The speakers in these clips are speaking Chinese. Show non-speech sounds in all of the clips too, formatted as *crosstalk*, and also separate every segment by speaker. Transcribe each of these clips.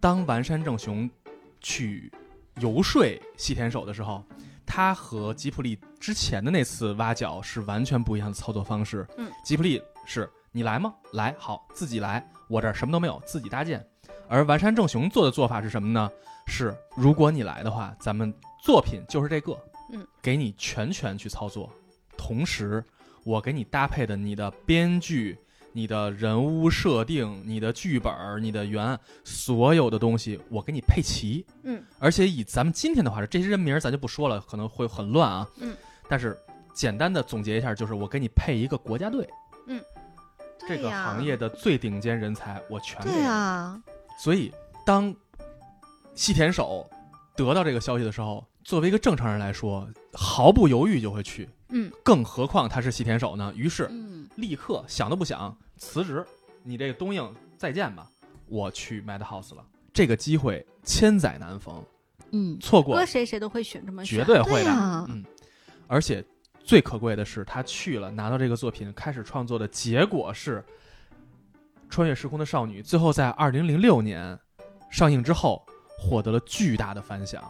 Speaker 1: 当完山正雄去游说细田守的时候，他和吉普力之前的那次挖角是完全不一样的操作方式。
Speaker 2: 嗯，
Speaker 1: 吉普力是你来吗？来，好，自己来，我这儿什么都没有，自己搭建。而完山正雄做的做法是什么呢？是如果你来的话，咱们作品就是这个，
Speaker 2: 嗯，
Speaker 1: 给你全权去操作，同时我给你搭配的你的编剧、你的人物设定、你的剧本、你的原案，所有的东西我给你配齐，
Speaker 2: 嗯，
Speaker 1: 而且以咱们今天的话说，这些人名儿咱就不说了，可能会很乱啊，
Speaker 2: 嗯，但
Speaker 1: 但是简单的总结一下，就是我给你配一个国家队，这
Speaker 2: 对
Speaker 1: 个
Speaker 2: 呀
Speaker 1: 行业的最顶尖人才，我全给
Speaker 2: 对
Speaker 1: 你。
Speaker 2: 啊，
Speaker 1: 所以，当细田守得到这个消息的时候，作为一个正常人来说，毫不犹豫就会去。
Speaker 2: 嗯，
Speaker 1: 更何况他是细田守呢？于是
Speaker 2: 嗯
Speaker 1: 立刻想都不想辞职，你这个东映再见吧，我去 Madhouse 了。这个机会千载难逢，
Speaker 3: 嗯，
Speaker 1: 错过
Speaker 2: 搁谁谁都会选这么选，
Speaker 1: 绝对会
Speaker 2: 对
Speaker 1: 的。
Speaker 2: 呀，
Speaker 1: 嗯，而且最可贵的是，他去了，拿到这个作品，开始创作的结果是《穿越时空的少女》，最后在二零零六年上映之后获得了巨大的反响。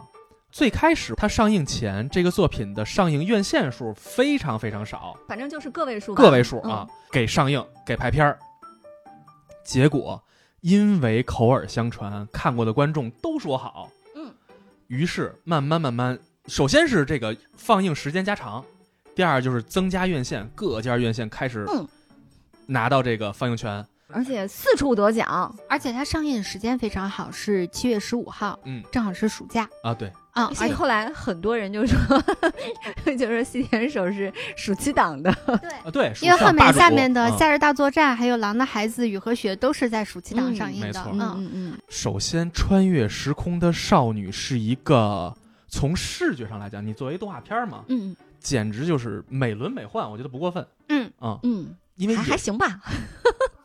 Speaker 1: 最开始它上映前，这个作品的上映院线数非常非常少，
Speaker 2: 反正就是个位数吧，嗯
Speaker 1: 个位数
Speaker 3: 嗯
Speaker 1: 啊，给上映给排片儿。结果因为口耳相传，看过的观众都说好，
Speaker 2: 嗯，
Speaker 1: 于是慢慢慢慢，首先是这个放映时间加长，第二就是增加院线，各家院线开始
Speaker 3: 嗯
Speaker 1: 拿到这个放映权，
Speaker 2: 而且四处得奖，
Speaker 3: 而且它上映时间非常好，是七月十五号，
Speaker 1: 嗯
Speaker 3: 正好是暑假
Speaker 1: 啊，对，
Speaker 2: 而
Speaker 3: 啊，而
Speaker 2: 且后来很多人就说， *laughs* 就说细田守是暑期档的，
Speaker 1: 啊对，
Speaker 3: 因为
Speaker 1: 属相
Speaker 3: 后面
Speaker 1: 霸主
Speaker 3: 下面的《
Speaker 1: 嗯
Speaker 3: 夏日大作战》还有《狼的孩子》《雨和雪》都是在暑期档
Speaker 2: 嗯
Speaker 3: 上映
Speaker 1: 没
Speaker 3: 的
Speaker 1: 错，
Speaker 3: 嗯，
Speaker 2: 嗯
Speaker 1: 首先，穿越时空的少女是一个从视觉上来讲，你作为动画片儿嘛，
Speaker 3: 嗯
Speaker 1: 简直就是美轮美奂，我觉得不过分，
Speaker 2: 嗯
Speaker 1: 啊、
Speaker 3: 嗯，
Speaker 1: 因为
Speaker 2: 还
Speaker 1: 有
Speaker 2: 还
Speaker 1: *laughs*
Speaker 2: 行吧，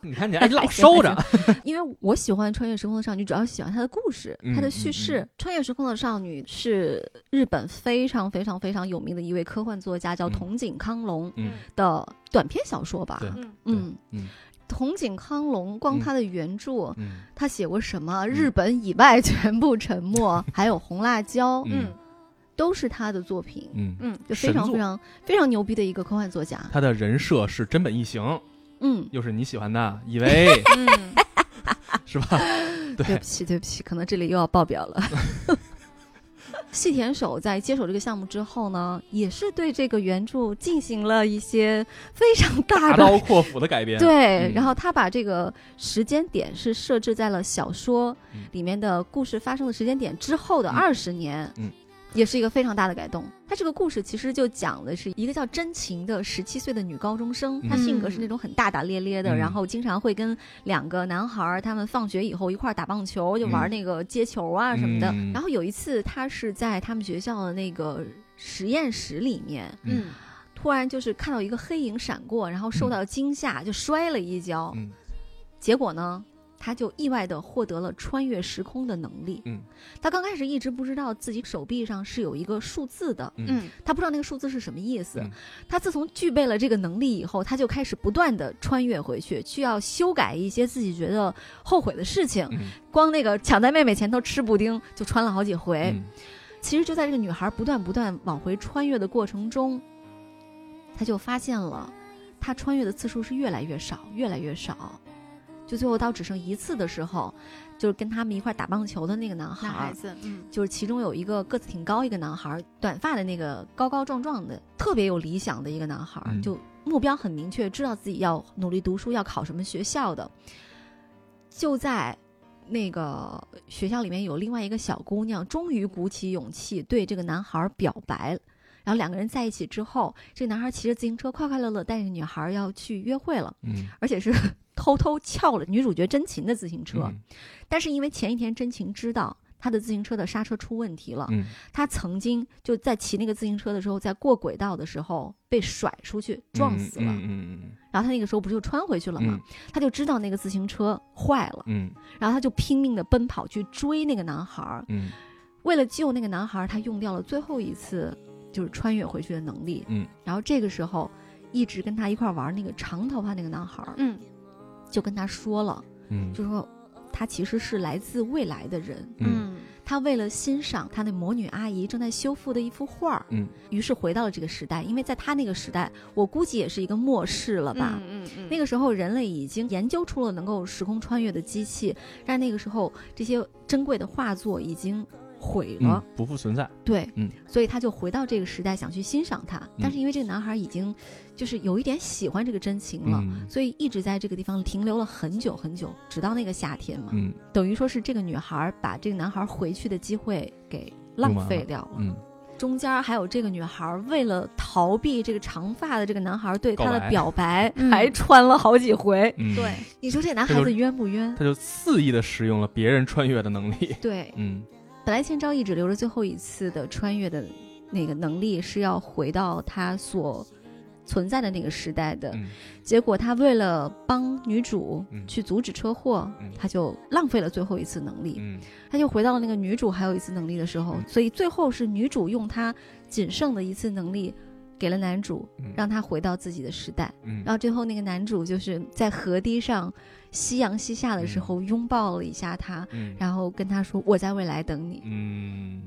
Speaker 1: 你看你还老
Speaker 2: 哎还行还
Speaker 1: 收着，
Speaker 2: 因为我喜欢《穿越时空的少女》，主要是喜欢她的故事
Speaker 1: 嗯，
Speaker 2: 她的叙事。穿越时空的少女》是日本非常非常非常有名的一位科幻作家，叫
Speaker 1: 嗯
Speaker 2: 筒井康隆
Speaker 1: 嗯
Speaker 2: 的短篇小说吧
Speaker 1: 对。
Speaker 4: 嗯
Speaker 2: 嗯
Speaker 1: 嗯，
Speaker 2: 筒井康隆光
Speaker 1: 嗯
Speaker 2: 他的原著，
Speaker 1: 嗯
Speaker 2: 他写过什么？日本以外全部
Speaker 1: *laughs*
Speaker 2: 沉默，还有红辣椒，
Speaker 1: 嗯
Speaker 2: 都是他的作品。
Speaker 1: 嗯，
Speaker 2: 嗯，就非常
Speaker 1: 神作
Speaker 2: 非常非常牛逼的一个科幻作家。
Speaker 1: 他的人设是真本一行，
Speaker 2: 嗯，
Speaker 1: 又是你喜欢的，以
Speaker 2: *laughs*
Speaker 1: 为
Speaker 4: 嗯，
Speaker 1: 是吧？
Speaker 2: 对
Speaker 1: 对
Speaker 2: 不，起，对不起，可能这里又要
Speaker 1: *laughs*
Speaker 2: 爆表了。细田守在接手这个项目之后呢，也是对这个原著进行了一些非常大
Speaker 1: 大
Speaker 2: 的
Speaker 1: 刀阔斧的改编，
Speaker 2: 对，
Speaker 1: 嗯
Speaker 2: 然后他把这个时间点是设置在了小说
Speaker 1: 嗯
Speaker 2: 里面的故事发生的时间点之后的
Speaker 1: 嗯
Speaker 2: 二十年，
Speaker 1: 嗯
Speaker 2: 也是一个非常大的改动。他这个故事其实就讲的是一个叫真情的十七岁的女高中生，
Speaker 1: 嗯
Speaker 2: 她性格是那种很大大咧咧的，
Speaker 1: 嗯
Speaker 2: 然后经常会跟两个男孩儿他们放学以后一块儿打棒球，就玩
Speaker 1: 嗯
Speaker 2: 那个接球啊什么的。
Speaker 1: 嗯
Speaker 2: 然后有一次，她是在他们学校的那个实验室里面，
Speaker 1: 嗯
Speaker 2: 突然就是看到一个黑影闪过，然后受到惊吓，就摔了一跤。
Speaker 1: 嗯
Speaker 2: 结果呢，他就意外的获得了穿越时空的能力。
Speaker 1: 嗯，
Speaker 2: 他刚开始一直不知道自己手臂上是有一个数字的，
Speaker 1: 嗯
Speaker 3: 嗯
Speaker 2: 他不知道那个数字是什么意思。
Speaker 1: 嗯
Speaker 2: 他自从具备了这个能力以后，他就开始不断的穿越回去，去要修改一些自己觉得后悔的事情。
Speaker 1: 嗯
Speaker 2: 光那个抢在妹妹前头吃布丁，就穿了好几回。
Speaker 1: 嗯
Speaker 2: 其实就在这个女孩不断不断往回穿越的过程中，她就发现了，她穿越的次数是越来越少，越来越少，就最后到只剩一次的时候，就是跟他们一块打棒球的那个男孩
Speaker 3: 男
Speaker 2: 儿，
Speaker 3: 孩子，嗯
Speaker 2: 就是其中有一个个子挺高一个男孩儿，短发的那个高高壮壮的，特别有理想的一个男孩儿，
Speaker 1: 嗯
Speaker 2: 就目标很明确，知道自己要努力读书，要考什么学校的。就在那个学校里面有另外一个小姑娘，终于鼓起勇气对这个男孩儿表白了。然后两个人在一起之后，这男孩儿骑着自行车快快乐乐带着女孩儿要去约会了，
Speaker 1: 嗯
Speaker 2: 而且是 *laughs* 偷偷撬了女主角真琴的自行车。
Speaker 1: 嗯
Speaker 2: 但是因为前一天真琴知道他的自行车的刹车出问题了，
Speaker 1: 嗯
Speaker 2: 他曾经就在骑那个自行车的时候，在过轨道的时候被甩出去撞死了。
Speaker 1: 嗯
Speaker 2: 然后他那个时候不是就穿回去了吗？
Speaker 1: 嗯
Speaker 2: 他就知道那个自行车坏了，
Speaker 1: 嗯
Speaker 2: 然后他就拼命的奔跑去追那个男孩儿。
Speaker 1: 嗯
Speaker 2: 为了救那个男孩儿，他用掉了最后一次就是穿越回去的能力。
Speaker 1: 嗯，
Speaker 2: 然后这个时候一直
Speaker 3: 嗯
Speaker 2: 跟他一块儿玩那个长头发那个男孩儿
Speaker 4: 嗯
Speaker 2: 就跟他说了，
Speaker 1: 嗯，
Speaker 2: 就说他其实是来自未来的人，
Speaker 1: 嗯
Speaker 3: 嗯
Speaker 2: 他为了欣赏他那魔女阿姨正在修复的一幅画儿，
Speaker 1: 嗯，
Speaker 2: 于是回到了这个时代。因为在他那个时代，我估计也是一个末世了吧。
Speaker 3: 嗯嗯
Speaker 2: 那
Speaker 3: 个
Speaker 2: 个时候，人类已经研究出了能够时空穿越的机器，但那个时候这些珍贵的画作已经毁了。
Speaker 1: 嗯，不复存在，
Speaker 2: 对，
Speaker 1: 嗯
Speaker 2: 所以他就回到这个时代，想去欣赏它。但是因为这个男孩已经就是有一点喜欢这个真情了，
Speaker 1: 嗯
Speaker 2: 所以一直在这个地方停留了很久很久，直到那个夏天嘛，
Speaker 1: 嗯
Speaker 2: 等于说是这个女孩把这个男孩回去的机会给浪费掉了。
Speaker 1: 嗯，
Speaker 2: 中间还有这个女孩为了逃避这个长发的这个男孩对她
Speaker 1: 告
Speaker 2: 的
Speaker 1: 白
Speaker 2: 表白，
Speaker 3: 嗯
Speaker 2: 还穿了好几回。
Speaker 1: 嗯，
Speaker 3: 对，
Speaker 2: *laughs* 你说这男
Speaker 1: 这
Speaker 2: 孩
Speaker 1: 就
Speaker 2: 子冤不冤？
Speaker 1: 他就肆意的使用了别人穿越的能力， *laughs*
Speaker 2: 对，
Speaker 1: 嗯
Speaker 2: 本来千昭一直留着最后一次的穿越的那个能力，是要回到他所存在的那个时代的。
Speaker 1: 嗯
Speaker 2: 结果他为了帮女主
Speaker 1: 嗯
Speaker 2: 去阻止车祸，
Speaker 1: 嗯
Speaker 2: 他就浪费了最后一次能力，
Speaker 1: 嗯
Speaker 2: 他就回到了那个女主还有一次能力的时候，
Speaker 1: 嗯
Speaker 2: 所以最后是女主用她仅剩的一次能力给了男主，
Speaker 1: 嗯，
Speaker 2: 让他回到自己的时代。
Speaker 1: 嗯
Speaker 2: 然后最后那个男主就是在河堤上夕阳西下的时候拥抱了一下她，
Speaker 1: 嗯
Speaker 2: 然后跟她说：“我在未来等你。”
Speaker 1: 嗯，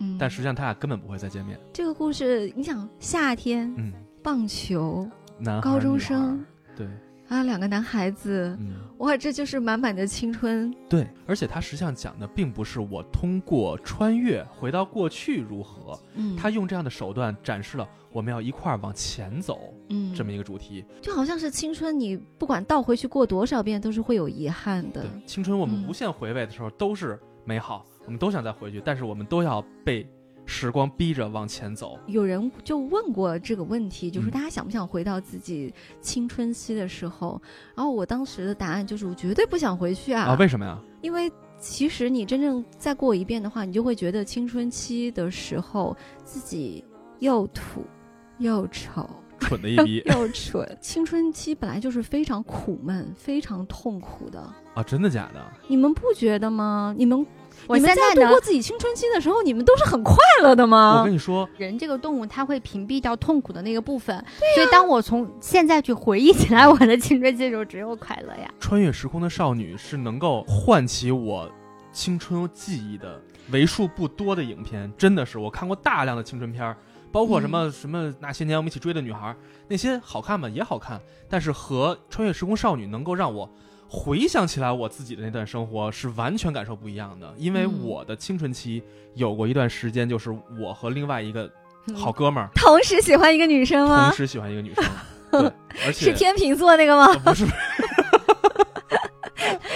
Speaker 2: 嗯，
Speaker 1: 但实际上他俩根本不会再见面，
Speaker 2: 这个故事，你想夏天、
Speaker 1: 嗯，
Speaker 2: 棒球
Speaker 1: 男孩
Speaker 2: 高中
Speaker 1: 嗯女孩
Speaker 2: 生
Speaker 1: 对，
Speaker 2: 啊，两个男孩子，
Speaker 1: 嗯。
Speaker 2: 哇，这就是满满的青春。
Speaker 1: 对，而且他实际上讲的并不是我通过穿越回到过去如何，
Speaker 2: 嗯，
Speaker 1: 他用这样的手段展示了我们要一块儿往前走
Speaker 2: 嗯，
Speaker 1: 这么一个主题。
Speaker 2: 就好像是青春，你不管倒回去过多少遍，都是会有遗憾的。
Speaker 1: 对，青春我们
Speaker 2: 嗯
Speaker 1: 无限回味的时候都是美好，我们都想再回去，但是我们都要被时光逼着往前走。
Speaker 2: 有人就问过这个问题，就是
Speaker 1: 嗯
Speaker 2: 大家想不想回到自己青春期的时候？然后我当时的答案就是，我绝对不想回去
Speaker 1: 啊，为什么呀？
Speaker 2: 因为其实你真正再过一遍的话，你就会觉得青春期的时候自己又土又丑
Speaker 1: 蠢的一逼 *laughs*
Speaker 2: 又蠢。青春期本来就是非常苦闷、非常痛苦的，
Speaker 1: 啊！真的假的？
Speaker 2: 你们不觉得吗？你们
Speaker 3: 我
Speaker 2: 你们
Speaker 3: 现在
Speaker 2: 度
Speaker 3: 呢
Speaker 2: 过，自己青春期的时候，你们都是很快乐的
Speaker 1: 我
Speaker 2: 吗
Speaker 1: 跟？你说，
Speaker 3: 人这个动物它会屏蔽掉痛苦的那个部分，所以当我从现在去回忆起来我的青春期的时候，只有快乐呀。
Speaker 1: 穿越时空的少女是能够唤起我青春记忆的为数不多的影片，真的是我看过大量的青春片儿，包
Speaker 2: 嗯
Speaker 1: 括什么、什么那些年我们一起追的女孩儿，那些好看吗？也好看，但是和穿越时空少女能够让我。回想起来，我自己的那段生活是完全感受不一样的，因为
Speaker 2: 嗯
Speaker 1: 我的青春期有过一段时间，就是我和另外一个
Speaker 3: 嗯
Speaker 1: 好哥们儿
Speaker 2: 同时喜欢一个女生
Speaker 1: 同
Speaker 2: 吗？
Speaker 1: 时喜欢一个女生，对，而且
Speaker 2: 嗯是天秤座那个吗？
Speaker 1: 呃不是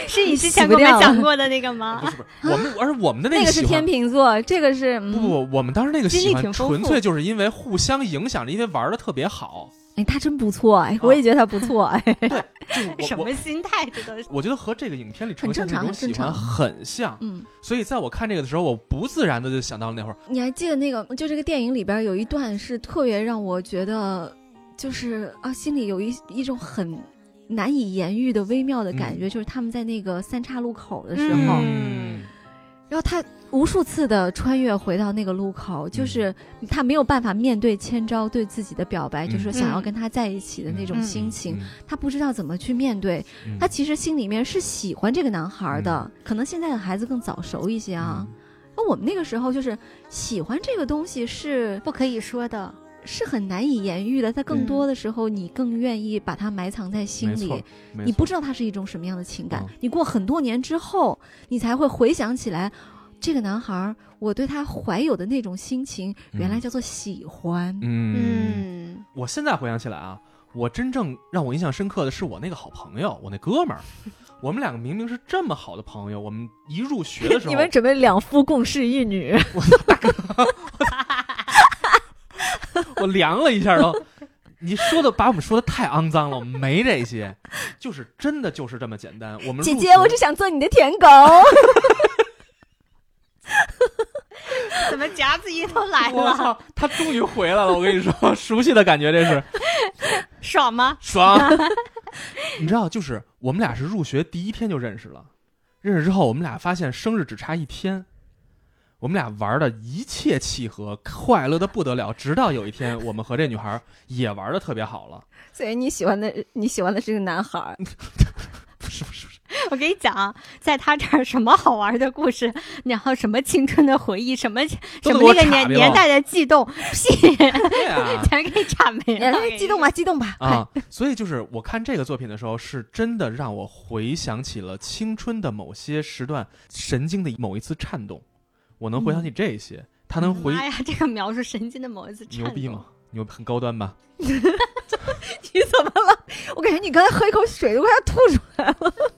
Speaker 3: 是你之
Speaker 2: 洗
Speaker 3: 前
Speaker 2: 不
Speaker 3: 跟我
Speaker 2: 掉
Speaker 3: 们
Speaker 2: 了
Speaker 3: 讲过的那个吗
Speaker 1: 不？是不是，我们而我们的
Speaker 2: *laughs* 那
Speaker 1: 个
Speaker 2: 是
Speaker 1: 喜欢
Speaker 2: 天秤座，这个是
Speaker 1: 不
Speaker 2: 嗯，
Speaker 1: 不，我们当时那个
Speaker 3: 经
Speaker 1: 喜
Speaker 3: 历
Speaker 1: 欢
Speaker 3: 挺丰
Speaker 1: 纯
Speaker 3: 富
Speaker 1: 粹就是因为互相影响着，因为玩的特别
Speaker 2: *laughs*
Speaker 1: 好。
Speaker 2: 哎，他真不错，
Speaker 1: 啊
Speaker 2: 哎，我也觉得他不错，哎，
Speaker 1: 就是
Speaker 3: 什
Speaker 1: 我我
Speaker 3: 么心态？这都是。
Speaker 1: 我觉得和这个影片里呈现的那
Speaker 2: 正
Speaker 1: 种
Speaker 2: 常很正
Speaker 1: 喜欢
Speaker 2: 常
Speaker 1: 很像，
Speaker 2: *laughs* 嗯。
Speaker 1: 所以在我看这个的时候，我不自然的就想到了那会儿，
Speaker 2: 你还记得那个，就这个电影里边有一段是特别让我觉得，就是啊，心里有一一种很难以言喻的微妙的感
Speaker 1: 嗯
Speaker 2: 觉，就是他们在那个三岔路口的时候，
Speaker 3: 嗯
Speaker 2: 然后他无数次的穿越回到那个路口，就是他没有办法面对千昭对自己的表白，
Speaker 1: 嗯
Speaker 2: 就是想要跟他在一起的那种
Speaker 3: 嗯
Speaker 2: 心情，
Speaker 1: 嗯，
Speaker 2: 他不知道怎么去面对，
Speaker 1: 嗯
Speaker 2: 他其实心里面是喜欢这个男孩的，可能现在的孩子更早熟一
Speaker 1: 嗯
Speaker 2: 些啊。，那我们那个时候就是喜欢这个东西是
Speaker 3: 不可以说的，
Speaker 2: 是很难以言喻的，在更
Speaker 3: 嗯
Speaker 2: 多的时候，你更愿意把它埋藏在心
Speaker 1: 没错
Speaker 2: 里，，
Speaker 1: 没
Speaker 2: 你
Speaker 1: 错
Speaker 2: 不知道它是一种什么样的情感
Speaker 1: 嗯。
Speaker 2: 你过很多年之后，你才会回想起来，这个男孩儿，我对他怀有的那种心情，
Speaker 1: 嗯
Speaker 2: 原来叫做喜欢。
Speaker 1: 嗯，
Speaker 3: 嗯，
Speaker 1: 我现在回想起来啊，我真正让我印象深刻的是我那个好朋友，我那哥们儿，我们两个明明是这么好的朋友，我们一入学
Speaker 2: *laughs*
Speaker 1: 的时候，
Speaker 2: 准备两夫共侍一 *laughs* 女，
Speaker 1: 我量了一下都，你说的把我们说的太肮脏了，我们没这些，就是真的就是这么简单。我们入学
Speaker 2: 想做你的舔狗。
Speaker 3: 嗯怎么夹子音都来
Speaker 1: 我
Speaker 3: 了？
Speaker 1: 操，他终于回来了！我跟你说，熟悉的感觉，这是
Speaker 3: 爽吗？
Speaker 1: 爽。 *laughs* 你知道，就是我们俩是入学第一天就认识了，认识之后我们俩发现生日只差一天，我们俩玩的一切契合，快乐的不得了。直到有一天，我们和这女孩也玩的特别好了， *laughs*
Speaker 2: 所以你喜欢的，你喜欢的是个男孩儿，
Speaker 1: 不是不是不是，
Speaker 3: 我跟你讲啊，在他这儿什么好玩的故事，然后什么青春的回忆，什么
Speaker 1: 都
Speaker 3: 什
Speaker 1: 给
Speaker 3: 么
Speaker 1: 我
Speaker 3: 那个
Speaker 1: 岔
Speaker 3: 年
Speaker 1: 别
Speaker 3: 年
Speaker 1: 了啊
Speaker 3: 代的悸动，屁，
Speaker 1: 对啊，
Speaker 3: *laughs* 全给岔
Speaker 2: *laughs*
Speaker 3: 没
Speaker 2: 哎
Speaker 3: 了。
Speaker 2: 来激动吧，激动吧！
Speaker 1: 啊，所以就是我看这个作品的时候，是真的让我回想起了青春的某些时段神经的某一次颤动，我能回想起
Speaker 2: 嗯
Speaker 1: 这些，他能回
Speaker 3: 妈呀，这个描述神经的某一次
Speaker 1: 牛逼
Speaker 3: 颤
Speaker 1: 吗？牛很高端吧？
Speaker 2: 你怎么了？我感觉你刚才喝一口水都快要吐出来了。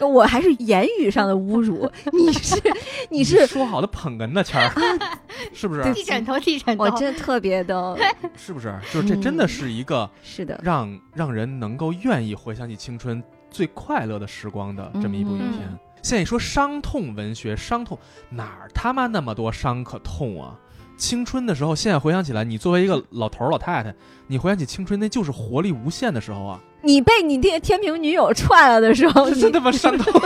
Speaker 2: 我还是言语上的侮辱，你是你是，
Speaker 1: 说好的捧哏呢，谦儿，
Speaker 3: *laughs*
Speaker 1: 是不
Speaker 3: 动？
Speaker 1: 是？
Speaker 3: 地枕头，地枕头
Speaker 2: 啊我，真的特别的，
Speaker 1: 是不是？就是
Speaker 2: 嗯
Speaker 1: 这真的是一个
Speaker 2: 是的，
Speaker 1: 让让人能够愿意回想起青春最快乐的时光的这么一部影片
Speaker 3: 嗯。
Speaker 1: 现在一说伤痛文学，伤痛哪儿他妈那么多伤可痛啊？青春的时候，现在回想起来，你作为一个老头儿老太太，你回想起青春，那就是活力无限的时候啊！
Speaker 2: 你被你天天平女友踹了的时
Speaker 3: 哦
Speaker 2: 候，
Speaker 1: *laughs* 这真
Speaker 2: 你
Speaker 1: 他妈伤痛！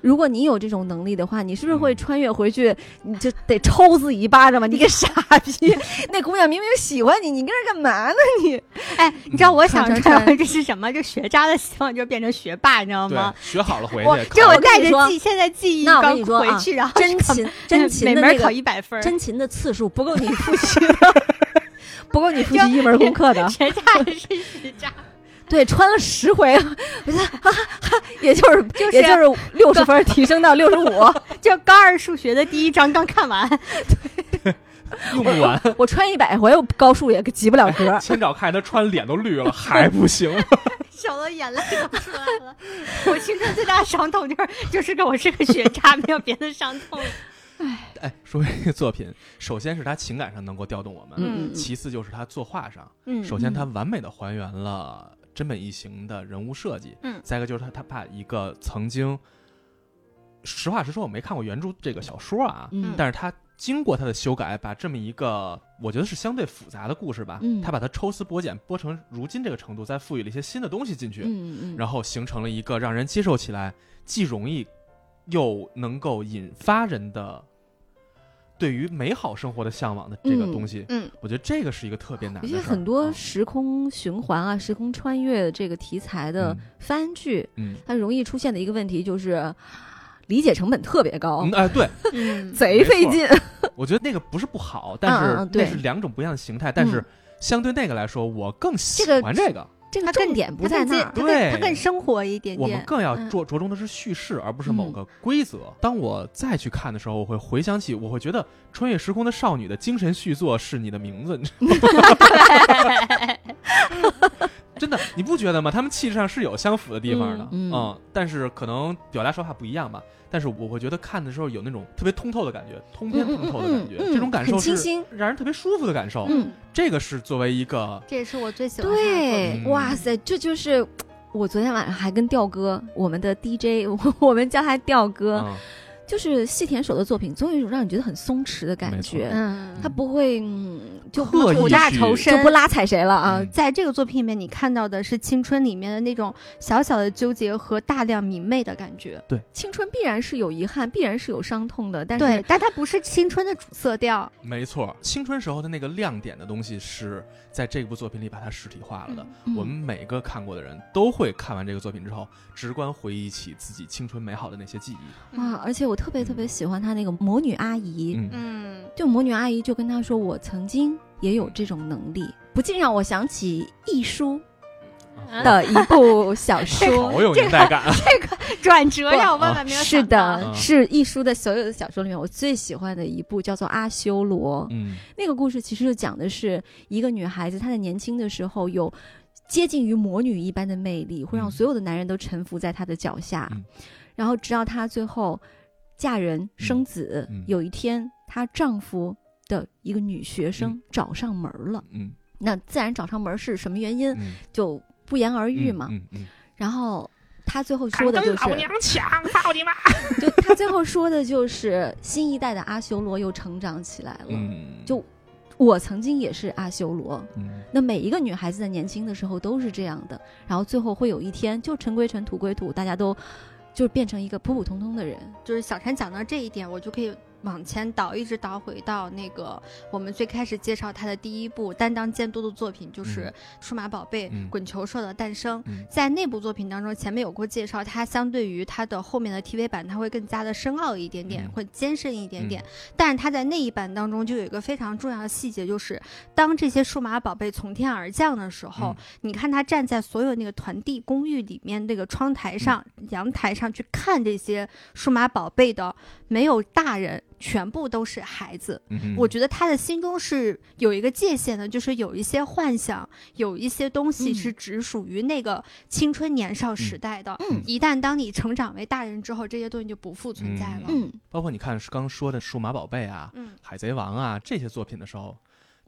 Speaker 2: 如果你有这种能力的话，你是不是会穿越回去，你就得抽自己一巴掌吧？你个傻逼！那姑娘明明喜欢你，你跟这干嘛呢？你
Speaker 3: 哎，你知道我想
Speaker 2: 嗯传
Speaker 3: 传
Speaker 2: 传
Speaker 3: 回这是什么？就学渣的希望就变成学霸，你知道
Speaker 1: 对
Speaker 3: 吗？，
Speaker 1: 学好了回
Speaker 3: 我
Speaker 1: 去，
Speaker 3: 这
Speaker 1: 考
Speaker 3: 我
Speaker 1: 了
Speaker 3: 带着
Speaker 2: 我跟
Speaker 3: 记，现在记忆
Speaker 2: 那我跟
Speaker 3: 刚
Speaker 2: 你说啊
Speaker 3: 回去，然后
Speaker 2: 真
Speaker 3: 考
Speaker 2: 勤真勤
Speaker 3: 每
Speaker 2: 的
Speaker 3: 门
Speaker 2: 那
Speaker 3: 考
Speaker 2: 个
Speaker 3: 一百分儿，
Speaker 2: 真勤的次数不够你复习，不够你复习一门功课的。
Speaker 3: 学渣也是学渣，
Speaker 2: *laughs* 对，穿了十回，我觉得哈哈哈，也就是、
Speaker 3: 就是
Speaker 2: 也就是六十分提升到六十五，
Speaker 3: 就高二数学的第一章刚看完，
Speaker 1: 用不完。
Speaker 2: 我穿一百回，我高数也及不了
Speaker 1: *laughs*
Speaker 2: 格。
Speaker 1: 千找看见他穿脸都绿了，还不行 *laughs* 吗？
Speaker 3: *laughs* 手都眼泪都出来了。我青春最大的伤痛就是就是跟我是个学渣，没有别的伤痛了。
Speaker 1: 哎，说回这个作品，首先是他情感上能够调动我们，
Speaker 3: 嗯
Speaker 1: 其次就是他作画上，
Speaker 3: 嗯 *laughs*
Speaker 1: 首先它完美的还原了真本一行的人物设计，
Speaker 3: 嗯
Speaker 1: 再一个就是他他把一个曾经，实话实说我没看过原著这个小说啊，
Speaker 2: 嗯
Speaker 1: 但是他经过他的修改，把这么一个我觉得是相对复杂的故事吧，
Speaker 2: 嗯
Speaker 1: 他把它抽丝剥茧，剥成如今这个程度，再赋予了一些新的东西进去，
Speaker 2: 嗯嗯
Speaker 1: 然后形成了一个让人接受起来既容易又能够引发人的对于美好生活的向往的这个
Speaker 2: 嗯
Speaker 1: 东西。
Speaker 3: 嗯
Speaker 1: 我觉得这个是一个特别难
Speaker 2: 而
Speaker 1: 的
Speaker 2: 且
Speaker 1: 事儿。
Speaker 2: 很多
Speaker 1: 嗯
Speaker 2: 时空循环啊、时空穿越这个题材的
Speaker 1: 嗯
Speaker 2: 番剧，
Speaker 1: 嗯
Speaker 2: 它容易出现的一个问题就是理解成本特别高
Speaker 1: 嗯，，哎，对，
Speaker 3: 嗯，
Speaker 2: 贼费劲。
Speaker 1: 我觉得那个不是不好，但
Speaker 2: 嗯
Speaker 1: 是
Speaker 2: 嗯对嗯
Speaker 1: 那是两种不一样的形态。但是相对那个来说，我更喜欢这个，
Speaker 2: 这个
Speaker 3: 它更
Speaker 2: 重点不在
Speaker 3: 它更
Speaker 2: 那
Speaker 3: 它
Speaker 2: 儿，
Speaker 3: 更
Speaker 1: 对
Speaker 3: 它更生活一点
Speaker 1: 我们
Speaker 3: 点。
Speaker 1: 更要
Speaker 3: 嗯
Speaker 1: 着着重的是叙事，而不是
Speaker 2: 嗯
Speaker 1: 某个规则。当我再去看的时候，我会回想起，我会觉得《穿越时空的少女》的精神续作是你的名字，你知道吗 *laughs* 真的，你不觉得吗？他们气质上是有相符的地方的，
Speaker 2: 嗯嗯
Speaker 1: 但是可能表达手法不一样吧。但是我会觉得看的时候有那种特别通透的感觉，通篇通透的感觉，
Speaker 2: 嗯嗯嗯嗯
Speaker 1: 这种感受
Speaker 2: 很清
Speaker 1: 是
Speaker 2: 新。
Speaker 1: 让人特别舒服的感受。
Speaker 2: 嗯，
Speaker 1: 这个是作为一个
Speaker 3: 这也是我最喜欢的作
Speaker 2: 对
Speaker 3: 品。，
Speaker 1: 嗯
Speaker 2: 哇塞，这就是我昨天晚上还跟调哥，我们的 DJ，我 *laughs* 我们叫他调哥，
Speaker 1: 嗯
Speaker 2: 就是细田守的作品，总有一种让你觉得很松弛的感
Speaker 1: 没
Speaker 2: 觉，
Speaker 3: 嗯，
Speaker 2: 他不会嗯就
Speaker 1: 刻意
Speaker 3: 苦大仇
Speaker 1: 去
Speaker 2: 就
Speaker 3: 深
Speaker 2: 不。拉踩谁
Speaker 1: *laughs*
Speaker 2: 了啊
Speaker 1: 嗯。
Speaker 3: 在这个作品里面，你看到的是青春里面的那种小小的纠结和大量明媚的感觉。
Speaker 2: 青春必然是有遗憾，必然是有伤痛的，但
Speaker 3: 对
Speaker 2: 是，
Speaker 3: 但它不是青春的主色调。
Speaker 1: 没错，青春时候的那个亮点的东西是在这部作品里把它实体化了的。
Speaker 2: 嗯
Speaker 1: 我们每个看过的人都会看完这个作品之后，直观回忆起自己青春美好的那些记忆。
Speaker 3: 嗯
Speaker 2: 哇，啊而且我特别特别喜欢他那个魔女阿姨，
Speaker 1: 嗯，
Speaker 3: 嗯
Speaker 2: 就魔女阿姨就跟他说，我曾经也有这种能力，不禁让我想起亦舒
Speaker 3: 嗯
Speaker 2: 的一部
Speaker 3: *laughs*
Speaker 2: 小说。
Speaker 1: 好有年代感啊！ *laughs* 啊
Speaker 3: 转折
Speaker 2: 不
Speaker 3: 让我万万没有
Speaker 2: 是
Speaker 3: 想到
Speaker 2: 的，
Speaker 1: 嗯
Speaker 2: 是一书的所有的小说里面，我最喜欢的一部叫做《阿修罗》。
Speaker 1: 嗯
Speaker 2: 那个故事其实就讲的是一个女孩子，她在年轻的时候有接近于魔女一般的魅力，会让
Speaker 1: 嗯
Speaker 2: 所有的男人都臣服在她的脚下。
Speaker 1: 嗯
Speaker 2: 然后直到她最后嫁人生子，
Speaker 1: 嗯
Speaker 2: 有一天她丈夫的一个女学生找上门了。
Speaker 1: 嗯
Speaker 2: 那自然找上门是什么原因，
Speaker 1: 嗯，
Speaker 2: 就不言而喻嘛。
Speaker 1: 嗯嗯，
Speaker 2: 然后她最后说的就是
Speaker 4: 老娘抢，
Speaker 2: *laughs*
Speaker 4: 操你妈！
Speaker 2: 就他最后说的就是新一代的阿修罗又成长起来了。
Speaker 1: 嗯，
Speaker 2: 就我曾经也是阿修罗，
Speaker 1: 嗯
Speaker 2: 那每一个女孩子在年轻的时候都是这样的，然后最后会有一天就尘归尘，土归土，大家都就变成一个普普通通的人。
Speaker 1: 哦
Speaker 3: 就是小婵讲到这一点，我就可以往前倒，一直倒回到那个我们最开始介绍他的第一部担当监督的作品，就是
Speaker 1: 嗯
Speaker 3: 《数码宝贝：
Speaker 1: 嗯
Speaker 3: 滚球社的诞生》
Speaker 1: 嗯
Speaker 3: 在那部作品当中，前面有过介绍，它相对于它的后面的 TV 版，它会更加的深奥一点点，
Speaker 1: 嗯
Speaker 3: 会艰深一点
Speaker 1: 嗯
Speaker 3: 点。但是它在那一版当中，就有一个非常重要的细节，就是当这些数码宝贝从天而降的时候，
Speaker 1: 嗯
Speaker 3: 你看他站在所有那个团地公寓里面那个窗台
Speaker 2: 嗯
Speaker 3: 上、阳台上去看这些数码宝贝的，没有大人，全部都是孩子。
Speaker 1: 嗯
Speaker 3: 我觉得他的心中是有一个界限的，就是有一些幻想，有一些东西
Speaker 2: 嗯
Speaker 3: 是只属于那个青春年少时代的。
Speaker 2: 嗯
Speaker 3: 一旦当你成长为大人之后，这些东西就不复存在了。
Speaker 2: 嗯，
Speaker 1: 包括你看是刚刚说的《数码宝贝》啊，
Speaker 3: 嗯
Speaker 1: 《海贼王啊》这些作品的时候，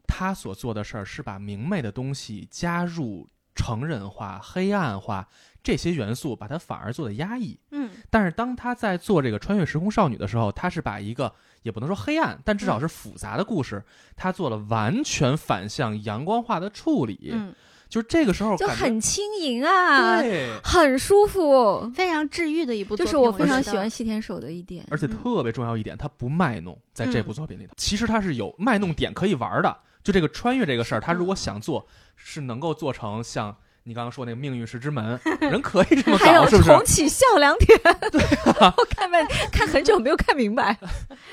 Speaker 1: 他所做的事儿是把明媚的东西加入成人化、黑暗化这些元素，把它反而做的压抑。
Speaker 3: 嗯
Speaker 1: 但是当他在做这个穿越时空少女的时候，他是把一个也不能说黑暗，但至少是复杂的故事，他做了完全反向阳光化的处理。
Speaker 3: 嗯，
Speaker 1: 就是这个时候
Speaker 2: 就
Speaker 1: 感觉
Speaker 2: 很轻盈啊，
Speaker 1: 对，
Speaker 2: 很舒服，
Speaker 3: 非常治愈的一部作
Speaker 2: 就
Speaker 3: 品，
Speaker 2: 是我非常
Speaker 3: 觉
Speaker 2: 喜
Speaker 3: 得
Speaker 2: 欢西田守的一点。
Speaker 1: 而且特别重要一点，他不卖弄，在这部
Speaker 3: 嗯
Speaker 1: 作品里头，其实他是有卖弄点可以玩的。就这个穿越这个事儿，
Speaker 3: 是的
Speaker 1: 他如果想做，是能够做成像你刚刚说那个命运石之门，
Speaker 3: *laughs*
Speaker 1: 人可以这么
Speaker 2: 还有
Speaker 1: 搞，是不是
Speaker 2: 重？启笑良 *laughs* 田，
Speaker 1: 啊
Speaker 2: 我看半看很久没有看明白。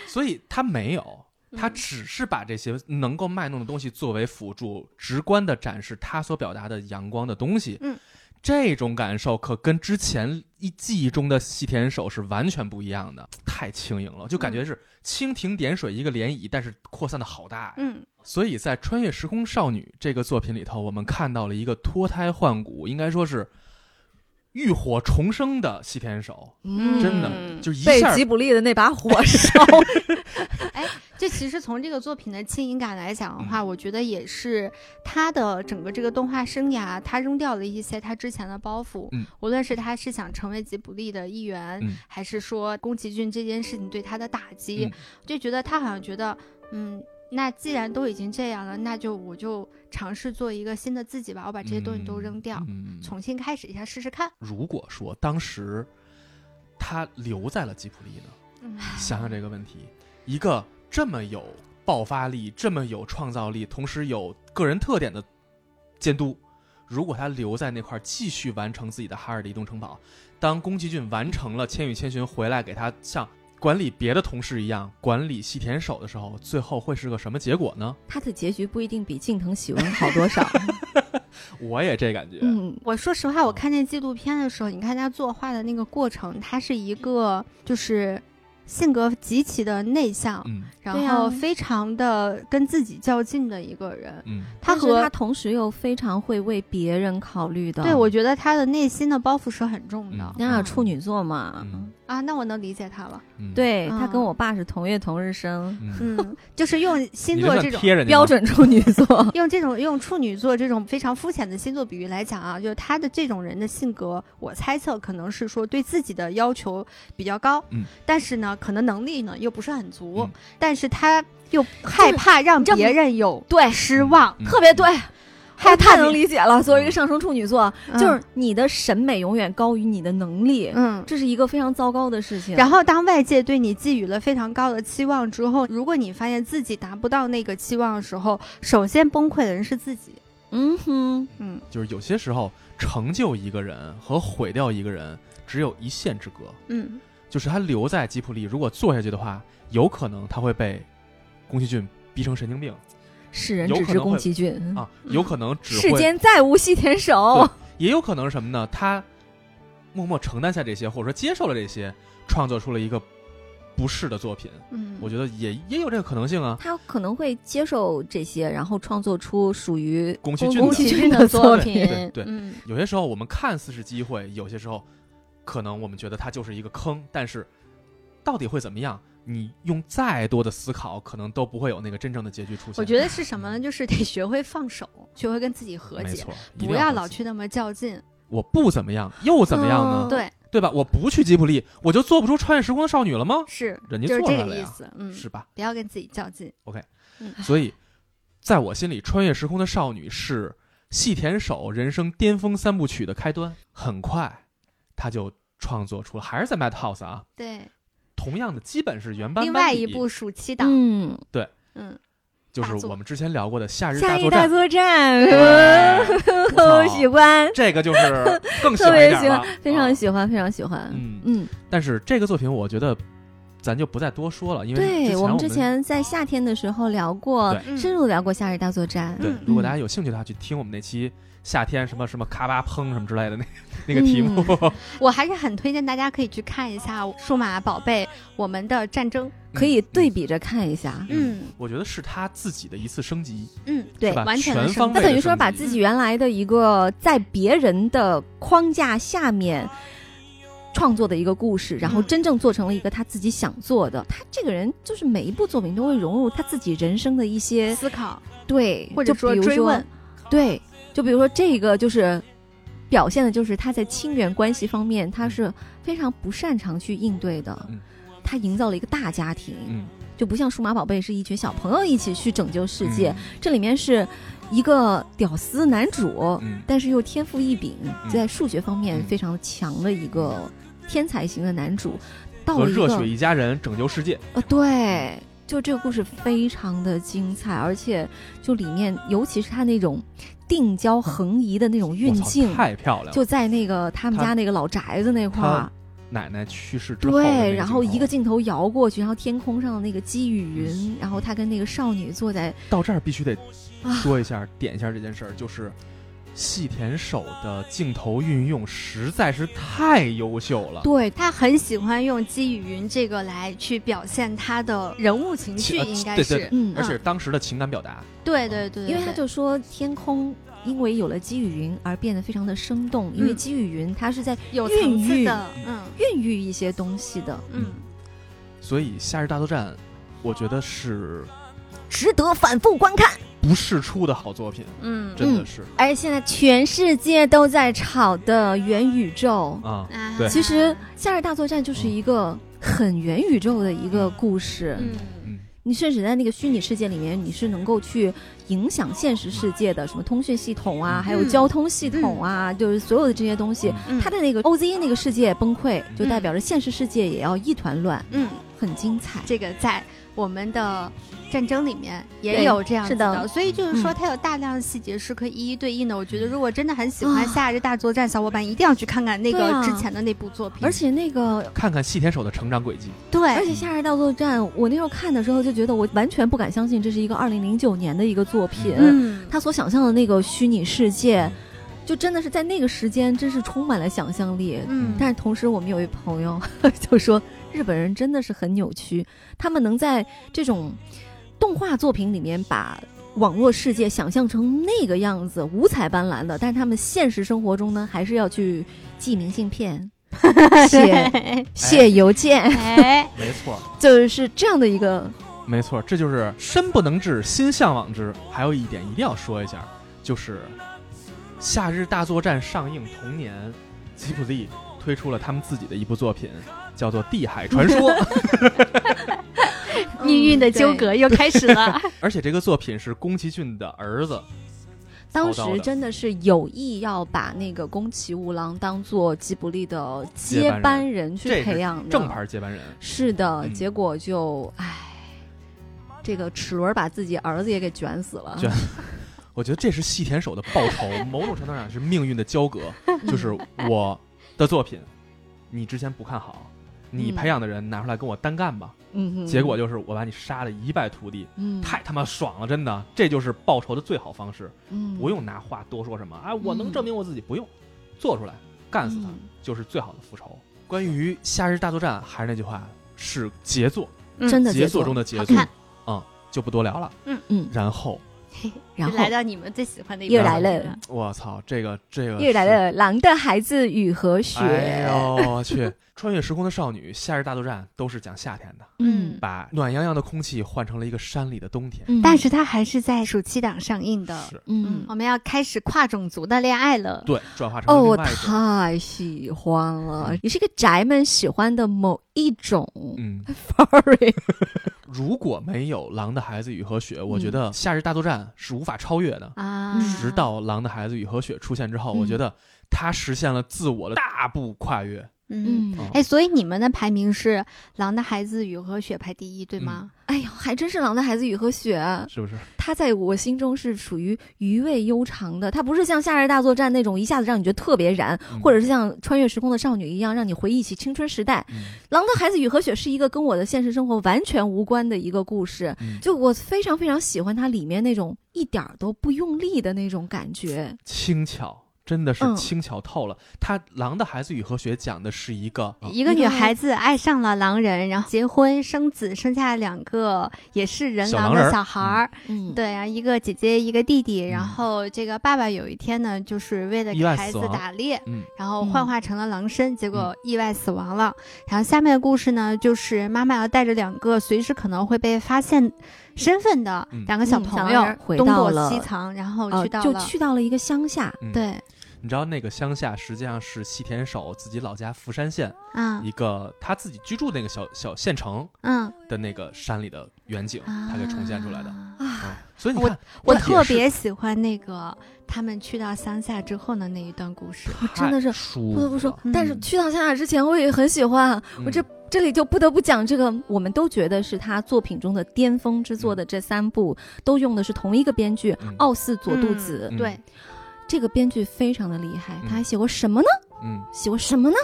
Speaker 1: 所以他没有，他
Speaker 3: 嗯
Speaker 1: 只是把这些能够卖弄的东西作为辅助，直观的展示他所表达的阳光的东西。
Speaker 3: 嗯，
Speaker 1: 这种感受可跟之前一记忆中的西田守是完全不一样的，太轻盈了，就
Speaker 3: 嗯
Speaker 1: 感觉是蜻蜓点水一个涟漪，但是扩散的好大呀。
Speaker 3: 嗯
Speaker 1: 所以在《穿越时空少女》这个作品里头，我们看到了一个脱胎换骨，应该说是浴火重生的西田守，
Speaker 3: 嗯
Speaker 1: 真的
Speaker 3: 嗯
Speaker 1: 就一
Speaker 2: 被
Speaker 1: 下
Speaker 2: 吉卜力的那把火
Speaker 1: *laughs*
Speaker 2: 烧，
Speaker 3: 这其实从这个作品的轻盈感来讲的
Speaker 1: 嗯
Speaker 3: 话，我觉得也是他的整个这个动画生涯，他扔掉了一些他之前的包袱。
Speaker 1: 嗯
Speaker 3: 无论是他是想成为吉卜力的一员，
Speaker 1: 嗯
Speaker 3: 还是说宫崎骏这件事情对他的打击，
Speaker 1: 嗯
Speaker 3: 我就觉得他好像觉得，嗯，那既然都已经这样了，那就我就尝试做一个新的自己吧，我把这些东西都扔掉，
Speaker 1: 嗯，
Speaker 3: 重新开始一下试试看。
Speaker 1: 如果说当时他留在了吉卜力呢？
Speaker 3: 嗯，
Speaker 1: 想想这个问题，一个这么有爆发力、这么有创造力，同时有呃个人特点的监督，如果他留在那块儿继续完成自己的《哈尔的移动城堡》，当宫崎骏完成了《千与千寻》回来给他像管理别的同事一样管理细田守的时候，最后会是个什么结果呢？
Speaker 2: 他的结局不一定比近藤喜文好多 *laughs* 少。
Speaker 1: 我也这感觉，
Speaker 2: 嗯，
Speaker 3: 我说实话，我看那纪录片的时候，你看他作画的那个过程，他是一个就是性格极其的内向，
Speaker 1: 嗯
Speaker 2: 对
Speaker 3: 然
Speaker 2: 啊
Speaker 3: 后非常的跟自己较劲的一个人。
Speaker 1: 嗯
Speaker 3: 他
Speaker 2: 但是他
Speaker 3: 和
Speaker 2: 同时又非常会为别人考虑的。
Speaker 3: 对我觉得他的内心的包袱是很重的、
Speaker 1: 嗯
Speaker 2: 那处女座嘛，
Speaker 1: 嗯
Speaker 3: 啊，那我能理解他了。
Speaker 1: 嗯，
Speaker 2: 对
Speaker 3: 嗯
Speaker 2: 他跟我爸是同月同日生，
Speaker 1: 嗯，
Speaker 3: 嗯，就是用星
Speaker 1: 你
Speaker 3: 座
Speaker 1: 算
Speaker 3: 这种。。
Speaker 1: 贴着
Speaker 2: 标准处女座
Speaker 3: *laughs* 用这种用处女座这种非常肤浅的星座比喻来讲啊，就是他的这种人的性格，我猜测可能是说对自己的要求比较高，
Speaker 1: 嗯
Speaker 3: 但是呢，可能能力呢又不是很足，
Speaker 1: 嗯
Speaker 3: 但是他又害怕让
Speaker 2: 这不
Speaker 3: 别人有
Speaker 2: *laughs* 对，
Speaker 3: 失望，
Speaker 1: 嗯
Speaker 2: 特别对，
Speaker 3: 害
Speaker 2: 我
Speaker 3: 怕
Speaker 2: 太能理解了。作为一个上升处女座，
Speaker 3: 嗯
Speaker 2: 就是你的审美永远高于你的能力，
Speaker 3: 嗯。
Speaker 2: 这是一个非常糟糕的事情。
Speaker 3: 然后，当外界对你寄予了非常高的期望之后，如果你发现自己达不到那个期望的时候，首先崩溃的人是自己。
Speaker 2: 嗯哼，
Speaker 3: 嗯，
Speaker 1: 就是有些时候成就一个人和毁掉一个人只有一线之隔，
Speaker 3: 嗯，
Speaker 1: 就是他留在吉普力，如果做下去的话，有可能他会被宫崎骏逼成神经病
Speaker 2: 世人
Speaker 1: 有
Speaker 2: 只
Speaker 1: 可
Speaker 2: 知
Speaker 1: 能会
Speaker 2: 宫崎骏，
Speaker 1: 啊，有可能只
Speaker 2: 嗯世
Speaker 1: 会，
Speaker 2: 间再无西田守。
Speaker 1: 也有可能是什么呢？他默默承担下这些，或者说接受了这些，创作出了一个不是的作品，
Speaker 3: 嗯，
Speaker 1: 我觉得也也有这个可能性啊。
Speaker 2: 他可能会接受这得，然后创作出属于
Speaker 1: 宫崎骏
Speaker 2: 宫
Speaker 1: 的
Speaker 2: 崎
Speaker 3: 骏
Speaker 2: 骏
Speaker 3: 的
Speaker 2: 作
Speaker 3: 品
Speaker 2: 品。
Speaker 1: 对对
Speaker 3: 嗯，
Speaker 1: 有些时候我们看似是机会，有些时候可能我们觉得它就是一个坑，但是到底会怎么样？你用再多的思考，可能都不会有那个真正的结局出现。
Speaker 3: 我觉得是什么呢？就是得学会放手，学会跟自己和
Speaker 1: 没
Speaker 3: 解，
Speaker 1: 错，一定
Speaker 3: 不要
Speaker 1: 和
Speaker 3: 老
Speaker 1: 解
Speaker 3: 去那么较劲。
Speaker 1: 我不怎么样，又怎么样呢？
Speaker 2: 嗯
Speaker 3: 对，
Speaker 1: 对吧？我不去吉卜力，我就做不出穿越时空的少女了吗？
Speaker 3: 是，
Speaker 1: 人家
Speaker 3: 就是
Speaker 1: 做
Speaker 3: 这
Speaker 1: 出来
Speaker 3: 个
Speaker 1: 了
Speaker 3: 意
Speaker 1: 呀，
Speaker 3: 思。嗯，
Speaker 1: 是吧？
Speaker 3: 不要跟自己较劲。
Speaker 1: 所以，在我心里，穿越时空的少女是细田守人生巅峰三部曲的开端。很快，他就创作出了，还是在 Madhouse 啊，
Speaker 3: 对，
Speaker 1: 同样的基本是原班
Speaker 3: 另
Speaker 1: 班
Speaker 3: 外
Speaker 1: 底
Speaker 3: 一部暑期档，
Speaker 2: 嗯，
Speaker 3: 嗯，
Speaker 1: 就是
Speaker 3: 大作
Speaker 1: 我们之前聊过的《夏日
Speaker 2: 夏
Speaker 1: 作
Speaker 2: 日大
Speaker 1: 战》
Speaker 2: 作战， *laughs*
Speaker 1: 对，
Speaker 2: 我
Speaker 1: 我
Speaker 2: 喜欢，
Speaker 1: 这个就是更喜
Speaker 2: 特
Speaker 1: 欢一
Speaker 2: 别
Speaker 1: 点
Speaker 2: 喜
Speaker 1: 了
Speaker 2: 欢，，非常
Speaker 1: 欢。
Speaker 2: 喜欢，非常喜欢。
Speaker 1: 嗯
Speaker 2: 嗯，
Speaker 1: 但是这个作品，我觉得咱就不再多说了，因为
Speaker 2: 对
Speaker 1: 我
Speaker 2: 我们之前在夏天的时候聊过，
Speaker 1: 对
Speaker 3: 嗯
Speaker 2: 深入聊过《夏日大作战》。
Speaker 1: 对
Speaker 3: 嗯，
Speaker 1: 如果大家有兴趣的话，去听我们那期夏天什么什么咔吧砰什么之类的那 *laughs* 那个题目。
Speaker 2: 嗯
Speaker 3: 我还是很推荐大家可以去看一下《数码宝贝：我们的战争》。
Speaker 2: 可以对比着看一下。
Speaker 1: 嗯
Speaker 3: 嗯
Speaker 1: *laughs* 我觉得是他自己的一次升级，
Speaker 3: 嗯，
Speaker 2: 对
Speaker 1: 是吧
Speaker 3: 完全的
Speaker 1: 全
Speaker 3: 升
Speaker 1: 方
Speaker 3: 级
Speaker 2: 他
Speaker 1: 位
Speaker 2: 等于
Speaker 1: 的
Speaker 2: 说
Speaker 1: 升
Speaker 2: 把
Speaker 1: 级
Speaker 2: 自己原来的一个在别人的框架下面创作的一个故事，然后
Speaker 3: 嗯
Speaker 2: 真正做成了一个他自己想做的。他这个人就是每一部作品都会融入他自己人生的一些
Speaker 3: 思考，
Speaker 2: 对，
Speaker 3: 或者
Speaker 2: 就
Speaker 3: 说
Speaker 2: 比如
Speaker 3: 追问，
Speaker 2: 对，就比如说这个就是表现的就是他在亲缘关系方面他是非常不擅长去应对的。
Speaker 1: 嗯
Speaker 2: 他营造了一个大家庭，
Speaker 1: 嗯，
Speaker 2: 就不像数码宝贝是一群小朋友一起去拯救世界，
Speaker 1: 嗯，
Speaker 2: 这里面是一个屌丝男主，
Speaker 1: 嗯，
Speaker 2: 但是又天赋异禀，
Speaker 1: 嗯
Speaker 2: 在数学方面
Speaker 1: 嗯
Speaker 2: 非常强的一个天才型的男主，到
Speaker 1: 和
Speaker 2: 了一
Speaker 1: 热
Speaker 2: 个
Speaker 1: 血一家人拯救世界，
Speaker 2: 呃，对，就这个故事非常的精彩，而且就里面尤其是他那种定焦横移的那种运
Speaker 1: 我操
Speaker 2: 镜，
Speaker 1: 太漂亮了。
Speaker 2: 就在那个他们
Speaker 1: 他
Speaker 2: 家那个老宅子那块儿
Speaker 1: 他，奶奶去世之后的那个镜
Speaker 2: 对，
Speaker 1: 头，
Speaker 2: 然后一个镜头摇过去，然后天空上的那个积雨云，然后他跟那个少女坐在
Speaker 1: 到这儿必须得
Speaker 2: 啊
Speaker 1: 说一下、点一下这件事儿，就是细田守的镜头运用实在是太优秀了。
Speaker 2: 对
Speaker 3: 他很喜欢用基于云这个来去表现他的人物情绪，
Speaker 1: 呃
Speaker 3: 应该
Speaker 1: 对
Speaker 3: 是
Speaker 1: 对
Speaker 2: 嗯
Speaker 1: 而且当时的情感表达，
Speaker 3: 对对对，
Speaker 2: 因为
Speaker 3: 对
Speaker 2: 他就说天空因为有了积雨云而变得非常的生动，因为
Speaker 3: 嗯
Speaker 2: 积雨云它是在
Speaker 3: 有
Speaker 2: 孕
Speaker 3: 层次
Speaker 2: 育
Speaker 3: 的，嗯
Speaker 2: 孕育一些东西的，
Speaker 3: 嗯，
Speaker 1: 所以《夏日大作战》，我觉得是
Speaker 2: 值得反复观看。
Speaker 1: 不世出的好作品，
Speaker 3: 嗯
Speaker 1: 真的是
Speaker 2: 而且现在全世界都在炒的元宇宙，
Speaker 1: 啊、
Speaker 3: 啊
Speaker 1: 对
Speaker 2: 其实《夏日大作战》就是一个很元宇宙的一个故事，
Speaker 3: 嗯
Speaker 1: 嗯
Speaker 2: 你甚至在那个虚拟世界里面，你是能够去影响现实世界的，什么通讯系统啊，
Speaker 1: 嗯
Speaker 2: 还有交通系统啊，就是所有的这些东西。
Speaker 1: 嗯
Speaker 3: 嗯
Speaker 2: 他的那个 OZ 那个世界崩溃，
Speaker 1: 嗯
Speaker 2: 就代表着现实世界也要一团乱，
Speaker 3: 嗯，
Speaker 2: 很精彩。
Speaker 3: 这个在我们的战争里面也
Speaker 2: 对
Speaker 3: 有这样子
Speaker 2: 是的
Speaker 3: 所以就是说
Speaker 2: 嗯
Speaker 3: 它有大量的细节是可以一一对应的。我觉得如果真的很喜
Speaker 2: 啊
Speaker 3: 欢《夏日大作战》，小伙伴一定要去看看那
Speaker 2: 对
Speaker 3: 个
Speaker 2: 啊
Speaker 3: 之前的那部作品。
Speaker 2: 而且那个，
Speaker 1: 看看细田守的成长轨迹，
Speaker 2: 而
Speaker 3: 对，
Speaker 2: 且《夏日大作战》，我那时候看的时候就觉得，我完全不敢相信这是一个二零零九年的一个作品。
Speaker 3: 嗯，
Speaker 2: 他所想象的那个虚拟世界，就真的是在那个时间，真是充满了想象力。
Speaker 3: 嗯，
Speaker 2: 但是同时，我们有一朋友 *laughs* 就说，日本人真的是很扭曲，他们能在这种动画作品里面把网络世界想象成那个样子，五彩斑斓的，但是他们现实生活中呢，还是要去寄明信
Speaker 3: *laughs*
Speaker 2: 片、写
Speaker 3: 对，
Speaker 2: 写邮件，
Speaker 3: 哎，
Speaker 1: 没错
Speaker 2: 就是这样的一个
Speaker 1: 没错，这就是身不能至，心向往之。还有一点一定要说一下，就是《夏日大作战》上映同年，吉卜力推出了他们自己的一部作品，叫做《地海传说》。
Speaker 3: *laughs*
Speaker 2: *laughs*
Speaker 3: 命运的纠。葛又开始 *laughs* 了。
Speaker 1: 而且这个作品是宫崎骏的儿子，
Speaker 2: 当
Speaker 1: 操刀
Speaker 2: 时
Speaker 1: 的
Speaker 2: 真的是有意要把那个宫崎吾郎当做吉卜力的接
Speaker 1: 接班
Speaker 2: 班人去
Speaker 1: 这
Speaker 2: 培
Speaker 1: 是
Speaker 2: 养的，
Speaker 1: 正牌接班人。
Speaker 2: 是的，
Speaker 1: 嗯
Speaker 2: 结果就唉，这个齿轮把自己儿子也给卷死了。
Speaker 1: 卷我觉得这是细田守的报仇，某种程度上是命运的交
Speaker 2: *laughs*
Speaker 1: 割，就是我的作品，你之前不看好，你
Speaker 2: 嗯
Speaker 1: 培养的人拿出来跟我单干吧，
Speaker 2: 嗯哼，
Speaker 1: 结果就是我把你杀的一败涂地，
Speaker 2: 嗯，
Speaker 1: 太他妈爽了，真的，这就是报仇的最好方式，
Speaker 2: 嗯
Speaker 1: 不用拿话多说什么，哎，我能
Speaker 2: 嗯
Speaker 1: 证明我自己，不用，做出来，干死他
Speaker 2: 嗯
Speaker 1: 就是最好的复仇。关于《夏日大作战》，还是那句话，是杰作，
Speaker 3: 嗯
Speaker 2: 真的
Speaker 1: 杰
Speaker 2: 作
Speaker 1: 中的杰
Speaker 3: 好
Speaker 1: 作
Speaker 3: 看，
Speaker 1: 嗯，就不多聊了。
Speaker 2: 嗯，
Speaker 1: 然后，
Speaker 2: 然
Speaker 3: 就
Speaker 2: 后
Speaker 3: 来到你们最喜欢的一
Speaker 2: 又
Speaker 3: 个
Speaker 2: 来
Speaker 3: 作品嗯
Speaker 2: 了，
Speaker 1: 我操，这个这个
Speaker 2: 又来
Speaker 1: 是
Speaker 2: 了《狼的孩子与和雪》
Speaker 1: 哎呦我去！穿越时空的少女，夏日大作战都是讲夏天的，
Speaker 2: 嗯，
Speaker 1: 把暖洋洋的空气换成了一个山里的冬天。
Speaker 2: 嗯
Speaker 3: 但是它还是在暑期档上映的。
Speaker 1: 是，
Speaker 2: 嗯，
Speaker 3: 我们要开始跨种族的恋爱了。
Speaker 1: 对，转化成
Speaker 2: 哦，
Speaker 1: 了
Speaker 2: 我
Speaker 1: 另外一种。
Speaker 2: 太喜欢了
Speaker 1: 嗯，
Speaker 2: 也是个宅们喜欢的某一种。
Speaker 1: 嗯，
Speaker 2: *laughs* Sorry，
Speaker 1: *laughs* 如果没有《狼的孩子与和雪》，我
Speaker 2: 嗯
Speaker 1: 觉得《夏日大作战》是无法超越的。
Speaker 3: 啊，
Speaker 1: 直到《狼的孩子与和雪》出现之后，
Speaker 2: 嗯
Speaker 1: 我觉得它实现了自我的大步跨越。
Speaker 3: 嗯，
Speaker 1: 哦
Speaker 3: 哎，所以你们的排名是《狼的孩子与和雪》排第一，
Speaker 1: 嗯
Speaker 3: 对吗？
Speaker 2: 哎呦，还真是《狼的孩子与和雪》，
Speaker 1: 是不是？
Speaker 2: 它在我心中是属于余味悠长的，它不是像《夏日大作战》那种一下子让你觉得特别燃，
Speaker 1: 嗯
Speaker 2: 或者是像《穿越时空的少女》一样让你回忆起青春时代。
Speaker 1: 嗯
Speaker 2: 《狼的孩子与和雪》是一个跟我的现实生活完全无关的一个故事，
Speaker 1: 嗯
Speaker 2: 就我非常非常喜欢它里面那种一点儿都不用力的那种感觉。
Speaker 1: 轻巧，真的是
Speaker 2: 嗯
Speaker 1: 轻巧透了。他《狼的孩子与和雪》讲的是一个哦
Speaker 3: 一个
Speaker 2: 一个
Speaker 3: 女孩子爱上了狼人，然后结婚生子，生下两个也是人
Speaker 1: 小
Speaker 3: 狼
Speaker 1: 狼人
Speaker 3: 的
Speaker 1: 儿
Speaker 3: 小孩儿。
Speaker 2: 嗯，
Speaker 3: 对啊，一个姐姐，一个弟弟。然
Speaker 1: 嗯
Speaker 3: 后这个爸爸有一天呢，就是为了
Speaker 1: 意
Speaker 3: 给
Speaker 1: 外
Speaker 3: 孩
Speaker 1: 死
Speaker 3: 子
Speaker 1: 亡
Speaker 3: 打猎，
Speaker 1: 嗯
Speaker 3: 然后
Speaker 2: 嗯
Speaker 3: 幻化成了狼身，结果意外死亡了。然后下面的故事呢，就是妈妈要带着两个随时可能会被发现身份的
Speaker 1: 嗯
Speaker 3: 两个小
Speaker 2: 嗯小
Speaker 3: 朋
Speaker 2: 狼
Speaker 3: 友，
Speaker 2: 人回
Speaker 3: 东
Speaker 2: 到
Speaker 3: 躲
Speaker 2: 了
Speaker 3: 西藏，然后
Speaker 2: 呃
Speaker 3: 去到
Speaker 2: 就
Speaker 3: 了、
Speaker 2: 去到了一个乡下，
Speaker 1: 嗯，
Speaker 3: 对，
Speaker 1: 你知道那个乡下实际上是西田守自己老家富山县
Speaker 3: 嗯
Speaker 1: 一个他自己居住那个小小县城
Speaker 3: 嗯，
Speaker 1: 的那个山里的远景，他给重现出来的。
Speaker 3: 啊
Speaker 1: 嗯所以你
Speaker 3: 我
Speaker 1: 看，
Speaker 3: 我
Speaker 1: 这也
Speaker 3: 特
Speaker 1: 是
Speaker 3: 别喜欢那个他们去到乡下之后的那一段故事。
Speaker 2: 真的是
Speaker 1: 太舒
Speaker 2: 不得不
Speaker 1: 服
Speaker 2: 说
Speaker 1: 了，，
Speaker 2: *laughs* 但是
Speaker 3: 嗯
Speaker 2: 去到乡下之前，我也很喜欢。我这这里就不得不讲这个，我们都觉得是他作品中的巅峰之作的这三部，都用的是同一个编剧
Speaker 1: 嗯
Speaker 2: 奥斯佐杜子。
Speaker 1: 嗯
Speaker 3: 对，
Speaker 2: 这个编剧非常的厉害，
Speaker 1: 嗯
Speaker 2: 他还写过什么呢？
Speaker 1: 嗯
Speaker 2: 写过什么呢？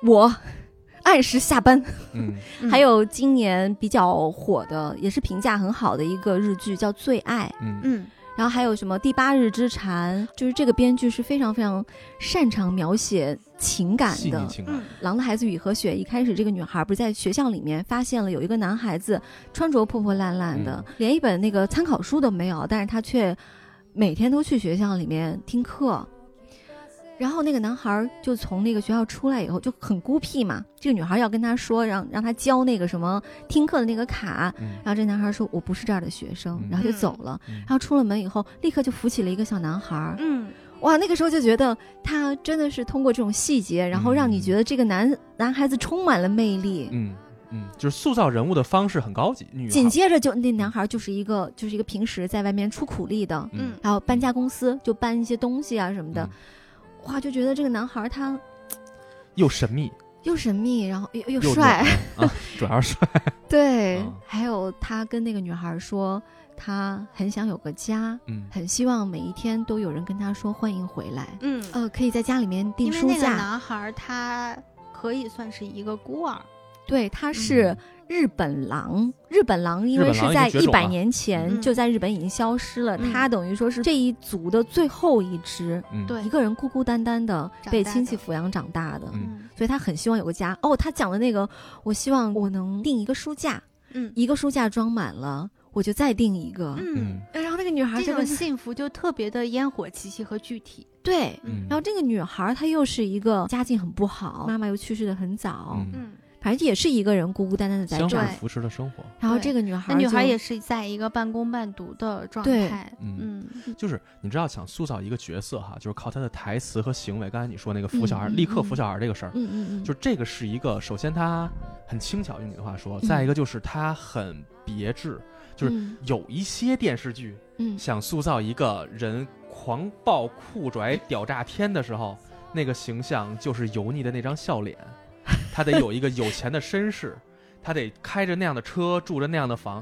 Speaker 2: 我按时下班，
Speaker 1: 嗯
Speaker 3: 嗯
Speaker 2: 还有今年比较火的，也是评价很好的一个日剧叫《最爱》，
Speaker 1: 嗯
Speaker 3: 嗯
Speaker 2: 然后还有什么《第八日之蝉》，就是这个编剧是非常非常擅长描写情感
Speaker 1: 嗯，细
Speaker 2: 的
Speaker 1: 腻。情感
Speaker 3: 嗯，
Speaker 2: 《狼的孩子与和雪》一开始，这个女孩不是在学校里面发现了有一个男孩子穿着破破烂烂的，连一本那个参考书都没有，但是他却每天都去学校里面听课。然后那个男孩就从那个学校出来以后就很孤僻嘛，这个女孩要跟他说，让让他交那个什么听课的那个卡。
Speaker 1: 嗯
Speaker 2: 然后这男孩说我不是这儿的学生，
Speaker 1: 嗯
Speaker 2: 然后就走了。
Speaker 1: 嗯
Speaker 2: 然后出了门以后，立刻就扶起了一个小男孩儿。
Speaker 3: 嗯
Speaker 2: 哇，那个时候就觉得他真的是通过这种细节，然后让你觉得这个男、男孩子充满了魅力。
Speaker 1: 嗯嗯，就是塑造人物的方式很高级，女
Speaker 2: 紧
Speaker 1: 孩
Speaker 2: 接着就那男孩就是一个就是一个平时在外面出苦力的，
Speaker 1: 嗯
Speaker 3: 嗯
Speaker 2: 然后搬家公司就搬一些东西啊什么的
Speaker 1: 嗯，
Speaker 2: 哇，就觉得这个男孩他
Speaker 1: 又神秘
Speaker 2: 又神秘，然后又又
Speaker 1: 又
Speaker 2: 帅， *laughs*
Speaker 1: 暖啊，主要是帅，
Speaker 2: 对，
Speaker 1: 嗯
Speaker 2: 还有他跟那个女孩说他很想有个家，
Speaker 1: 嗯
Speaker 2: 很希望每一天都有人跟他说欢迎回来，
Speaker 3: 嗯，
Speaker 2: 呃，可以在家里面订
Speaker 3: 因为
Speaker 2: 书
Speaker 3: 那个
Speaker 2: 架，
Speaker 3: 男孩儿他可以算是一个孤儿，
Speaker 2: 对，他 *laughs* 是。
Speaker 1: 嗯
Speaker 2: 日本狼，日本狼因为是在
Speaker 1: 日本狼已经绝种
Speaker 2: 一
Speaker 1: 啊了
Speaker 2: 百年前
Speaker 3: 嗯
Speaker 2: 就在日本已经消失了，
Speaker 3: 嗯
Speaker 2: 它等于说是这一族的最后一只，
Speaker 1: 嗯
Speaker 3: 对
Speaker 2: 一个人孤孤单单的
Speaker 3: 长大的
Speaker 2: 被亲戚抚养长大的，
Speaker 1: 嗯
Speaker 2: 所以他很希望有个家。哦，他讲的那个，我希望我能订一个书架，
Speaker 3: 嗯
Speaker 2: 一个书架装满了，我就再订一个。哎
Speaker 3: 嗯
Speaker 1: 嗯，
Speaker 2: 然后那个女孩
Speaker 3: 这
Speaker 2: 就
Speaker 3: 种
Speaker 2: 跟他
Speaker 3: 幸福就特别的烟火气息和具体。
Speaker 2: 对，
Speaker 1: 嗯，
Speaker 2: 然后这个女孩她又是一个家境很不好，妈妈又去世的很早，
Speaker 1: 嗯
Speaker 3: 嗯，
Speaker 2: 反正也是一个人孤孤单单的在
Speaker 1: 相互
Speaker 2: 长
Speaker 3: 对。
Speaker 1: 扶持的生活，
Speaker 2: 然后
Speaker 3: 对
Speaker 2: 这个女孩
Speaker 3: 那
Speaker 2: 就，
Speaker 3: 女孩也是在一个半工半读的状
Speaker 2: 对
Speaker 3: 态。
Speaker 1: 嗯，
Speaker 3: 嗯
Speaker 1: 就是你知道想塑造一个角色哈，就是靠他的台词和行为。刚才你说那个扶小孩，
Speaker 2: 嗯嗯
Speaker 1: 立刻
Speaker 2: 嗯
Speaker 1: 扶小孩这个事儿，
Speaker 2: 嗯嗯嗯，
Speaker 1: 就这个是一个，首先他很轻巧，用你的话说，再一个就是他很别致。就是
Speaker 2: 嗯
Speaker 1: 有一些电视剧
Speaker 2: 嗯
Speaker 1: 想塑造一个人狂暴酷拽屌炸天的时候，那个形象就是油腻的那张笑脸，他得有一个有钱的绅士，他得开着那样的车，住着那样的房。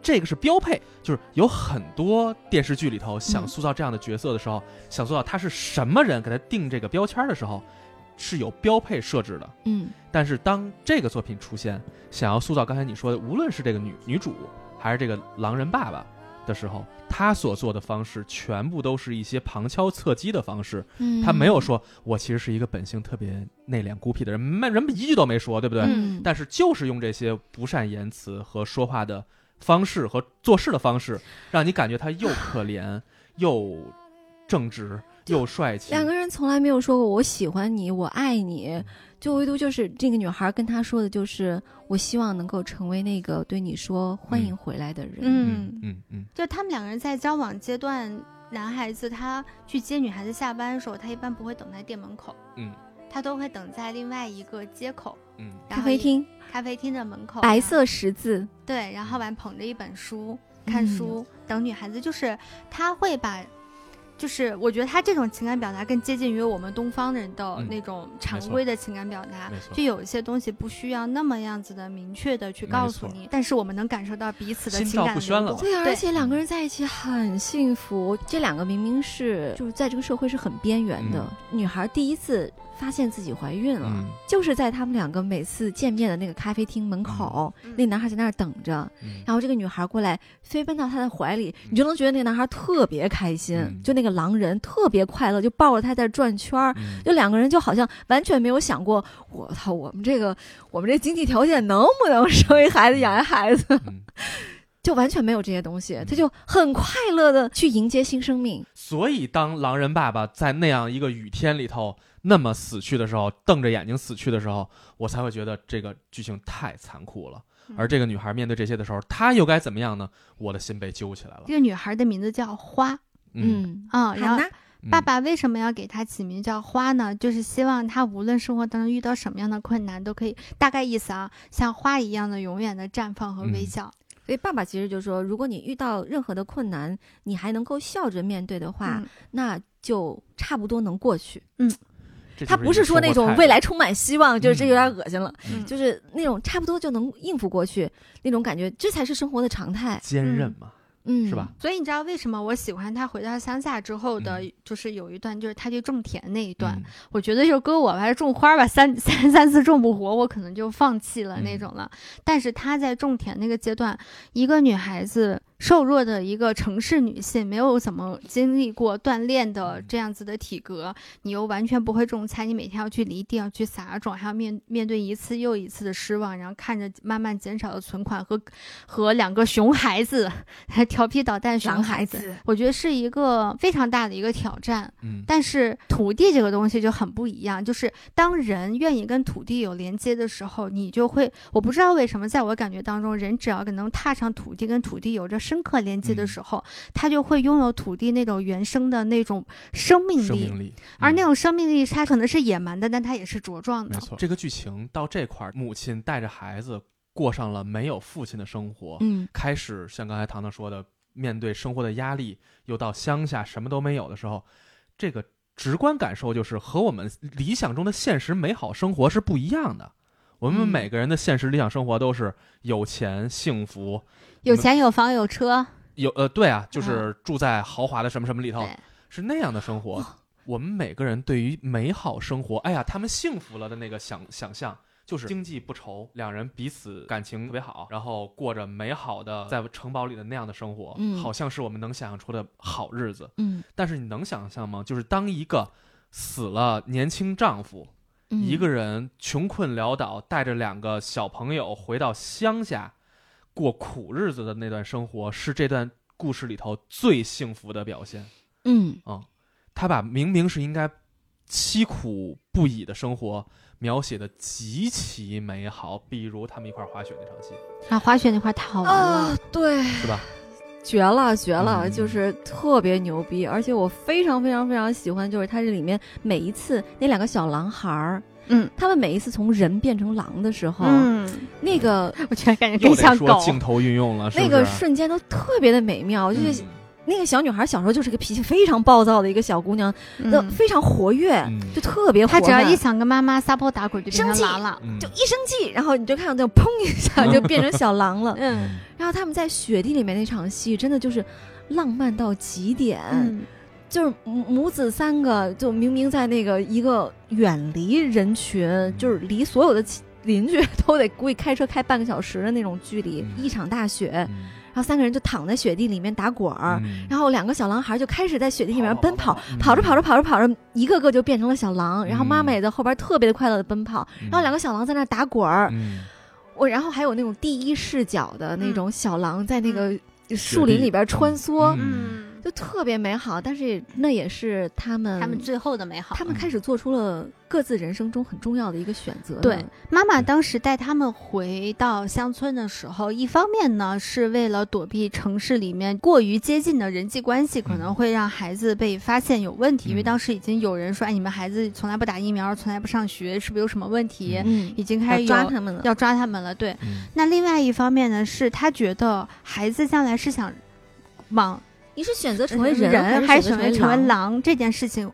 Speaker 1: 这个是标配，就是有很多电视剧里头想
Speaker 2: 嗯
Speaker 1: 塑造这样的角色的时候，想塑造他是什么人，给他定这个标签的时候，是有标配设置的。
Speaker 2: 嗯
Speaker 1: 但是当这个作品出现，想要塑造刚才你说的，无论是这个女女主还是这个狼人爸爸的时候，他所做的方式全部都是一些旁敲侧击的方式，
Speaker 2: 嗯，
Speaker 1: 他没有说我其实是一个本性特别内敛孤僻的人，没人们一句都没说，对不对？
Speaker 2: 嗯，
Speaker 1: 但是就是用这些不善言辞和说话的方式和做事的方式，让你感觉他又可怜又正直又帅气，
Speaker 2: 两个人从来没有说过我喜欢你，我爱你，就唯独就是这个女孩跟他说的就是我希望能够成为那个对你说欢迎回来的人。
Speaker 1: 嗯
Speaker 3: 嗯，
Speaker 1: 嗯嗯
Speaker 3: 就他们两个人在交往阶段，男孩子他去接女孩子下班的时候，他一般不会等在店门口，
Speaker 1: 嗯，
Speaker 3: 他都会等在另外一个街口，
Speaker 1: 嗯
Speaker 2: 咖
Speaker 3: 然后
Speaker 2: 啡厅
Speaker 3: 咖啡厅的门口，
Speaker 2: 白色十字，
Speaker 3: 对，
Speaker 2: 嗯
Speaker 3: 然后完捧着一本书看书、等女孩子，就是他会把。就是我觉得他这种情感表达更接近于我们东方人的
Speaker 1: 嗯
Speaker 3: 那种常
Speaker 1: 错
Speaker 3: 规的情感表达
Speaker 1: 没，错
Speaker 3: 就有一些东西不需要那么样子的明确的去
Speaker 1: 没
Speaker 3: 告诉
Speaker 1: 错
Speaker 3: 你，但是我们能感受到彼此的
Speaker 1: 心
Speaker 3: 情
Speaker 1: 照
Speaker 3: 感
Speaker 1: 不
Speaker 3: 流
Speaker 1: 宣了
Speaker 3: 动
Speaker 1: 吧
Speaker 2: 对，啊而
Speaker 3: 哦对
Speaker 2: 且两个人在一起很幸福。这两个明明是就是在这个社会是很边缘的、女孩，第一次发现自己怀孕了、
Speaker 1: 嗯
Speaker 2: 就是在他们两个每次见面的那个咖啡厅门口，
Speaker 3: 嗯
Speaker 2: 那男孩在那儿等着，
Speaker 1: 嗯
Speaker 2: 然后这个女孩过来飞奔到他的怀里，你就能觉得那个男孩特别开心，
Speaker 1: 嗯
Speaker 2: 就那个狼人特别快乐，就抱着他在转圈儿。
Speaker 1: 嗯
Speaker 2: 就两个人就好像完全没有想过，我操，我们这个我们这经济条件能不能 *laughs* 生一孩子养一孩子， *laughs*
Speaker 1: 嗯
Speaker 2: 就完全没有这些东西，他就很快乐的去迎接新生命。
Speaker 1: 所以，当狼人爸爸在那样一个雨天里头那么死去的时候，瞪着眼睛死去的时候，我才会觉得这个剧情太残酷了。
Speaker 2: 嗯
Speaker 1: 而这个女孩面对这些的时候，她又该怎么样呢？我的心被揪起来了
Speaker 3: 这。个女孩的名字叫花
Speaker 1: 嗯，
Speaker 2: 嗯，
Speaker 3: 啊，然
Speaker 2: 好
Speaker 3: 后
Speaker 2: 呢，
Speaker 1: 嗯
Speaker 3: 爸，爸为什么要给她起名叫花呢？就是希望她无论生活当中遇到什么样的困难，都可以大概意思啊，像花一样的永远的绽放和微
Speaker 1: 嗯
Speaker 3: 笑。
Speaker 2: 所以爸爸其实就说，如果你遇到任何的困难，你还能够笑着面对的话，
Speaker 3: 嗯
Speaker 2: 那就差不多能过去。
Speaker 1: 嗯这
Speaker 2: 他
Speaker 1: 就
Speaker 2: 不
Speaker 1: 一个
Speaker 2: 是说那
Speaker 1: 生活态
Speaker 2: 种
Speaker 1: 度
Speaker 2: 未来充满希望，就是这
Speaker 1: 嗯
Speaker 2: 有点恶心了，
Speaker 3: 嗯
Speaker 2: 就是那种差不多就能应付过去那种感觉，这才是生活的常态，
Speaker 1: 坚韧嘛，
Speaker 2: 嗯，
Speaker 1: 是吧？？
Speaker 3: 所以你知道为什么我喜欢他回到乡下之后的，
Speaker 1: 嗯
Speaker 3: 就是有一段就是他去种田那一段，
Speaker 1: 嗯，
Speaker 3: 我觉得就搁我吧还是种花吧，三三三次种不活，我可能就放弃了
Speaker 1: 嗯
Speaker 3: 那种了。但是他在种田那个阶段，一个女孩子瘦弱的一个城市女性，没有怎么经历过锻炼的
Speaker 1: 嗯
Speaker 3: 这样子的体格，你又完全不会种菜，你每天要去犁地，要去撒种，还要面面对一次又一次的失望，然后看着慢慢减少的存款和和两个熊孩子， *laughs* 调皮捣蛋熊
Speaker 2: 狼
Speaker 3: 孩
Speaker 2: 孩
Speaker 3: 子。
Speaker 2: 子，
Speaker 3: 我觉得是一个非常大的一个挑战，
Speaker 1: 嗯，
Speaker 3: 但是土地这个东西就很不一样，就是当人愿意跟土地有连接的时候，你就会，我不知道为什么，在我感觉当中，人只要能踏上土地，跟土地有着深刻连接的
Speaker 1: 嗯
Speaker 3: 时候，他就会拥有土地那种原生的那种生命力，
Speaker 1: 生命力，
Speaker 3: 而那
Speaker 1: 嗯
Speaker 3: 种生命力，它可能是野蛮的，但它也是茁壮
Speaker 1: 没
Speaker 3: 的。
Speaker 1: 错，这个剧情到这块儿，母亲带着孩子过上了没有父亲的生活，
Speaker 2: 嗯，
Speaker 1: 开始像刚才糖糖说的，面对生活的压力，又到乡下什么都没有的时候，这个直观感受就是和我们理想中的现实美好生活是不一样的。我们
Speaker 3: 嗯
Speaker 1: 每个人的现实理想生活都是有钱、幸福，
Speaker 3: 有钱有房有车，
Speaker 1: 有呃，对啊，就是住在豪华的什么什么里头，
Speaker 3: 嗯对
Speaker 1: 是那样的生活。我们每个人对于美好生活，哎呀，他们幸福了的那个想想象，就是经济不愁，两人彼此感情特别好，然后过着美好的在城堡里的那样的生活，
Speaker 2: 嗯
Speaker 1: 好像是我们能想象出的好日子。
Speaker 2: 嗯，
Speaker 1: 但是你能想象吗？就是当一个死了年轻丈夫，
Speaker 2: 嗯
Speaker 1: 一个人穷困潦倒，带着两个小朋友回到乡下过苦日子的那段生活，是这段故事里头最幸福的表现。
Speaker 2: 嗯，
Speaker 1: 他把明明是应该凄苦不已的生活描写的极其美好，比如他们一块儿滑雪那场戏，
Speaker 3: 啊，滑雪那块太好玩了。
Speaker 2: 啊，对，
Speaker 1: 哦是吧？
Speaker 2: 绝了，绝了，
Speaker 1: 嗯
Speaker 2: 就是特别牛逼，而且我非常非常非常喜欢，就是它这里面每一次那两个小狼孩儿，
Speaker 3: 嗯
Speaker 2: 他们每一次从人变成狼的时候，
Speaker 3: 嗯，
Speaker 2: 那个
Speaker 3: 我觉得感觉
Speaker 1: 又得
Speaker 3: 更像
Speaker 1: 说
Speaker 3: 狗。
Speaker 1: 镜头运用了，是不
Speaker 2: 那
Speaker 1: 是？啊
Speaker 2: 个瞬间都特别的美妙，就是
Speaker 1: 嗯
Speaker 2: 那个小女孩小时候就是个脾气非常暴躁的一个小姑娘，
Speaker 3: 嗯
Speaker 2: 都非常活跃，
Speaker 1: 嗯
Speaker 2: 就特别活
Speaker 3: 他
Speaker 2: 泛。
Speaker 3: 只要一想跟妈妈撒泼打滚，就变
Speaker 2: 生
Speaker 3: 成
Speaker 2: 气
Speaker 3: 狼了。
Speaker 1: 嗯
Speaker 2: 就一生气，然后你就看到那种砰一下就变成小狼了。 *laughs*
Speaker 3: 嗯
Speaker 2: 然后他们在雪地里面那场戏，真的就是浪漫到极点。
Speaker 3: 嗯
Speaker 2: 就是母母子三个，就明明在那个一个远离人群，就是离所有的亲邻居都得估计开车开半个小时的那种距离，
Speaker 1: 嗯
Speaker 2: 一场大雪，然
Speaker 1: 嗯
Speaker 2: 后三个人就躺在雪地里面打滚儿，
Speaker 1: 嗯
Speaker 2: 然后两个小狼孩就开始在雪地里面奔跑，
Speaker 1: 嗯
Speaker 2: 跑着跑着跑着跑着，一个个就变成了小狼，然后妈妈
Speaker 1: 嗯
Speaker 2: 也在后边特别的快乐的奔跑，
Speaker 1: 嗯
Speaker 2: 然后两个小狼在那打滚儿，
Speaker 1: 嗯
Speaker 2: 我然后还有那种第一视角的
Speaker 4: 嗯
Speaker 2: 那种小狼在那个树
Speaker 1: 地
Speaker 2: 林里边穿梭。
Speaker 1: 嗯
Speaker 2: 就特别美好，但是那也是他们
Speaker 3: 他们最后的美好。
Speaker 2: 他们开始做出了各自人生中很重要的一个选择呢。
Speaker 3: 对妈妈当时带他们回到乡村的时候，一方面呢是为了躲避城市里面过于接近的人际关系，可能会让孩子被发现有问题，因为
Speaker 1: 嗯
Speaker 3: 当时已经有人说，哎，你们孩子从来不打疫苗，从来不上学，是不是有什么问题？
Speaker 1: 嗯
Speaker 2: 嗯，
Speaker 3: 已经开始
Speaker 2: 要
Speaker 3: 有
Speaker 2: 抓他们了。
Speaker 3: 要抓他们了。对，
Speaker 1: 嗯
Speaker 3: 那另外一方面呢，是他觉得孩子将来是想往
Speaker 2: 你是选择成为人，
Speaker 3: 呃人
Speaker 2: 还
Speaker 3: 还
Speaker 2: 是
Speaker 3: 选
Speaker 2: 为
Speaker 3: 成为
Speaker 2: 狼？
Speaker 3: 狼这件事情，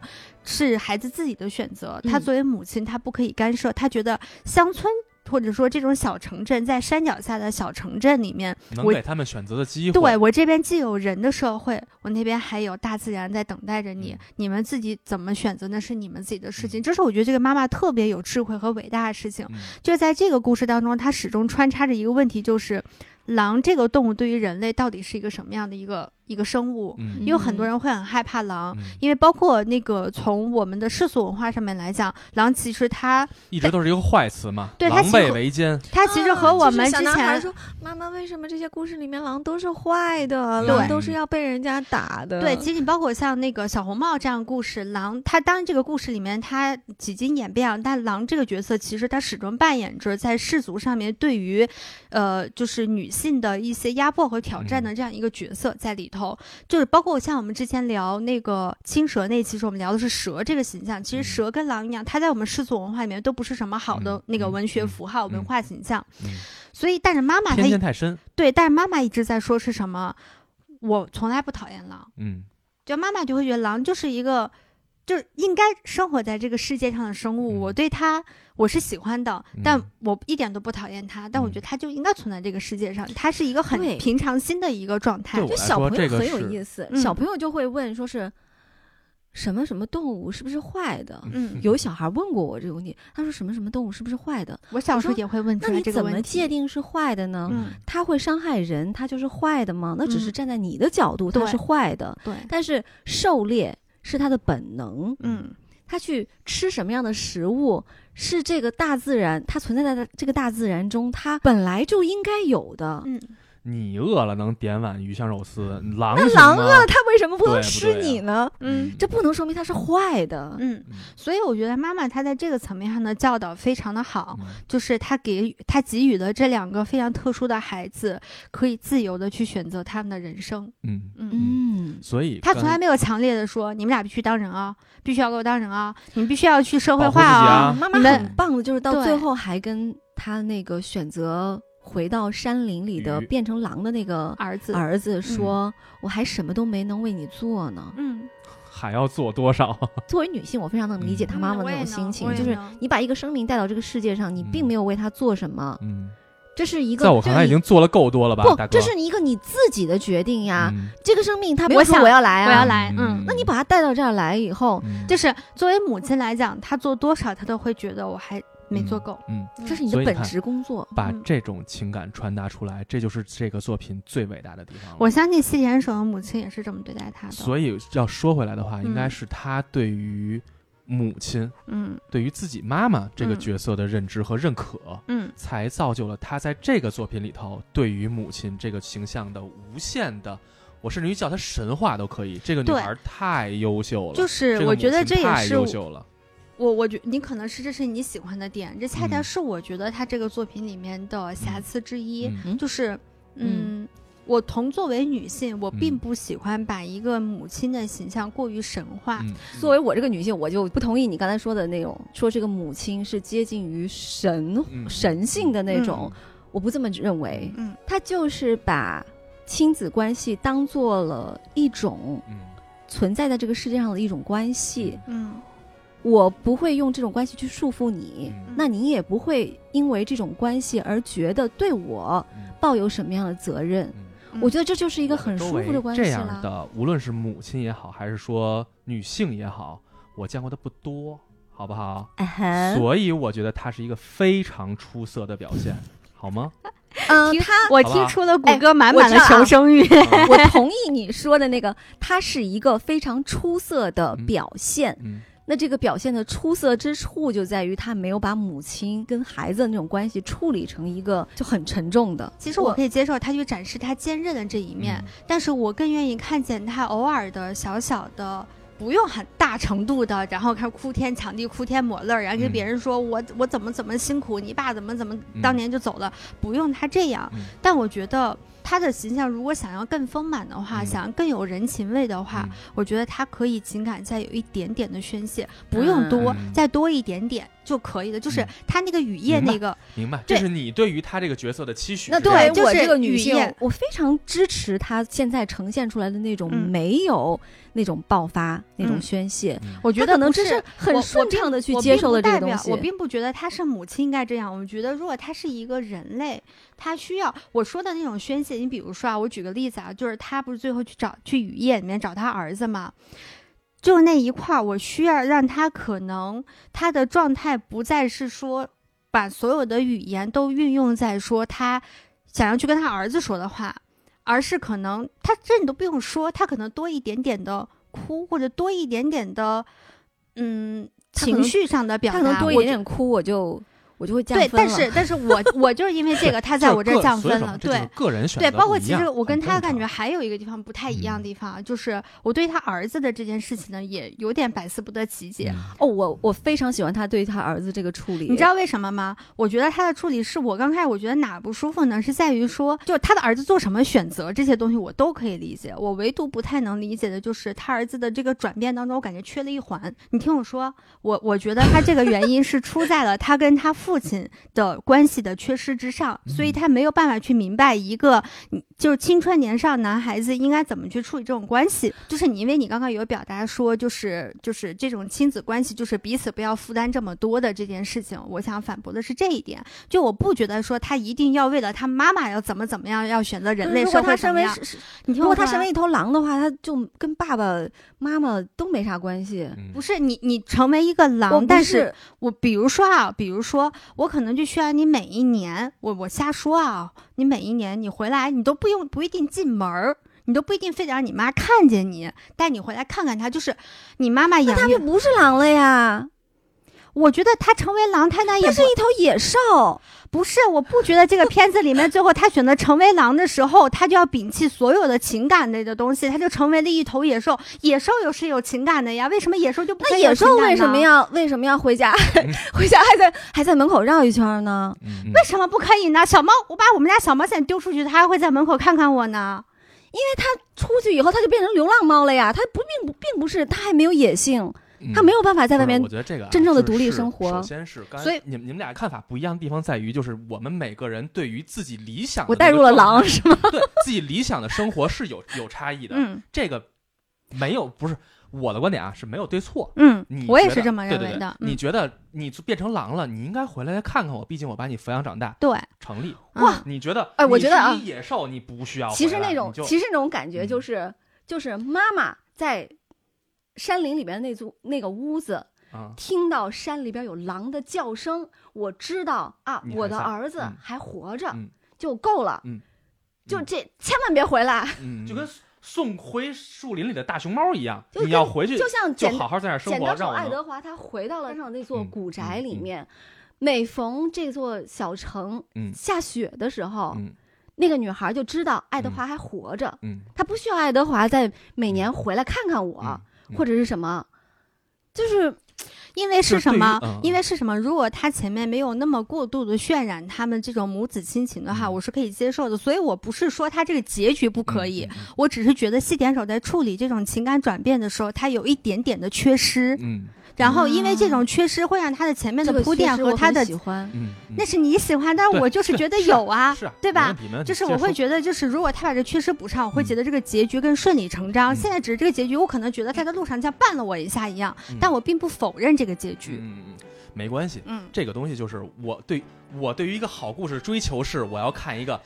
Speaker 3: 是孩子自己的选择。他
Speaker 2: 嗯
Speaker 3: 作为母亲，他不可以干涉。他觉得乡村或者说这种小城镇，在山脚下的小城镇里面，
Speaker 1: 能
Speaker 3: 我
Speaker 1: 给他们选择的机会。
Speaker 3: 对我这边既有人的社会，我那边还有大自然在等待着你
Speaker 1: 嗯。
Speaker 3: 你们自己怎么选择，那是你们自己的事情。
Speaker 1: 嗯
Speaker 3: 这是我觉得这个妈妈特别有智慧和伟大的事情。
Speaker 1: 嗯，
Speaker 3: 就在这个故事当中，它始终穿插着一个问题，就是狼这个动物对于人类到底是一个什么样的一个一个生物？
Speaker 1: 嗯
Speaker 3: 因为很多人会很害怕狼，
Speaker 1: 嗯
Speaker 3: 因为包括那个从我们的世俗文化上面来讲，狼其实它
Speaker 1: 一直都是一个坏词嘛，
Speaker 3: 对他
Speaker 1: 狼
Speaker 3: 其
Speaker 1: 狈
Speaker 3: 实
Speaker 1: 为
Speaker 2: 啊
Speaker 1: 奸，
Speaker 3: 它其实和我们之
Speaker 4: 啊嗯就是、小男孩
Speaker 3: 前、
Speaker 4: 说：“妈妈，为什么这些故事里面狼都是坏的？
Speaker 1: 对
Speaker 4: 狼都是要被人家打的。”
Speaker 1: 嗯
Speaker 3: 对，其实你包括像那个小红帽这样的故事，狼它当然这个故事里面它几经演变啊，但狼这个角色其实它始终扮演着在世俗上面对于，呃，就是女性的一些压迫和挑战
Speaker 1: 嗯
Speaker 3: 的这样一个角色在里头。就是包括像我们之前聊那个青蛇那一期时候，我们聊的是蛇这个形象，其实
Speaker 1: 嗯
Speaker 3: 蛇跟狼一样，它在我们世俗文化里面都不是什么好的
Speaker 1: 嗯
Speaker 3: 那个
Speaker 1: 嗯
Speaker 3: 文学
Speaker 1: 嗯
Speaker 3: 符号、文
Speaker 1: 嗯
Speaker 3: 化形象。
Speaker 1: 嗯
Speaker 3: 所以，但是妈妈她
Speaker 1: 偏
Speaker 3: 一
Speaker 1: 见太深。
Speaker 3: 对，但是妈妈一直在说是什么？我从来不讨厌狼。
Speaker 1: 嗯，
Speaker 3: 就妈妈就会觉得狼就是一个，就是应该生活在这个世界上的生物。
Speaker 1: 嗯
Speaker 3: 我对它我是喜欢的，
Speaker 1: 嗯
Speaker 3: 但我一点都不讨厌它。但我觉得它就应该存在这个世界上，它是一个很
Speaker 2: 对
Speaker 3: 平常心的一个状态
Speaker 1: 对。我
Speaker 2: 就
Speaker 1: 来
Speaker 2: 小
Speaker 1: 说
Speaker 2: 朋
Speaker 1: 这
Speaker 2: 友
Speaker 1: 个
Speaker 2: 很有
Speaker 1: 是
Speaker 2: 意思，
Speaker 3: 嗯
Speaker 2: 小朋友就会问说是什么什么动物是不是坏的？
Speaker 3: 嗯
Speaker 2: 有小孩问过我这个问题，他说什么什么动物是不是坏的？
Speaker 3: 我小时候也会问
Speaker 2: 那
Speaker 3: 出来
Speaker 2: 你
Speaker 3: 这个
Speaker 2: 怎
Speaker 3: 问
Speaker 2: 么界
Speaker 3: 题。
Speaker 2: 定是坏的呢？
Speaker 3: 嗯
Speaker 2: 它会伤害人，它就是坏的吗？那只是
Speaker 3: 嗯
Speaker 2: 站在你的角度，它
Speaker 3: 对
Speaker 2: 是坏的。
Speaker 3: 对，
Speaker 2: 但是狩猎是它的本能，
Speaker 3: 嗯
Speaker 2: 它去吃什么样的食物是这个大自然，它存在在这个大自然中，它本来就应该有的。
Speaker 3: 嗯，
Speaker 1: 你饿了能点碗鱼香肉丝，狼
Speaker 2: 那
Speaker 1: 行
Speaker 2: 狼
Speaker 1: 吗
Speaker 2: 饿，它为什么不能
Speaker 1: 对不对
Speaker 2: 吃
Speaker 1: 啊
Speaker 2: 你呢？
Speaker 3: 嗯
Speaker 2: 这不能说明它是坏的。
Speaker 3: 嗯
Speaker 1: 嗯，
Speaker 3: 所以我觉得妈妈她在这个层面上的教导非常的好。
Speaker 2: 哦
Speaker 1: 嗯
Speaker 3: 就是他给予他给予的这两个非常特殊的孩子，可以自由的去选择他们的人生。
Speaker 1: 嗯，
Speaker 3: 嗯，
Speaker 2: 嗯，
Speaker 1: 所以
Speaker 3: 他从
Speaker 1: 刚
Speaker 3: 来没有强烈的说你们俩必须当人啊，必须要给我当人啊，你们必须要去社会
Speaker 1: 保护
Speaker 3: 化
Speaker 1: 自己啊
Speaker 2: 妈妈
Speaker 3: 你们
Speaker 2: 很棒的，就是到
Speaker 3: 对
Speaker 2: 最后还跟他那个选择回到山林里的
Speaker 1: 鱼嗯
Speaker 2: 变成狼的那个
Speaker 3: 儿子，
Speaker 2: 儿子说：“我还什么都没能为你做呢。
Speaker 3: 嗯，
Speaker 1: 还要做多少？”
Speaker 2: 作为女性，我非常能理解
Speaker 1: 嗯
Speaker 2: 她
Speaker 3: 嗯
Speaker 2: 妈妈那种心情，就是你把一个生命带到这个世界上，你并
Speaker 1: 嗯
Speaker 2: 没有为他做什么，
Speaker 1: 嗯，
Speaker 2: 这是一个
Speaker 1: 在我看
Speaker 2: 这
Speaker 1: 来
Speaker 2: 是
Speaker 1: 已
Speaker 2: 你
Speaker 1: 经做了够多了吧，大
Speaker 2: 不，
Speaker 1: 哥。
Speaker 2: 这是一个你自己的决定呀。
Speaker 1: 嗯
Speaker 2: 这个生命他没
Speaker 3: 我
Speaker 2: 有说
Speaker 3: 想
Speaker 2: 我要来
Speaker 3: 啊我要
Speaker 2: 啊，
Speaker 3: 来嗯
Speaker 2: 那你把他带到这儿来以后，
Speaker 1: 嗯
Speaker 3: 就是作为母亲来讲，她做多少她都会觉得我还没做够。
Speaker 1: 嗯，
Speaker 2: 这是你
Speaker 1: 所
Speaker 2: 的
Speaker 1: 以你
Speaker 2: 本
Speaker 1: 看
Speaker 2: 职工作。
Speaker 1: 把
Speaker 3: 嗯
Speaker 1: 这种情感传达出来，这就是这个作品最伟大的地方了。
Speaker 3: 我相信西田守的母亲也是这么对待他的。
Speaker 1: 所以要说回来的话，应该
Speaker 3: 嗯
Speaker 1: 是他对于母亲、
Speaker 3: 嗯
Speaker 1: 对于自己妈妈这个
Speaker 3: 嗯
Speaker 1: 角色的认知和认可，
Speaker 3: 嗯
Speaker 1: 才造就了他在这个作品里头对于母亲这个形象的无限的，我甚至于叫她神话都可以。这个女
Speaker 3: 对
Speaker 1: 孩太优秀了，
Speaker 3: 就是
Speaker 1: 这个
Speaker 3: 我觉得
Speaker 1: 母亲
Speaker 3: 这也
Speaker 1: 太
Speaker 3: 是
Speaker 1: 优秀了。
Speaker 3: 我我觉你可能是这是你喜欢的点，这恰恰
Speaker 1: 嗯
Speaker 3: 是我觉得他这个作品里面的瑕疵之一，
Speaker 1: 嗯
Speaker 3: 就是
Speaker 2: 嗯
Speaker 3: 嗯。我同作为女性，我并
Speaker 1: 嗯
Speaker 3: 不喜欢把一个母亲的形象过于神化。
Speaker 1: 嗯，
Speaker 2: 作为我这个女性，我就不同意你刚才说的那种，说这个母亲是接近于神、
Speaker 1: 嗯
Speaker 2: 神性的那种，
Speaker 1: 嗯
Speaker 2: 我不这么认为。
Speaker 3: 嗯
Speaker 2: 她就是把亲子关系当做了一种
Speaker 1: 嗯
Speaker 2: 存在在这个世界上的一种关系，
Speaker 3: 嗯
Speaker 2: 我不会用这种关系去束缚你，
Speaker 1: 嗯
Speaker 2: 那你也不会因为这种关系而觉得对我
Speaker 1: 嗯
Speaker 2: 抱有什么样的责任。
Speaker 1: 嗯
Speaker 3: 嗯
Speaker 2: 我觉得这就是一个很
Speaker 1: 周
Speaker 2: 舒
Speaker 1: 围
Speaker 2: 服的关系
Speaker 1: 这样
Speaker 2: 啦。
Speaker 1: 的，无论是母亲也好，还是说女性也好，我见过的不多，好不好？
Speaker 2: 哎
Speaker 3: 嗯
Speaker 2: 哼，
Speaker 1: 所以我觉得她是一个非常出色的表现，好
Speaker 3: *laughs*
Speaker 1: 吗？
Speaker 2: 嗯，
Speaker 3: 听
Speaker 2: 她
Speaker 3: 呃
Speaker 1: *laughs*
Speaker 3: 我
Speaker 1: 好
Speaker 3: 听
Speaker 1: 吧
Speaker 3: 出了谷
Speaker 2: 哎
Speaker 3: 歌满
Speaker 2: 我
Speaker 3: 满
Speaker 2: 知
Speaker 3: 的
Speaker 2: 道啊
Speaker 3: 求生欲。
Speaker 1: 嗯
Speaker 2: 我同意你说的那个，它是一个非常出色的表现。
Speaker 1: 嗯
Speaker 2: 那这个表现的出色之处就在于，他没有把母亲跟孩子的那种关系处理成一个就很沉重的。
Speaker 3: 其实我可以接受他去展示他坚韧的这一
Speaker 1: 嗯
Speaker 3: *laughs* 面，但是我更愿意看见他偶尔的小小的。不用很大程度的，然后开始哭天抢地、哭天抹泪儿，然后跟
Speaker 1: 嗯
Speaker 3: 别人说我、我怎么怎么辛苦，你爸怎么怎么
Speaker 1: 嗯
Speaker 3: 当年就走了，不用他这样。
Speaker 1: 嗯
Speaker 3: 但我觉得他的形象如果想要更丰满的话，
Speaker 1: 嗯
Speaker 3: 想要更有人情味的话，
Speaker 1: 嗯
Speaker 3: 我觉得他可以情感再有一点点的宣泄，不用多，
Speaker 1: 嗯
Speaker 3: 再多一点点就可以了。就是
Speaker 1: 嗯
Speaker 3: 他那个雨夜
Speaker 1: 明白
Speaker 3: 那个，
Speaker 1: 明白，这
Speaker 3: 对
Speaker 1: 是你对于他这个角色的期许
Speaker 2: 那
Speaker 1: 是这
Speaker 2: 对
Speaker 1: 样的。
Speaker 3: 对就
Speaker 2: 我
Speaker 3: 是
Speaker 2: 这个女
Speaker 3: 语
Speaker 2: 性
Speaker 3: 言，
Speaker 2: 我非常支持她现在呈现出来的那种
Speaker 3: 嗯
Speaker 2: 没有那种爆发、那种
Speaker 3: 嗯
Speaker 2: 宣泄，
Speaker 1: 嗯
Speaker 3: 我觉
Speaker 2: 她
Speaker 3: 得
Speaker 2: 可能
Speaker 3: 不
Speaker 2: 只
Speaker 3: 是
Speaker 2: 是很
Speaker 3: 我
Speaker 2: 顺畅的去接受了这个东西。
Speaker 3: 我并不代表我并不觉得她是母亲应该这样。我觉得如果她是一个人类，她需要我说的那种宣泄。你比如说啊，我举个例子啊，就是她不是最后去找去雨夜里面找她儿子嘛。就那一块儿，我需要让她可能她的状态不再是说把所有的语言都运用在说她想要去跟她儿子说的话，而是可能她这你都不用说，她可能多一点点的哭，或者多一点点的嗯
Speaker 2: 她可能
Speaker 3: 情绪上的表
Speaker 2: 她
Speaker 3: 达，
Speaker 2: 可能多一
Speaker 3: 我
Speaker 2: 点点哭，我就我就会
Speaker 3: 就
Speaker 2: 降
Speaker 3: 对，
Speaker 2: 分
Speaker 3: 但
Speaker 2: 了
Speaker 3: 是但是 *laughs* 我我就是因为这个，她在
Speaker 1: 就是
Speaker 3: 我这
Speaker 1: 个
Speaker 3: 儿降
Speaker 1: 所以
Speaker 3: 分
Speaker 1: 说
Speaker 3: 了，
Speaker 1: 这就是
Speaker 3: 对。
Speaker 1: 个人选择
Speaker 3: 对，
Speaker 1: 不一样，
Speaker 3: 包括其实我跟
Speaker 1: 很
Speaker 3: 她
Speaker 1: 正
Speaker 3: 感觉
Speaker 1: 常
Speaker 3: 还有一个地方不太一
Speaker 1: 嗯
Speaker 3: 样的地方啊，就是我对她儿子的这件事情呢，也有点百思不得其解。
Speaker 1: 嗯
Speaker 2: 哦，我我非常喜欢她对她儿子这个处理，
Speaker 3: 你知道为什么吗？我觉得他的处理是我刚开始我觉得哪不舒服呢？是在于说，就他的儿子做什么选择这些东西我都可以理解，我唯独不太能理解的就是他儿子的这个转变当中，我感觉缺了一环。你听我说，我我觉得他这个原因是出在了他跟他父亲的关系的缺失之上，所以他没有办法去明白一个嗯就是青春年少男孩子应该怎么去处理这种关系，就是你因为你刚刚有表达说，就是就是这种亲子关系，就是彼此不要负担这么多的这件事情，我想反驳的是这一点。就我不觉得说他一定要为了他妈妈要怎么怎么样，要选择人类
Speaker 2: 如
Speaker 3: 社
Speaker 2: 果她
Speaker 3: 会怎
Speaker 2: 身
Speaker 3: 么
Speaker 2: 为
Speaker 3: 样。
Speaker 2: 是是
Speaker 3: 你听
Speaker 2: 如果
Speaker 3: 我说
Speaker 2: 她
Speaker 3: 啊，
Speaker 2: 身为一头狼的话，她就跟爸爸妈妈都没啥关系。
Speaker 1: 嗯
Speaker 3: 不是你你成为一个
Speaker 2: 我
Speaker 3: 狼，
Speaker 2: 不
Speaker 3: 但是
Speaker 2: 是
Speaker 3: 我比如说啊，比如说我可能就需要你每一年，我我瞎说啊，你每一年你回来，你都不用不一定进门儿，你都不一定非得让你妈看见你，带你回来看看她，就是你妈妈
Speaker 2: 那
Speaker 3: 养
Speaker 2: 她
Speaker 3: 育
Speaker 2: 就。不是狼了呀，
Speaker 3: 我觉得她成为狼太难
Speaker 2: 她
Speaker 3: 也不
Speaker 2: 是一头野兽。
Speaker 3: 不是，我不觉得这个片子里面最后她选择成为狼的时候，她就要摒弃所有的情感类的东西，她就成为了一头野兽。野兽有是有情感的呀，为什么野兽就不
Speaker 2: 那
Speaker 3: 可以
Speaker 2: 野
Speaker 3: 有情
Speaker 2: 兽
Speaker 3: 感
Speaker 2: 为什
Speaker 3: 呢
Speaker 2: 么要为什么要回家 *laughs*
Speaker 1: 嗯？
Speaker 2: 回家还在还在门口绕一圈呢？
Speaker 1: 嗯嗯
Speaker 3: 为什么不可以呢？小猫，我把我们家小猫现在丢出去，它还会在门口看看我呢。
Speaker 2: 出去以后，它就变成流浪猫了呀。它不并不并不是，它还没有野性，
Speaker 1: 嗯
Speaker 2: 它没有办法在
Speaker 1: 不
Speaker 2: 外
Speaker 1: 是
Speaker 2: 面
Speaker 1: 我。觉得这个啊
Speaker 2: 真正的
Speaker 1: 就是
Speaker 2: 独立
Speaker 1: 是
Speaker 2: 生活
Speaker 1: 首先是刚才
Speaker 3: 所以
Speaker 1: 你们你们俩看法不一样的地方在于，就是我们每个人对于自己理想的
Speaker 2: 我
Speaker 1: 那
Speaker 2: 带
Speaker 1: 个
Speaker 2: 入了
Speaker 1: 状
Speaker 2: 狼，是吗？
Speaker 1: 态，对自己理想的生活是有有差异的。
Speaker 3: 嗯
Speaker 1: 这个没有不是我的观点啊，是没有对错。
Speaker 3: 嗯
Speaker 1: 你，
Speaker 3: 我也
Speaker 1: 觉
Speaker 3: 是
Speaker 1: 得
Speaker 3: 这么认
Speaker 1: 对
Speaker 3: 为
Speaker 1: 对对
Speaker 3: 的。
Speaker 2: 嗯
Speaker 3: 嗯
Speaker 1: 你觉得你变成狼了，你应该回来看看我，毕竟我把你抚养长大，
Speaker 3: 对，嗯
Speaker 1: 成立。
Speaker 3: 哇，
Speaker 1: 你觉得？
Speaker 2: 哎我觉得啊
Speaker 1: 你是一野兽你不需要回来。
Speaker 2: 其实那种
Speaker 1: 你就
Speaker 2: 其实那种感觉
Speaker 1: 嗯
Speaker 2: 就是就是妈妈在山林里边那座那个屋子，
Speaker 1: 啊，
Speaker 2: 听到山里边有狼的叫声，我知道啊
Speaker 1: 你，还
Speaker 2: 我的
Speaker 1: 在
Speaker 2: 儿子
Speaker 1: 嗯
Speaker 2: 还活着
Speaker 1: 嗯
Speaker 2: 就够了
Speaker 1: 嗯。
Speaker 2: 就这，千万别回来。
Speaker 1: 嗯就跟送回树林里的大熊猫一样，
Speaker 2: 就
Speaker 1: 你要回去
Speaker 2: 就像
Speaker 1: 就
Speaker 2: 简
Speaker 1: 好好在那儿生
Speaker 2: 剪
Speaker 1: 活，
Speaker 2: 刀手
Speaker 1: 让我
Speaker 2: 爱
Speaker 1: 能
Speaker 2: 德华他回到了上那座
Speaker 1: 嗯
Speaker 2: 古宅
Speaker 1: 嗯
Speaker 2: 里
Speaker 1: 嗯
Speaker 2: 面，每逢这座小城
Speaker 1: 嗯
Speaker 2: 下雪的时候，
Speaker 1: 嗯
Speaker 2: 那个女孩就知道爱德华还活着，
Speaker 1: 嗯
Speaker 2: 她不需要爱德华再每年回来看看我、
Speaker 1: 嗯嗯
Speaker 2: 或者是什么，就是
Speaker 3: 因为是
Speaker 1: 是
Speaker 3: 什
Speaker 1: 对于
Speaker 3: 么
Speaker 1: 嗯？
Speaker 3: 因为是什么？如果他前面没有那么过度的渲染他们这种母子亲情的话，
Speaker 1: 嗯
Speaker 3: 我是可以接受的。所以我不是说他这个结局不可以
Speaker 1: 嗯，
Speaker 3: 我只是觉得细点手在处理这种情感转变的时候，他有一点点的缺失。
Speaker 1: 嗯
Speaker 3: 然后因为这
Speaker 2: 啊
Speaker 3: 种缺失会让他的前面
Speaker 2: 这
Speaker 3: 的
Speaker 2: 个
Speaker 3: 铺垫
Speaker 2: 确实
Speaker 3: 和
Speaker 2: 我
Speaker 3: 他
Speaker 2: 很
Speaker 3: 的
Speaker 2: 喜欢
Speaker 1: 嗯，嗯，嗯
Speaker 3: 那是你喜欢，但
Speaker 1: 对
Speaker 3: 我就是觉得有啊，
Speaker 1: 是啊，
Speaker 3: 对吧
Speaker 1: 没问题？没问题
Speaker 3: 就是我会觉得，就是如果他把这缺失补上，我会觉得这个结局更顺理成章。
Speaker 1: 嗯
Speaker 3: 现在只是这个结局，我可能觉得他在路上像绊了我一下一样，
Speaker 1: 得
Speaker 3: 但我并不否认这个结
Speaker 1: 嗯
Speaker 3: 局。
Speaker 1: 嗯嗯，没关系，
Speaker 3: 嗯，
Speaker 1: 这个东西就是我对我对于一个好故事追求是我要看一个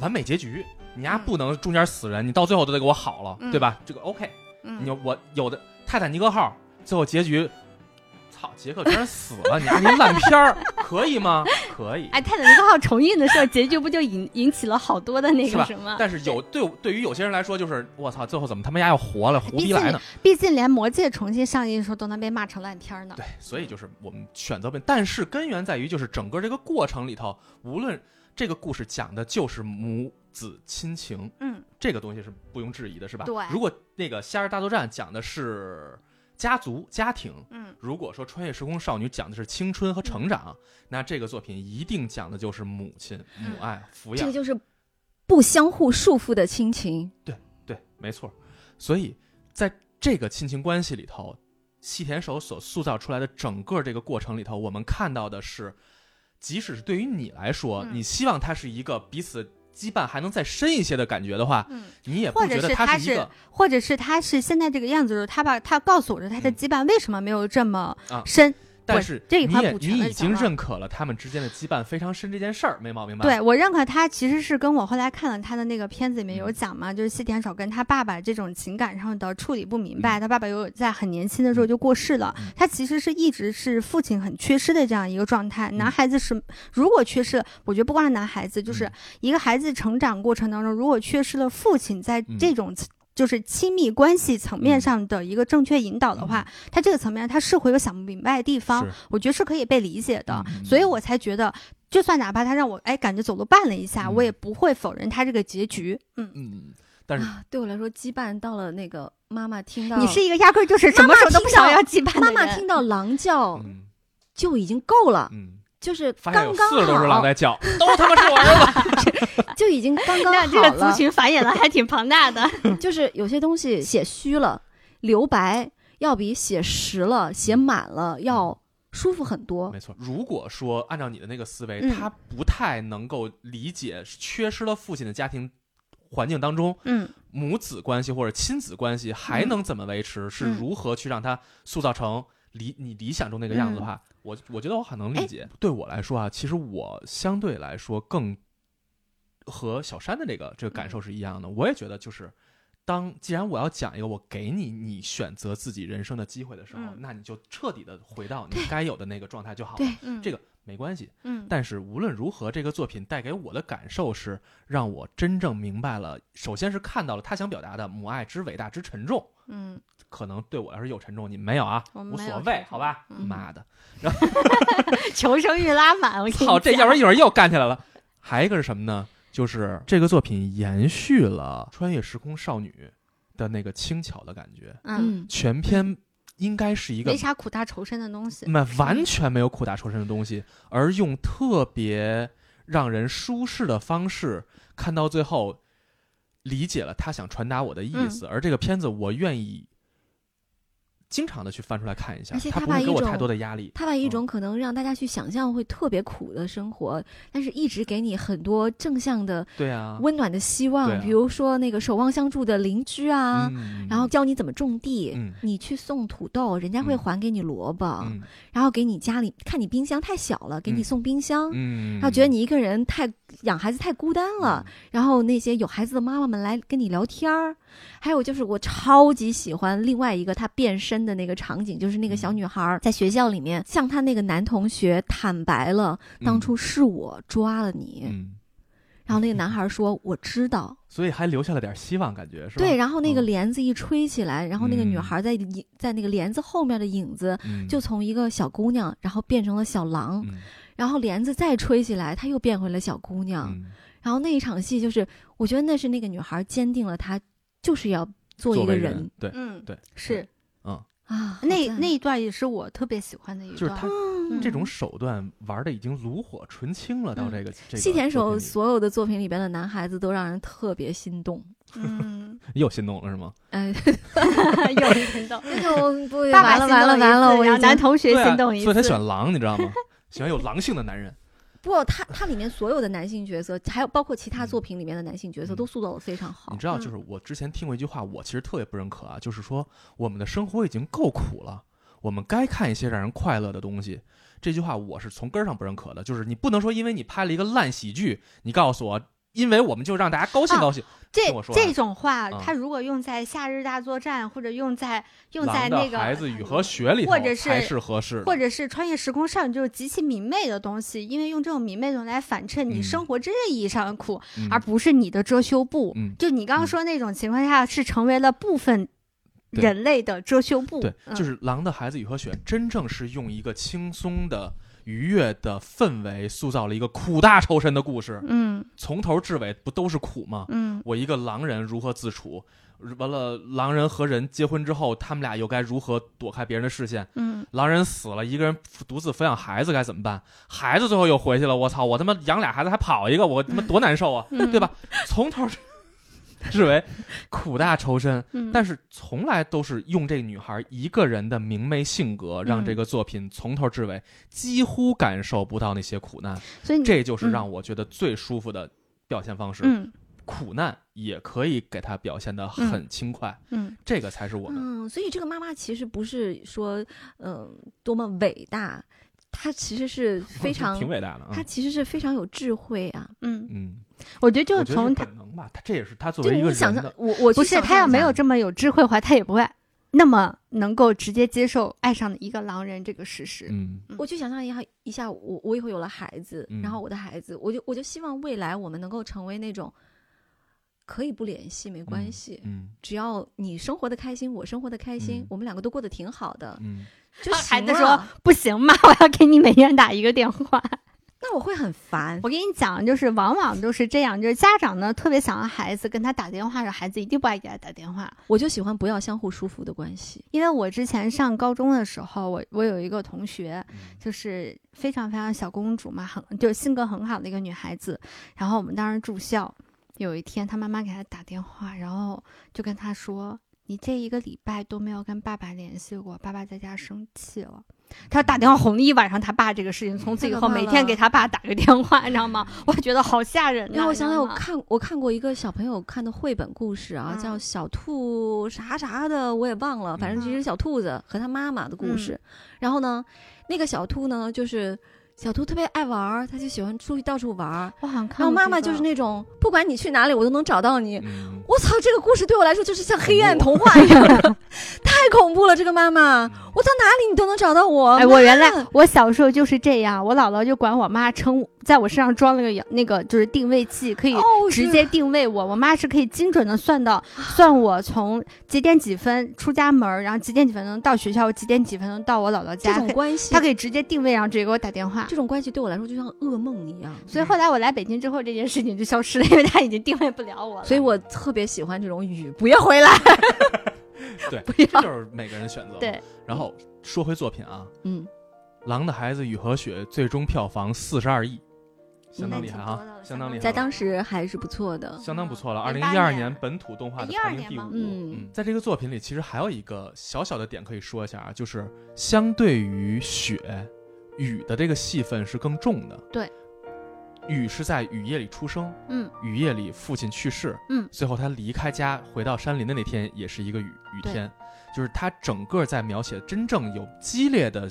Speaker 1: 完美结局，你丫
Speaker 3: 嗯
Speaker 1: 不能中间死人，你到最后都得给我好了，
Speaker 3: 嗯
Speaker 1: 对吧？这个 OK，
Speaker 3: 嗯
Speaker 1: 你我有的泰坦尼克号最后结局，操，杰克居然死了，你丫那烂片儿可以吗？可以。
Speaker 3: 哎，泰坦尼克号重映的时候，结局不就引引起了好多的那
Speaker 1: 是
Speaker 3: 个
Speaker 1: 吧
Speaker 3: 什么？
Speaker 1: 但是有对对于有些人来说，就是我操，最后怎么他妈丫又活了，胡逼来呢？
Speaker 3: 哎毕竟连《魔戒》重新上映的时候都能被骂成烂片儿呢。
Speaker 1: 对，所以就是我们选择问，但是根源在于就是整个这个过程里头，无论这个故事讲的就是母子亲情，
Speaker 3: 嗯，
Speaker 1: 这个东西是不容置疑的，是吧？
Speaker 3: 对
Speaker 1: 如果那个《夏日大作战》讲的是家族家庭，
Speaker 3: 嗯，
Speaker 1: 如果说《穿越时空少女》讲的是青春和成长，那这个作品一定讲的就是母亲、母爱、抚
Speaker 2: 这
Speaker 1: 养
Speaker 2: 个。就是不相互束缚的亲情。
Speaker 1: 对，没错。所以在这个亲情关系里头，细田守所塑造出来的整个这个过程里头，我们看到的是，即使是对于你来说，
Speaker 3: 嗯
Speaker 1: 你希望它是一个彼此羁绊还能再深一些的感觉的话，
Speaker 3: 嗯，
Speaker 1: 你也不
Speaker 3: 或
Speaker 1: 觉
Speaker 3: 者
Speaker 1: 得
Speaker 3: 是
Speaker 1: 它
Speaker 3: 他
Speaker 1: 是一个
Speaker 3: 是，或者是他是现在这个样子的时候，他把他告诉我说他的
Speaker 1: 嗯
Speaker 3: 羁绊为什么没有这么
Speaker 1: 啊
Speaker 3: 深。
Speaker 1: 但
Speaker 3: 我
Speaker 1: 是
Speaker 3: 这一
Speaker 1: 你
Speaker 3: 块
Speaker 1: 也
Speaker 3: 补全
Speaker 1: 你
Speaker 3: 了
Speaker 1: 已
Speaker 3: 就行
Speaker 1: 经
Speaker 3: 了
Speaker 1: 认可了他们之间的羁绊非常深这件事儿，没毛病吧？
Speaker 3: 对我认可他其实是跟我后来看了他的那个片子里面有
Speaker 1: 嗯
Speaker 3: 讲嘛，就是细田守跟他爸爸这种情感上的处理不明白，他爸爸有在很年轻的时候就过世了
Speaker 1: 嗯，
Speaker 3: 他其实是一直是父亲很缺失的这样一个状态。
Speaker 1: 嗯
Speaker 3: 男孩子是如果缺失，我觉得不光是男孩子，就是
Speaker 1: 嗯
Speaker 3: 一个孩子成长过程当中，如果缺失了父亲在
Speaker 1: 嗯
Speaker 3: 这种。就是亲密关系层面上的一个正确引导的话，他这个层面他是会有想不明白的地
Speaker 1: 嗯
Speaker 3: 方，
Speaker 1: 是
Speaker 3: 我觉得是可以被理解的。
Speaker 1: 嗯
Speaker 3: 所以我才觉得，就算哪怕他让我哎感觉走路绊了一下，
Speaker 1: 嗯
Speaker 3: 我也不会否认他这个结局。嗯，
Speaker 1: 嗯，但是
Speaker 2: 啊，对我来说，羁绊到了那个妈妈听到
Speaker 3: 你是一个压根儿就是什么时候都不想要羁绊的
Speaker 2: 妈
Speaker 3: 人。
Speaker 2: 妈听到狼叫
Speaker 1: 嗯
Speaker 2: 就已经够了，
Speaker 1: 嗯，
Speaker 2: 就是
Speaker 1: 发现
Speaker 2: 刚
Speaker 1: 有
Speaker 2: 刚
Speaker 1: 四十多只狼
Speaker 2: 好，
Speaker 1: 在叫，都他妈是我儿子。
Speaker 2: 就已经
Speaker 1: *laughs*
Speaker 2: 刚刚
Speaker 3: *laughs* 那
Speaker 2: 好
Speaker 3: 这个族
Speaker 2: 了。
Speaker 3: 群繁衍的还挺庞大的。
Speaker 2: 就是有些东西写虚了，留白要比写实了、写满了要舒服很多。
Speaker 1: 没错，如果说按照你的那个思维，
Speaker 3: 嗯
Speaker 1: 他不太能够理解缺失了父亲的家庭环境当中，
Speaker 3: *laughs* 嗯，
Speaker 1: 母子关系或者亲子关系还能怎么维持，是如何去让它塑造成理你理想中那个样子的话，我我觉得我很能理解。对我来说啊，其实我相对来说更和小山的这个这个感受是一样的。我也觉得就是。当既然我要讲一个我给你你选择自己人生的机会的时候，
Speaker 3: 嗯
Speaker 1: 那你就彻底的回到你该有的那个状态就好了。
Speaker 2: 对
Speaker 3: 嗯
Speaker 1: 这个没关系，
Speaker 3: 嗯
Speaker 1: 但是无论如何，这个作品带给我的感受是，让我真正明白了，首先是看到了他想表达的母爱之伟大之沉重，
Speaker 3: 嗯，
Speaker 1: 可能对我来说有沉重，你们没有啊，
Speaker 3: 我们
Speaker 1: 无
Speaker 3: 没
Speaker 1: 所
Speaker 3: 有
Speaker 1: 谓
Speaker 3: 沉，重
Speaker 1: 好吧？
Speaker 3: 嗯
Speaker 1: 妈的，
Speaker 3: *laughs* 求生欲拉满，
Speaker 1: *laughs*
Speaker 3: 我跟你
Speaker 1: 操，这
Speaker 3: 讲
Speaker 1: 要不然一会儿又干起来了。还有一个是什么呢？就是这个作品延续了《穿越时空少女》的那个轻巧的感觉，
Speaker 3: 嗯，
Speaker 2: 嗯，
Speaker 1: 全篇应该是一个
Speaker 3: 没啥苦大仇深的东西。
Speaker 1: 那完全没有苦大仇深的东西，而用特别让人舒适的方式看到最后，理解了他想传达我的意
Speaker 2: 嗯
Speaker 1: 思。而这个片子，我愿意经常的去翻出来看一下
Speaker 2: 而且，
Speaker 1: 它
Speaker 2: 他
Speaker 1: 不
Speaker 2: 把
Speaker 1: 会
Speaker 2: 一
Speaker 1: 给我
Speaker 2: 种
Speaker 1: 太多的压力。
Speaker 2: 他把一种可能让大家去想象会特别苦的生活，但是一直给你很多正向的、
Speaker 1: 对啊，
Speaker 2: 温暖的希望，
Speaker 1: 对啊
Speaker 2: 比如说那个守望相助的邻居啊，
Speaker 1: 嗯
Speaker 2: 然后教你怎么种地。
Speaker 1: 嗯
Speaker 2: 你去送土豆，人家会
Speaker 1: 嗯
Speaker 2: 还给你萝卜，
Speaker 1: 嗯
Speaker 2: 然后给你家里看你冰箱太小了，给你
Speaker 1: 嗯
Speaker 2: 送冰箱，
Speaker 1: 嗯，
Speaker 2: 然后觉得你一个人太养孩子太孤单了，然后那些有孩子的妈妈们来跟你聊天儿，还有就是我超级喜欢另外一个她变身的那个场景，就是那个小
Speaker 1: 嗯
Speaker 2: 女孩儿在学校里面向她那个男同学坦白了，
Speaker 1: 嗯
Speaker 2: 当初是我抓了你，
Speaker 1: 嗯，
Speaker 2: 然后那个男孩儿说我知道，
Speaker 1: 所以还留下了点希望，感觉是吧？
Speaker 2: 对，，然后那个
Speaker 1: 嗯
Speaker 2: 帘子一吹起来，然后那个女
Speaker 1: 嗯
Speaker 2: 孩儿在影在那个帘子后面的影子。
Speaker 1: 嗯、
Speaker 2: 就从一个小姑娘，然后变成了小狼，
Speaker 1: 嗯
Speaker 2: 然后帘子再吹起来，她又变回了小姑娘。
Speaker 1: 嗯，
Speaker 2: 然后那一场戏就是，我觉得那是那个女孩坚定了她就是要做一
Speaker 1: 作
Speaker 2: 个
Speaker 1: 为
Speaker 2: 人
Speaker 1: 对
Speaker 3: 嗯，
Speaker 1: 对，
Speaker 3: 是
Speaker 2: 啊。
Speaker 3: 那
Speaker 2: 好赞
Speaker 3: 那一段也是我特别喜欢的一
Speaker 1: 就是
Speaker 3: 段。
Speaker 1: 他
Speaker 3: 嗯
Speaker 1: 这种手段玩的已经炉火纯青了，到
Speaker 3: 嗯
Speaker 1: 这个这个
Speaker 2: 细田
Speaker 1: 作
Speaker 2: 守
Speaker 1: 品里
Speaker 2: 所有的作品里边的男孩子都让人特别心动。
Speaker 3: 嗯，
Speaker 1: 又心动了是吗？
Speaker 2: 哎，
Speaker 3: *laughs* 又听到。
Speaker 2: 就哎
Speaker 3: *laughs*
Speaker 2: 不完
Speaker 3: 爸爸
Speaker 2: 了
Speaker 3: 心
Speaker 2: 完了
Speaker 3: 动
Speaker 2: 完
Speaker 3: 一
Speaker 2: 了，我
Speaker 3: 次然后
Speaker 2: 已经
Speaker 3: 男同学
Speaker 1: 对啊
Speaker 3: 心动一次，
Speaker 1: 所以他喜欢狼，你知道
Speaker 3: *laughs*
Speaker 1: 吗？喜欢有狼性的男人。
Speaker 2: 不，他他里面所有的男性角色，还有包括其他作品里面的男性角色，
Speaker 1: 嗯
Speaker 2: 都塑造的非常好
Speaker 1: 你。知道，
Speaker 3: 嗯
Speaker 1: 就是我之前听过一句话，我其实特别不认可啊，就是说我们的生活已经够苦了，我们该看一些让人快乐的东西。这句话我是从根儿上不认可的，就是你不能说因为你拍了一个烂喜剧，你告诉我，因为我们就让大家高兴
Speaker 3: 啊
Speaker 1: 高兴。
Speaker 3: 这
Speaker 1: 听我说完
Speaker 3: 这种话，
Speaker 1: 嗯
Speaker 3: 它如果用在《夏日大作战》或者用在用
Speaker 1: 狼
Speaker 3: 在
Speaker 1: 的
Speaker 3: 那个
Speaker 1: 孩子与和学里头
Speaker 3: 或者是
Speaker 1: 才是合适的，
Speaker 3: 或者是穿越时空少女这种极其明媚的东西，因为用这种明媚的来反衬你
Speaker 1: 嗯
Speaker 3: 生活真正意义上的苦，
Speaker 1: 嗯
Speaker 3: 而不是你的遮羞布。
Speaker 1: 嗯
Speaker 3: 就你刚刚
Speaker 1: 嗯
Speaker 3: 说那种情况下，是成为了部分
Speaker 1: 对
Speaker 3: 人类的遮羞布。
Speaker 1: 对，
Speaker 3: 嗯
Speaker 1: 就是《狼的孩子与和雪》真正是用一个轻松的愉悦的氛围，塑造了一个苦大仇深的故事，
Speaker 3: 嗯
Speaker 1: 从头至尾不都是苦吗？
Speaker 3: 嗯
Speaker 1: 我一个狼人如何自处？完了，狼人和人结婚之后，他们俩又该如何躲开别人的视线？
Speaker 3: 嗯
Speaker 1: 狼人死了，一个人独自抚养孩子该怎么办？孩子最后又回去了，我操！我他妈养俩孩子还跑一个，我他妈多难受啊， *laughs*
Speaker 3: 嗯
Speaker 1: 对吧？从头至 *laughs* 至为苦大仇深，
Speaker 3: 嗯，
Speaker 1: 但是从来都是用这女孩一个人的明媚性
Speaker 2: 嗯
Speaker 1: 格，让这个作品从头至尾几乎感受不到那些苦难，
Speaker 3: 所以你
Speaker 1: 这就是
Speaker 3: 嗯
Speaker 1: 让我觉得最舒服的表现方式。
Speaker 3: 嗯
Speaker 1: 苦难也可以给他表现得很轻快，
Speaker 3: 嗯
Speaker 1: 这个才是我们。 *laughs*
Speaker 2: 嗯，所以这个妈妈其实不是说，嗯、多么伟大，她其
Speaker 1: *laughs*
Speaker 2: 实是非常
Speaker 1: 挺，伟大的啊
Speaker 2: 她，其实是非常有智慧啊。
Speaker 3: 嗯，
Speaker 1: 嗯，
Speaker 3: 我觉得
Speaker 1: 我觉得
Speaker 3: 就从
Speaker 1: 是
Speaker 3: 他
Speaker 1: 本能吧，他这也是他作
Speaker 2: 这
Speaker 1: 为
Speaker 2: 个
Speaker 1: 一个
Speaker 2: 你想
Speaker 1: 人
Speaker 2: 象
Speaker 1: 的，，
Speaker 2: 我我去
Speaker 3: 不是
Speaker 2: 想
Speaker 3: 他要
Speaker 2: 象一
Speaker 3: 没
Speaker 2: 下
Speaker 3: 有这么有智慧的话，他也不会那么能够直接接受爱上一个狼人这个事实。
Speaker 1: 嗯
Speaker 2: 我去想象一下一下，我我以后有了孩子，然后
Speaker 1: 嗯
Speaker 2: 我的孩子，我就我就希望未来我们能够成为那种可以不联系没关
Speaker 1: 嗯
Speaker 2: 系，
Speaker 1: 嗯
Speaker 2: 只要你生活的开心，我生活的开心，
Speaker 1: 嗯
Speaker 2: 我们两个都过得挺好的，
Speaker 1: 嗯，
Speaker 2: 就
Speaker 3: 啊孩
Speaker 2: 行
Speaker 3: 子说
Speaker 2: 了
Speaker 3: 不行嘛， *laughs* 我要给你每天打一个电话。
Speaker 2: 那我会很烦。
Speaker 3: 我跟你讲，就是往往都是这样，就是家长呢特别想让孩子跟他打电话的时候，孩子一定不爱给他打电话。
Speaker 2: 我就喜欢不要相互束缚的关系。
Speaker 3: 因为我之前上高中的时候，我我有一个同学，
Speaker 1: 嗯
Speaker 3: 就是非常非常小公主嘛，很就是性格很好的一个女孩子。然后我们当时住校，有一天她妈妈给她打电话，然后就跟她说：“你这一个礼拜都没有跟爸爸联系过，爸爸在家生气了。”她打电话哄了一晚上她爸这个事情，从此以
Speaker 2: 太可
Speaker 3: 后
Speaker 2: 怕
Speaker 3: 每天
Speaker 2: 了
Speaker 3: 给她爸打个电话，你知道吗？ *laughs* 我觉得好吓人呐。啊
Speaker 2: 让我想
Speaker 3: 你
Speaker 2: 想，
Speaker 3: 知道
Speaker 2: 我
Speaker 3: 吗
Speaker 2: 看我看过一个小朋友看的绘本故事啊，
Speaker 3: 嗯
Speaker 2: 叫《小兔啥啥的》，我也忘了，反正就是
Speaker 3: 嗯
Speaker 2: 小兔子和他妈妈的故事。然后呢，那个小兔呢，就是小兔特别爱玩儿，它就喜欢出去到处玩儿。
Speaker 3: 我好像看
Speaker 2: 然后
Speaker 3: 过
Speaker 2: 妈
Speaker 3: 这
Speaker 2: 妈就是
Speaker 3: 个
Speaker 2: 那种，不管你去哪里，我都能找到你。
Speaker 1: 嗯
Speaker 2: 我操，这个故事对我来说就是像黑暗
Speaker 1: 恐
Speaker 2: 童话一样， *laughs* 太恐怖了。这个妈妈，
Speaker 1: 嗯
Speaker 2: *laughs* 我到哪里你都能找到我。
Speaker 3: 哎，我原来
Speaker 2: 妈
Speaker 3: 我小时候就是这样，我姥姥就管我妈称，在我身上装了个遥那个就是定位器，可以
Speaker 2: 哦，
Speaker 3: 直
Speaker 2: 是
Speaker 3: 接定位我。我妈是可以精准的算到，算我从几点几分出家门儿，然后几点几分能到学校，几点几分能到我姥姥
Speaker 2: 这
Speaker 3: 家。
Speaker 2: 种
Speaker 3: 可以
Speaker 2: 关系
Speaker 3: 她，可以直接定位，然后直接给我打电话。
Speaker 2: 这种关系对我来说就像噩梦一样。
Speaker 3: 所以后来我来北京之后，这件事情就消失了，因为她已经定位不了我了。
Speaker 2: 所以我特别喜欢这种雨，不要回来。
Speaker 1: 对
Speaker 2: 不
Speaker 1: 这
Speaker 2: 要。
Speaker 1: 就是每个人选择嘛。
Speaker 3: 对
Speaker 1: 然后说回作品啊，
Speaker 2: 嗯，
Speaker 1: 《狼的孩子与和雪》最终票房四十二亿，相当
Speaker 2: 嗯
Speaker 1: 厉害
Speaker 3: 那挺多
Speaker 1: 啊，
Speaker 3: 的
Speaker 1: 相当厉害了，
Speaker 2: 在当时还是不错的。
Speaker 1: 相当不错了。二零
Speaker 3: 08
Speaker 1: 一二
Speaker 3: 年
Speaker 1: 年本土动画的
Speaker 3: 12
Speaker 1: 排名第
Speaker 3: 年
Speaker 1: 五
Speaker 3: 吗。
Speaker 2: 嗯
Speaker 1: 在这个作品里，其实还有一个小小的点可以说一下啊，就是相对于雪，雨的这个戏份是更重的。
Speaker 3: 对，
Speaker 1: 雨是在雨夜里出生，
Speaker 3: 嗯，
Speaker 1: 雨夜里父亲去世，
Speaker 3: 嗯
Speaker 1: 最后他离开家回到山林的那天也是一个雨雨
Speaker 3: 对
Speaker 1: 天，就是他整个在描写真正有激烈的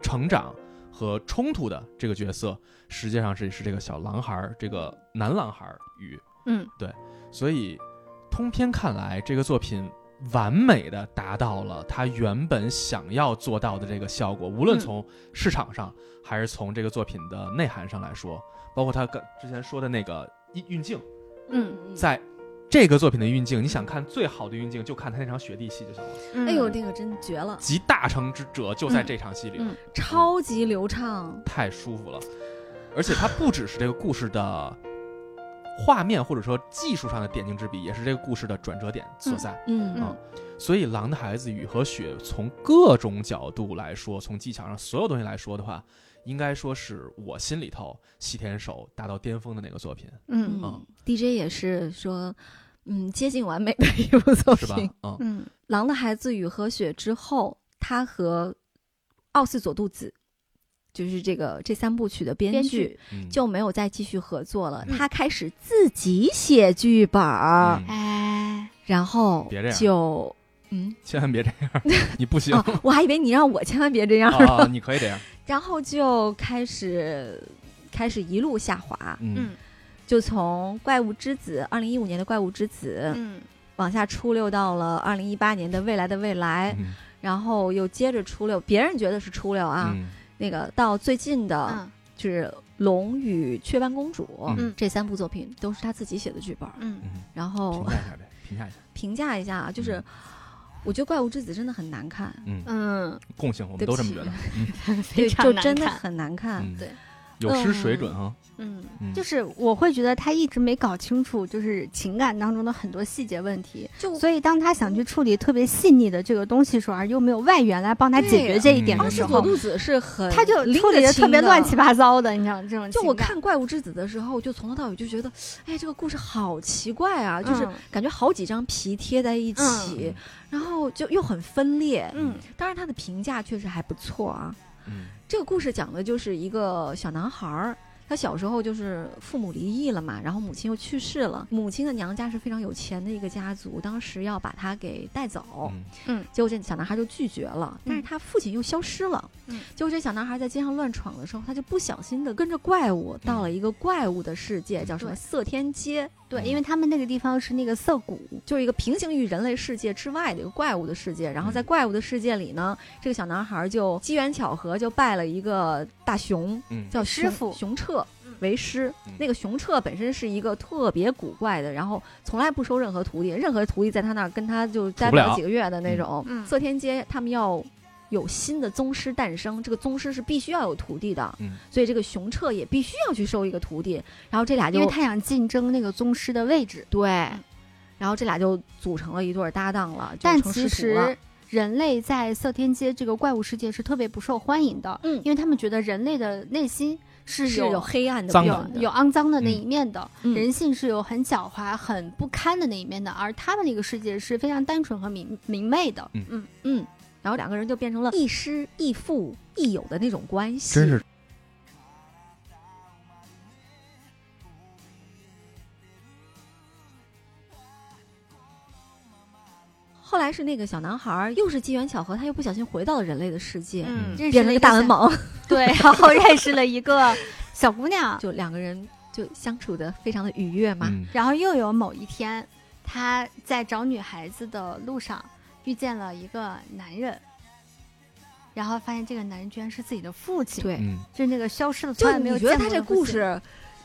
Speaker 1: 成长和冲突的这个角色，实际上是是这个小狼孩儿，这个男狼孩儿雨，
Speaker 3: 嗯，
Speaker 1: 对，所以通篇看来，这个作品完美的达到了他原本想要做到的这个效果，无论
Speaker 3: 嗯
Speaker 1: 从市场上、还是从这个作品的内涵上来说，包括他刚之前说的那个运运镜，
Speaker 3: 嗯，
Speaker 1: 在这个作品的运镜，你想看最好的运镜，就看他那场雪地戏就行了。
Speaker 3: 嗯
Speaker 2: 哎呦，这个真绝了，
Speaker 1: 集大成之者就在这场戏里了，
Speaker 3: 嗯嗯
Speaker 2: 超级流畅。
Speaker 1: 太舒服了。而且它不只是这个故事的画面或者说技术上的点睛之笔，也是这个故事的转折点所在。
Speaker 2: 嗯
Speaker 1: 啊所以，《狼的孩子》《雨和雪》从各种角度来说，从技巧上所有东西来说的话，应该说是我心里头西田守达到巅峰的那个作品，
Speaker 3: 嗯
Speaker 2: 嗯，DJ 也是说，嗯，接近完美的一部作
Speaker 1: 是吧
Speaker 2: 品。？
Speaker 1: 嗯
Speaker 3: 嗯
Speaker 2: 《狼的孩子与和雪》之后，他和奥斯佐杜子，就是这个这三部曲的编
Speaker 3: 编
Speaker 2: 剧
Speaker 3: 剧，
Speaker 1: 嗯，
Speaker 2: *laughs* 就没有再继续合作了。
Speaker 3: 嗯
Speaker 2: 他开始自己写剧本儿，
Speaker 1: 嗯
Speaker 3: 哎，
Speaker 2: 然后
Speaker 1: 别这样
Speaker 2: 就嗯，
Speaker 1: 千万别这样，你不行
Speaker 2: 啊我还以为你让我千万别这样呢。
Speaker 1: 啊，你可以这样，
Speaker 2: 然后就开始开始一路下滑，
Speaker 1: 嗯
Speaker 3: 嗯
Speaker 2: 就从《怪物之子》二零一五年的《怪物之子》
Speaker 3: 嗯
Speaker 2: 往下出溜到了二零一八年的《未来的未来》，
Speaker 1: 嗯
Speaker 2: 然后又接着出溜，别人觉得是出溜啊，
Speaker 1: 嗯
Speaker 2: 那个到最近的、
Speaker 3: 嗯
Speaker 2: 就是《龙与雀斑公主》
Speaker 3: 嗯
Speaker 2: 这三部作品都是他自己写的剧本，
Speaker 3: 嗯
Speaker 1: 嗯，
Speaker 2: 然
Speaker 1: 评
Speaker 2: 后
Speaker 1: 价一下呗，评价一下，
Speaker 2: 评价一下啊，就是。我觉得《怪物之子》真的很难看，
Speaker 1: 嗯，
Speaker 3: 嗯，
Speaker 1: 共性我们
Speaker 2: 对
Speaker 1: 都
Speaker 2: 不
Speaker 1: 这么
Speaker 2: 起啊
Speaker 1: 觉得，
Speaker 3: 非
Speaker 2: 对，
Speaker 3: 常
Speaker 2: 就
Speaker 3: 难
Speaker 2: 真的
Speaker 3: 看
Speaker 2: 很难看。
Speaker 1: 嗯，
Speaker 3: 对，
Speaker 1: 有失水准哈，
Speaker 3: 嗯，
Speaker 1: 嗯
Speaker 3: 就是我会觉得他一直没搞清楚，就是情感当中的很多细节问题，
Speaker 2: 就
Speaker 3: 所以当他想去处理特别细腻的这个东西时候，而又没有外援来帮他解决
Speaker 2: 对
Speaker 3: 这一点
Speaker 1: 嗯
Speaker 3: 的
Speaker 2: 二
Speaker 3: 时
Speaker 2: 世
Speaker 3: 候
Speaker 2: 佐，渡子是很
Speaker 3: 他就
Speaker 2: 拎
Speaker 3: 处
Speaker 2: 得
Speaker 3: 理得特
Speaker 2: 清
Speaker 3: 别
Speaker 2: 的
Speaker 3: 乱七八糟的，你知道这种情
Speaker 2: 就
Speaker 3: 感。
Speaker 2: 我看《怪物之子》的时候，我就从头到尾就觉得，哎，这个故事好奇怪啊，就是
Speaker 3: 嗯
Speaker 2: 感觉好几张皮贴在一起，然后就又很分裂。
Speaker 3: 嗯
Speaker 2: 当然，他的评价确实还不错啊。
Speaker 1: 嗯
Speaker 2: 这个故事讲的就是一个小男孩儿，他小时候就是父母离异了嘛，然后母亲又去世了，母亲的娘家是非常有钱的一个家族，当时要把他给带走。
Speaker 1: 嗯
Speaker 2: 结果这小男孩就拒绝了，但是他父亲又消失了。
Speaker 3: 嗯
Speaker 2: 结果这小男孩在街上乱闯的时候，他就不小心的跟着怪物到了一个怪物的世界，叫什么
Speaker 3: 嗯对
Speaker 2: 色天街，
Speaker 3: 对，因为他们那个地方是那个涩谷，
Speaker 2: 就是一个平行于人类世界之外的一个怪物的世
Speaker 3: 嗯
Speaker 2: 界。然后在怪物的世界里呢，这个小男孩就机缘巧合就拜了一个大熊，
Speaker 1: 嗯
Speaker 2: 叫
Speaker 3: 师
Speaker 2: 熊
Speaker 3: 傅
Speaker 2: 熊彻
Speaker 3: 嗯
Speaker 2: 为师
Speaker 1: 嗯。
Speaker 2: 那个熊彻本身是一个特别古怪的，然后从来不收任何徒弟，任何徒弟在他那儿跟他就待
Speaker 1: 处不了
Speaker 2: 几个月的那种
Speaker 3: 嗯。嗯
Speaker 2: 色天街他们要有新的宗师诞生，这个宗师是必须要有徒弟的，
Speaker 1: 嗯
Speaker 2: 所以这个熊彻也必须要去收一个徒弟，然后这俩
Speaker 3: 因
Speaker 2: 就
Speaker 3: 为他想竞争那个宗师的位置。
Speaker 2: 对，然后这俩就组成了一对儿搭档了，就
Speaker 3: 但
Speaker 2: 成
Speaker 3: 其
Speaker 2: 师徒了
Speaker 3: 实人类在色天街这个怪物世界是特别不受欢迎的，
Speaker 2: 嗯
Speaker 3: 因为他们觉得人类的内心是
Speaker 2: 是有黑暗的
Speaker 1: 脏
Speaker 2: 部
Speaker 1: 的
Speaker 3: 有
Speaker 2: 分的，
Speaker 3: 有肮脏的那
Speaker 1: 嗯
Speaker 3: 一面的，
Speaker 2: 嗯
Speaker 3: 人性是有很狡猾、很不堪的那一面的，而他们那个世界是非常单纯和明明媚的。
Speaker 1: 嗯
Speaker 3: 嗯，
Speaker 2: 嗯，然后两个人就变成了亦师亦父亦友的那种关系，
Speaker 1: 真是
Speaker 2: 后来是那个小男孩儿，又是机缘巧合，他又不小心回到了人类的世界，
Speaker 1: 嗯
Speaker 3: 认识
Speaker 2: 变成
Speaker 3: 了
Speaker 2: 一个大文
Speaker 3: 小，
Speaker 2: 盲，
Speaker 3: *laughs* 对，然后认识了一个小姑 *laughs* 娘，
Speaker 2: 就两个人就相处的非常的愉悦嘛。
Speaker 1: 嗯
Speaker 3: 然后又有某一天，他在找女孩子的路上遇见了一个男人，然后发现这个男人居然是自己的父亲，，
Speaker 2: 对，
Speaker 1: 嗯，
Speaker 3: 就是那个消失了，从
Speaker 2: 就
Speaker 3: 来没有
Speaker 2: 你觉得他
Speaker 3: 见过
Speaker 2: 这
Speaker 3: 的父
Speaker 2: 故
Speaker 3: 亲，
Speaker 2: 事，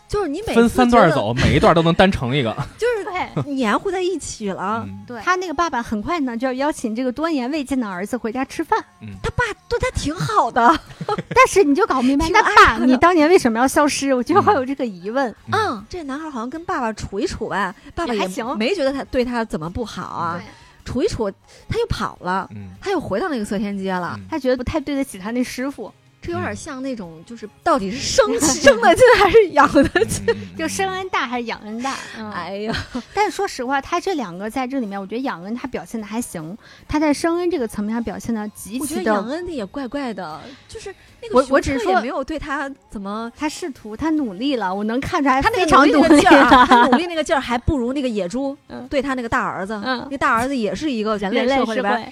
Speaker 2: 就是你每
Speaker 1: 分
Speaker 2: 次
Speaker 1: 三
Speaker 2: 觉
Speaker 1: 段
Speaker 2: 得
Speaker 1: 走，每一段都能单成一个，
Speaker 2: 就是
Speaker 3: 对。 *laughs*
Speaker 2: 黏糊在一起了。
Speaker 1: 嗯
Speaker 3: 对他那个爸爸很快呢就要邀请这个多年未见的儿子回家吃饭，
Speaker 2: 他爸对他挺好的， *laughs*
Speaker 3: 但是你就搞不明白，
Speaker 2: 挺
Speaker 3: 那
Speaker 2: 爱
Speaker 3: 爸
Speaker 2: 他的
Speaker 3: 你当年为什么要消失？我就会有这个疑问。
Speaker 1: 嗯
Speaker 2: 嗯，这男孩好像跟爸爸处一处吧，爸爸
Speaker 3: 也还
Speaker 2: 也
Speaker 3: 行
Speaker 2: 没觉得他对他怎么不好啊，处一处他又跑了，
Speaker 1: 嗯
Speaker 2: 他又回到那个色天街了。
Speaker 1: 嗯
Speaker 3: 他觉得不太对得起他那师傅，
Speaker 2: 这有点像那种，就是到底是生 *laughs* 生了劲还是养的劲？
Speaker 1: 嗯
Speaker 3: *laughs* 就生恩大还是养恩大？嗯，
Speaker 2: 哎呀，
Speaker 3: 但说实话，他这两个在这里面，我觉得养恩他表现的还行，他在生恩这个层面上表现的极
Speaker 2: 我觉
Speaker 3: 其
Speaker 2: 得杨
Speaker 3: 的，
Speaker 2: 恩的也怪怪的，就是那
Speaker 3: 我
Speaker 2: 个熊
Speaker 3: 我只
Speaker 2: 彻
Speaker 3: 是说
Speaker 2: 也没有对他怎么。
Speaker 3: 他试图，他努力了，我能看出来
Speaker 2: 他那
Speaker 3: 非
Speaker 2: 个
Speaker 3: 常
Speaker 2: 努
Speaker 3: 努
Speaker 2: 力那个劲儿啊，他
Speaker 3: 了。
Speaker 2: 努力那个劲儿还不如那个野猪
Speaker 3: *laughs* 嗯
Speaker 2: 对他那个大儿子。
Speaker 3: 嗯，
Speaker 2: 那大儿子也是一个人
Speaker 3: 人
Speaker 2: 类
Speaker 3: 类
Speaker 2: 社
Speaker 3: 社
Speaker 2: 会里边
Speaker 3: 会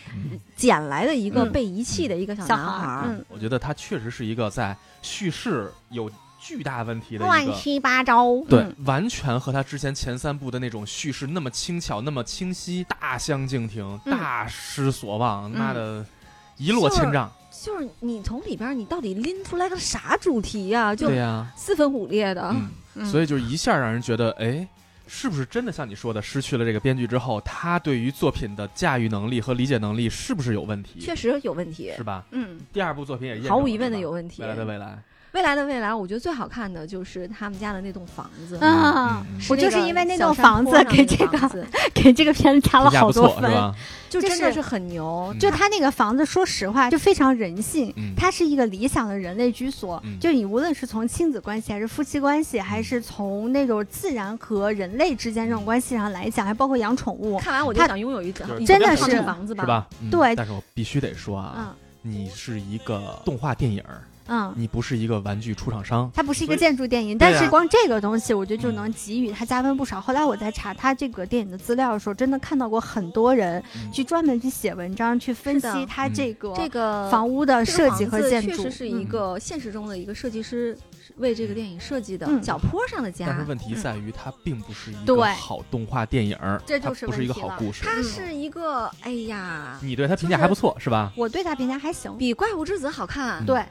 Speaker 2: 捡来的一个
Speaker 3: 嗯
Speaker 2: 被遗弃的一个小
Speaker 3: 小
Speaker 2: 男
Speaker 3: 孩
Speaker 2: 孩
Speaker 3: 儿，
Speaker 2: 儿，
Speaker 3: 嗯，
Speaker 1: 我觉得他确实是一个在叙事有巨大问题的一
Speaker 2: 乱
Speaker 1: 个。
Speaker 2: 七八糟。
Speaker 1: 对
Speaker 3: 嗯，
Speaker 1: 完全和他之前前三部的那种叙事那么轻巧、那么清晰，大相径庭，
Speaker 3: 嗯
Speaker 1: 大失所望，妈
Speaker 3: 嗯
Speaker 1: 的，一落
Speaker 2: 就是
Speaker 1: 千丈。
Speaker 2: 就是你从里边儿你到底拎出来个啥主题呀、就
Speaker 1: 对呀，
Speaker 2: 四分五裂的。
Speaker 1: 嗯，
Speaker 3: 嗯
Speaker 1: 所以就是一下让人觉得，哎，是不是真的像你说的，失去了这个编剧之后，他对于作品的驾驭能力和理解能力是不是有问题
Speaker 2: 确？实有问题，
Speaker 1: 是吧？
Speaker 3: 嗯，
Speaker 1: 第二部作品也验证
Speaker 2: 毫无
Speaker 1: 了
Speaker 2: 疑问的
Speaker 1: 是吧
Speaker 2: 有问题
Speaker 1: 未来的未来，
Speaker 2: 未来的未来，我觉得最好看的就是他们家的那栋房子。
Speaker 3: 嗯
Speaker 1: 嗯嗯
Speaker 2: 是
Speaker 3: 我
Speaker 2: 那个
Speaker 3: 就是因为那
Speaker 2: 小
Speaker 3: 栋
Speaker 2: 山
Speaker 3: 房
Speaker 2: 坡
Speaker 3: 子
Speaker 2: 上
Speaker 3: 给
Speaker 2: 那个
Speaker 3: 这个
Speaker 2: 房子
Speaker 3: 给这个片子加了
Speaker 1: 评价
Speaker 3: 好
Speaker 1: 不
Speaker 3: 多
Speaker 1: 错，
Speaker 3: 分
Speaker 1: 是。吧？
Speaker 2: 就
Speaker 3: *laughs* 就
Speaker 2: 真的
Speaker 3: 是
Speaker 2: 是很牛
Speaker 1: 嗯。
Speaker 3: 就他那个房子，说实话，就非常人性。
Speaker 1: 嗯
Speaker 3: 它是一个理想的人类居所，
Speaker 1: 嗯
Speaker 3: 就你无论是从亲子关系，还是夫妻关系，还是从那种自然和人类之间这种关系上来讲，还包括养宠物，
Speaker 1: 嗯
Speaker 2: 看完我就
Speaker 3: 哦他
Speaker 2: 想拥有一个
Speaker 1: 就是
Speaker 2: 一
Speaker 3: 真的
Speaker 2: 个房
Speaker 3: 是
Speaker 2: 子房子
Speaker 1: 是？吧？嗯
Speaker 3: 对
Speaker 1: 但是我必须得说啊，
Speaker 3: 嗯
Speaker 1: 你是一个动画电影儿，
Speaker 3: 嗯，
Speaker 1: 你不是一个玩具出厂商。
Speaker 3: 它不是一
Speaker 1: 所
Speaker 3: 个
Speaker 1: 以
Speaker 3: 建筑电影，
Speaker 1: 对啊
Speaker 3: 但是光这个东西，我觉得就
Speaker 1: 嗯
Speaker 3: 能给予它加分不少。后来我在查它这个电影的资料的时候，真的看到过很多人
Speaker 1: 嗯
Speaker 3: 去专门去写文章，去分
Speaker 2: 是
Speaker 3: 析
Speaker 2: 的
Speaker 3: 它
Speaker 1: 嗯
Speaker 3: 这个
Speaker 2: 这个
Speaker 3: 房屋的
Speaker 2: 这个
Speaker 3: 设计和
Speaker 2: 房子
Speaker 3: 建
Speaker 2: 确
Speaker 3: 筑
Speaker 2: 实，是一
Speaker 3: 嗯
Speaker 2: 个现实中的一个设计师为这个电影设计的
Speaker 3: 嗯
Speaker 2: 脚坡上的
Speaker 1: 但是
Speaker 2: 家。
Speaker 1: 问题在于，它并不是一个
Speaker 3: 对
Speaker 1: 好动画电影儿，
Speaker 3: 这就是
Speaker 1: 它不是一个
Speaker 3: 问题
Speaker 1: 好
Speaker 3: 了
Speaker 1: 故事。
Speaker 2: 它
Speaker 1: 嗯
Speaker 2: 是一个，哎呀，
Speaker 1: 你对它评价还不错，是吧？
Speaker 3: 嗯我对它评价还行。
Speaker 2: 比《怪物之子》好看
Speaker 1: 嗯，
Speaker 3: 对，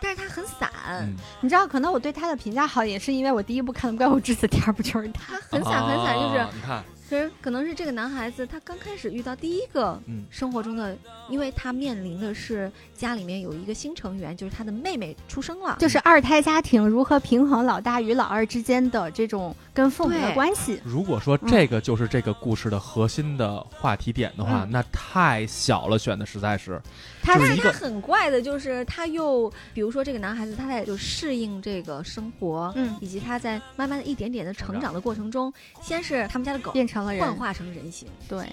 Speaker 2: 但是它很散
Speaker 1: 嗯，，
Speaker 3: 你知道，可能我对他的评价好，也是因为我第一部看的《怪物之子》，第二部就是他，
Speaker 2: 它很散很散，就是
Speaker 1: 啊你看，
Speaker 2: 实可能是这个男孩子他刚开始遇到第一个
Speaker 1: 嗯
Speaker 2: 生活中的，因为他面临的是家里面有一个新成员，就是他的妹妹出生了，
Speaker 3: 就是二胎家庭如何平衡老大与老二之间的这种跟父母的
Speaker 2: 对
Speaker 3: 关系。
Speaker 1: 如果说这个就是这个故事的核心的话题点的话，
Speaker 3: 嗯
Speaker 1: 那太小了，选的实在是
Speaker 3: 他
Speaker 1: 就是
Speaker 2: 但
Speaker 1: 一
Speaker 2: 是他
Speaker 1: 个
Speaker 2: 很怪的，就是他又，比如说这个男孩子，他在就适应这个生活，
Speaker 3: 嗯，
Speaker 2: 以及他在慢慢的一点点的成长的过程中，先是他们家的狗
Speaker 3: 变成了
Speaker 2: 幻
Speaker 3: 人，
Speaker 2: 化成人形，
Speaker 3: 对，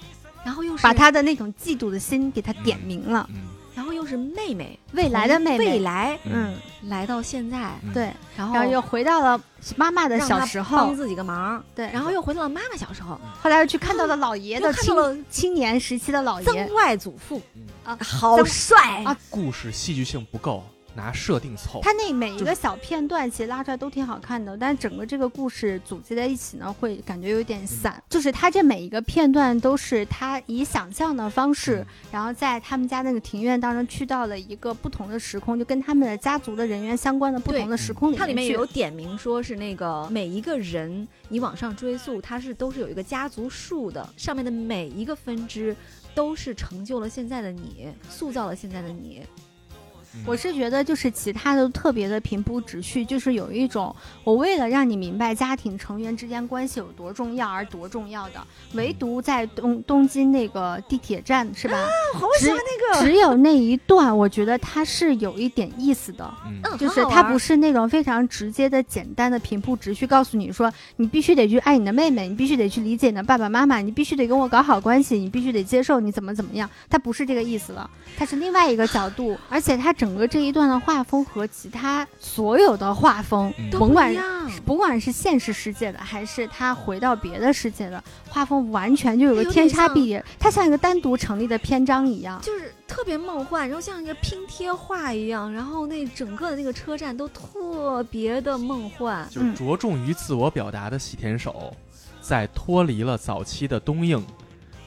Speaker 2: 然后又是
Speaker 3: 把，他的那种嫉妒的心给他点明了。
Speaker 1: 嗯
Speaker 2: 然后又是妹妹，
Speaker 3: 未来的妹
Speaker 2: 嗯
Speaker 3: 妹
Speaker 2: 未来
Speaker 3: 嗯，
Speaker 2: 来到现在，
Speaker 1: 嗯
Speaker 3: 对，
Speaker 2: 然后
Speaker 3: 然后又回到了妈妈的
Speaker 2: 让
Speaker 3: 小
Speaker 2: 他
Speaker 3: 时
Speaker 2: 帮
Speaker 3: 候，
Speaker 2: 自己个忙，
Speaker 3: 对，
Speaker 2: 然后又回到了妈妈小时候，
Speaker 3: 后来又去看到了老爷
Speaker 2: 又
Speaker 3: 的
Speaker 2: 看
Speaker 3: 青
Speaker 2: 到了
Speaker 3: 青年时期的老爷
Speaker 2: 曾，外祖父
Speaker 1: 嗯，
Speaker 3: 啊
Speaker 2: 好
Speaker 3: 嗯曾
Speaker 2: 帅
Speaker 3: 啊
Speaker 1: 故事戏剧性不够，拿设定凑。
Speaker 3: 他那每一
Speaker 1: 就
Speaker 3: 个小片段其实拉出来都挺好看的，但整个这个故事组织在一起呢，会感觉有点散。
Speaker 2: 嗯
Speaker 3: 就是他这每一个片段都是他以想象的方
Speaker 2: 嗯
Speaker 3: 式，然后在他们家那个庭院当中去到了一个不同的时空，就跟他们的家族的人员相关的不
Speaker 2: 对
Speaker 3: 同嗯的时空里
Speaker 2: 它里面
Speaker 3: 去
Speaker 2: 也有点名说是那个每一个人，你往上追溯，它是都是有一个家族树的，上面的每一个分支都是成就了现在的你，塑造了现在的你。
Speaker 1: 嗯
Speaker 3: 我是觉得就是其他的都特别的平铺直叙，就是有一种我为了让你明白家庭成员之间关系有多重要而多重要的，唯独在东东京那个地铁站是吧？
Speaker 2: 好
Speaker 3: 喜欢
Speaker 2: 那
Speaker 3: 只有那一段，我觉得它是有一点意思的。
Speaker 1: 嗯
Speaker 2: 嗯，
Speaker 3: 就是
Speaker 2: 他
Speaker 3: 它不是那种非常直接的、简单的平铺直叙，告诉你说你必须得去爱你的妹妹，你必须得去理解你的爸爸妈妈，你必须得跟我搞好关系，你必须得接受你怎么怎么样。它不是这个意思了，它是另外一个角度，而且它整个这一段的画风和其他所有的画风，
Speaker 1: 嗯
Speaker 2: 都
Speaker 3: 甭
Speaker 2: 不
Speaker 3: 管
Speaker 2: 一样，
Speaker 3: 不管是现实世界的，还是他回到别的世界的，画风完全就有个
Speaker 2: 有
Speaker 3: 天
Speaker 2: 点
Speaker 3: 差
Speaker 2: 像
Speaker 3: 地别，它像一个单独成立的篇章一样。
Speaker 2: 就是特别梦幻，然后像一个拼贴画一样，然后那整个的那个车站都特别的梦幻。
Speaker 1: 就是着重于自我表达的细田守，在脱离了早期的东映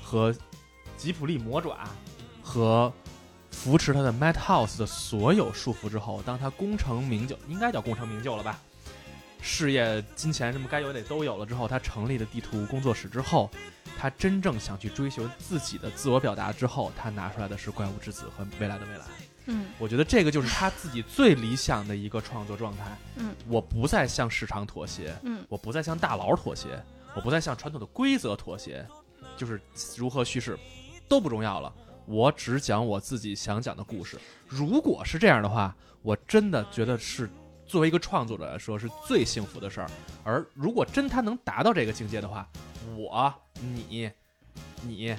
Speaker 1: 和吉普力魔爪和扶持他的 Madhouse 的所有束缚之后，当他功成名就，应该叫功成名就了吧？事业、金钱什么该有的都有了之后，他成立了地图工作室之后，他真正想去追求自己的自我表达之后，他拿出来的是《怪物之子》和《未来的未来》。
Speaker 3: 嗯，
Speaker 1: 我觉得这个就是他自己最理想的一个创作状态。
Speaker 3: 嗯，
Speaker 1: 我不再向市场妥协，
Speaker 3: 嗯，
Speaker 1: 我不再向大佬妥协，我不再向传统的规则妥协，就是如何叙事都不重要了。我只讲我自己想讲的故事。如果是这样的话，我真的觉得是作为一个创作者来说是最幸福的事儿。而如果真他能达到这个境界的话，我、你、你，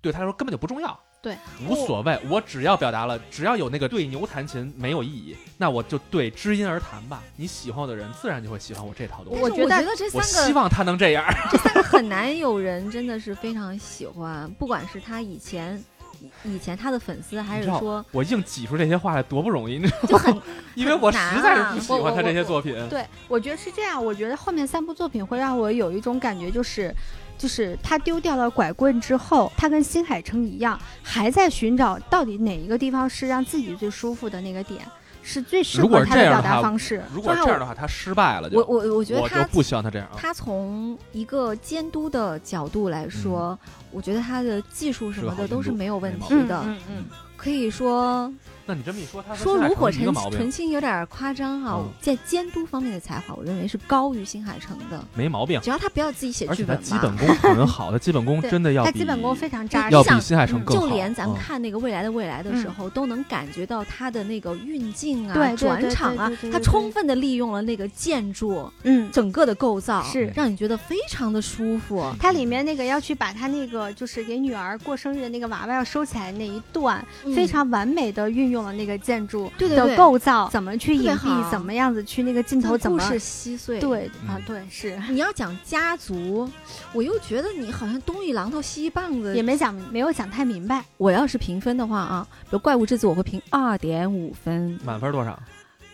Speaker 1: 对他来说根本就不重要。
Speaker 3: 对，
Speaker 1: 无所谓，我只要表达了，只要有那个对牛弹琴没有意义，那我就对知音而弹吧。你喜欢我的人，自然就会喜欢我这套东西。
Speaker 2: 但是
Speaker 3: 我觉
Speaker 2: 我
Speaker 3: 得
Speaker 2: 觉得这
Speaker 1: 我
Speaker 2: 三个
Speaker 1: 希望他能这样。
Speaker 2: 这三个很难有人真的是非常喜欢，不管是他以前。以以前他的粉丝还
Speaker 1: 你
Speaker 2: 是
Speaker 1: 知道
Speaker 2: 说
Speaker 1: *laughs* 我硬挤出这些话来多不容易，你 *laughs* 知道
Speaker 2: 就很
Speaker 1: 吗因为我实在是不喜欢他这些作品。
Speaker 3: 对，我觉得是这样。我觉得后面三部作品会让我有一种感觉，就是，就是他丢掉了拐棍之后，他跟新海诚一样，还在寻找到底哪一个地方是让自己最舒服的那个点，是最适
Speaker 1: 如果
Speaker 3: 合
Speaker 1: 是
Speaker 3: 他
Speaker 1: 这
Speaker 3: 的
Speaker 1: 样
Speaker 3: 表
Speaker 1: 的话
Speaker 3: 达方式。
Speaker 1: 如果是这样的话，他失败了就。
Speaker 2: 我我我觉得
Speaker 1: 我
Speaker 2: 他
Speaker 1: 就不希望他这样啊。
Speaker 2: 他从一个监督的角度来说，我觉得他的技术什么
Speaker 1: 嗯这个好
Speaker 2: 的
Speaker 1: 监督
Speaker 2: 都是没有问
Speaker 1: 没
Speaker 2: 题
Speaker 3: 嗯
Speaker 2: 的。
Speaker 3: 嗯嗯，
Speaker 2: 可以说
Speaker 1: 那你这么一说，他
Speaker 2: 说
Speaker 1: 现在
Speaker 2: 炉火
Speaker 1: 成一个
Speaker 2: 纯
Speaker 1: 毛
Speaker 2: 纯
Speaker 1: 病，
Speaker 2: 青有点夸张啊，
Speaker 1: 嗯
Speaker 2: 在监督方面的才华，我认为是高于新海诚的。
Speaker 1: 没毛病。
Speaker 2: 只要他不要自己写
Speaker 1: 而
Speaker 2: 剧
Speaker 1: 且他
Speaker 2: 本
Speaker 1: 基本
Speaker 2: 吧。
Speaker 1: 功很好，他基本功
Speaker 3: 对
Speaker 1: 真的要
Speaker 3: 他
Speaker 1: 比
Speaker 3: 基本功非常扎
Speaker 2: 你
Speaker 3: 实
Speaker 1: 要。
Speaker 2: 想
Speaker 1: 比新海诚更好。
Speaker 2: 就连咱们
Speaker 1: 嗯
Speaker 2: 看那个《未来的未来》的时候，都能感觉到他的那个运镜啊、
Speaker 3: 嗯对对对
Speaker 2: 转场啊
Speaker 3: 对对对对，
Speaker 2: 他充分的利用了那个建筑
Speaker 3: 嗯，
Speaker 2: 整个的构
Speaker 1: 啊
Speaker 2: 造，
Speaker 1: 嗯
Speaker 3: 是
Speaker 2: 让你觉得非常的舒服。
Speaker 3: 它里面那个要去把他那个就是给女儿过生日的那个娃娃要收起来那一段，
Speaker 2: 嗯
Speaker 3: 非常完美的运用了那个建筑
Speaker 2: 对对
Speaker 3: 的
Speaker 2: 对
Speaker 3: 构造，怎么去
Speaker 2: 特别
Speaker 3: 隐蔽，
Speaker 2: 好
Speaker 3: 怎么样子去那个镜头怎
Speaker 2: 故
Speaker 3: 么
Speaker 2: 事稀碎。，
Speaker 3: 对啊
Speaker 1: 嗯
Speaker 3: 对是。
Speaker 2: 你要讲家族，我又觉得你好像东一榔头西一棒子
Speaker 3: 也。没讲，没有讲太明白。
Speaker 2: 我要是评分的话啊，比如《怪物之子》，我会评二点五分，
Speaker 1: 满分多少？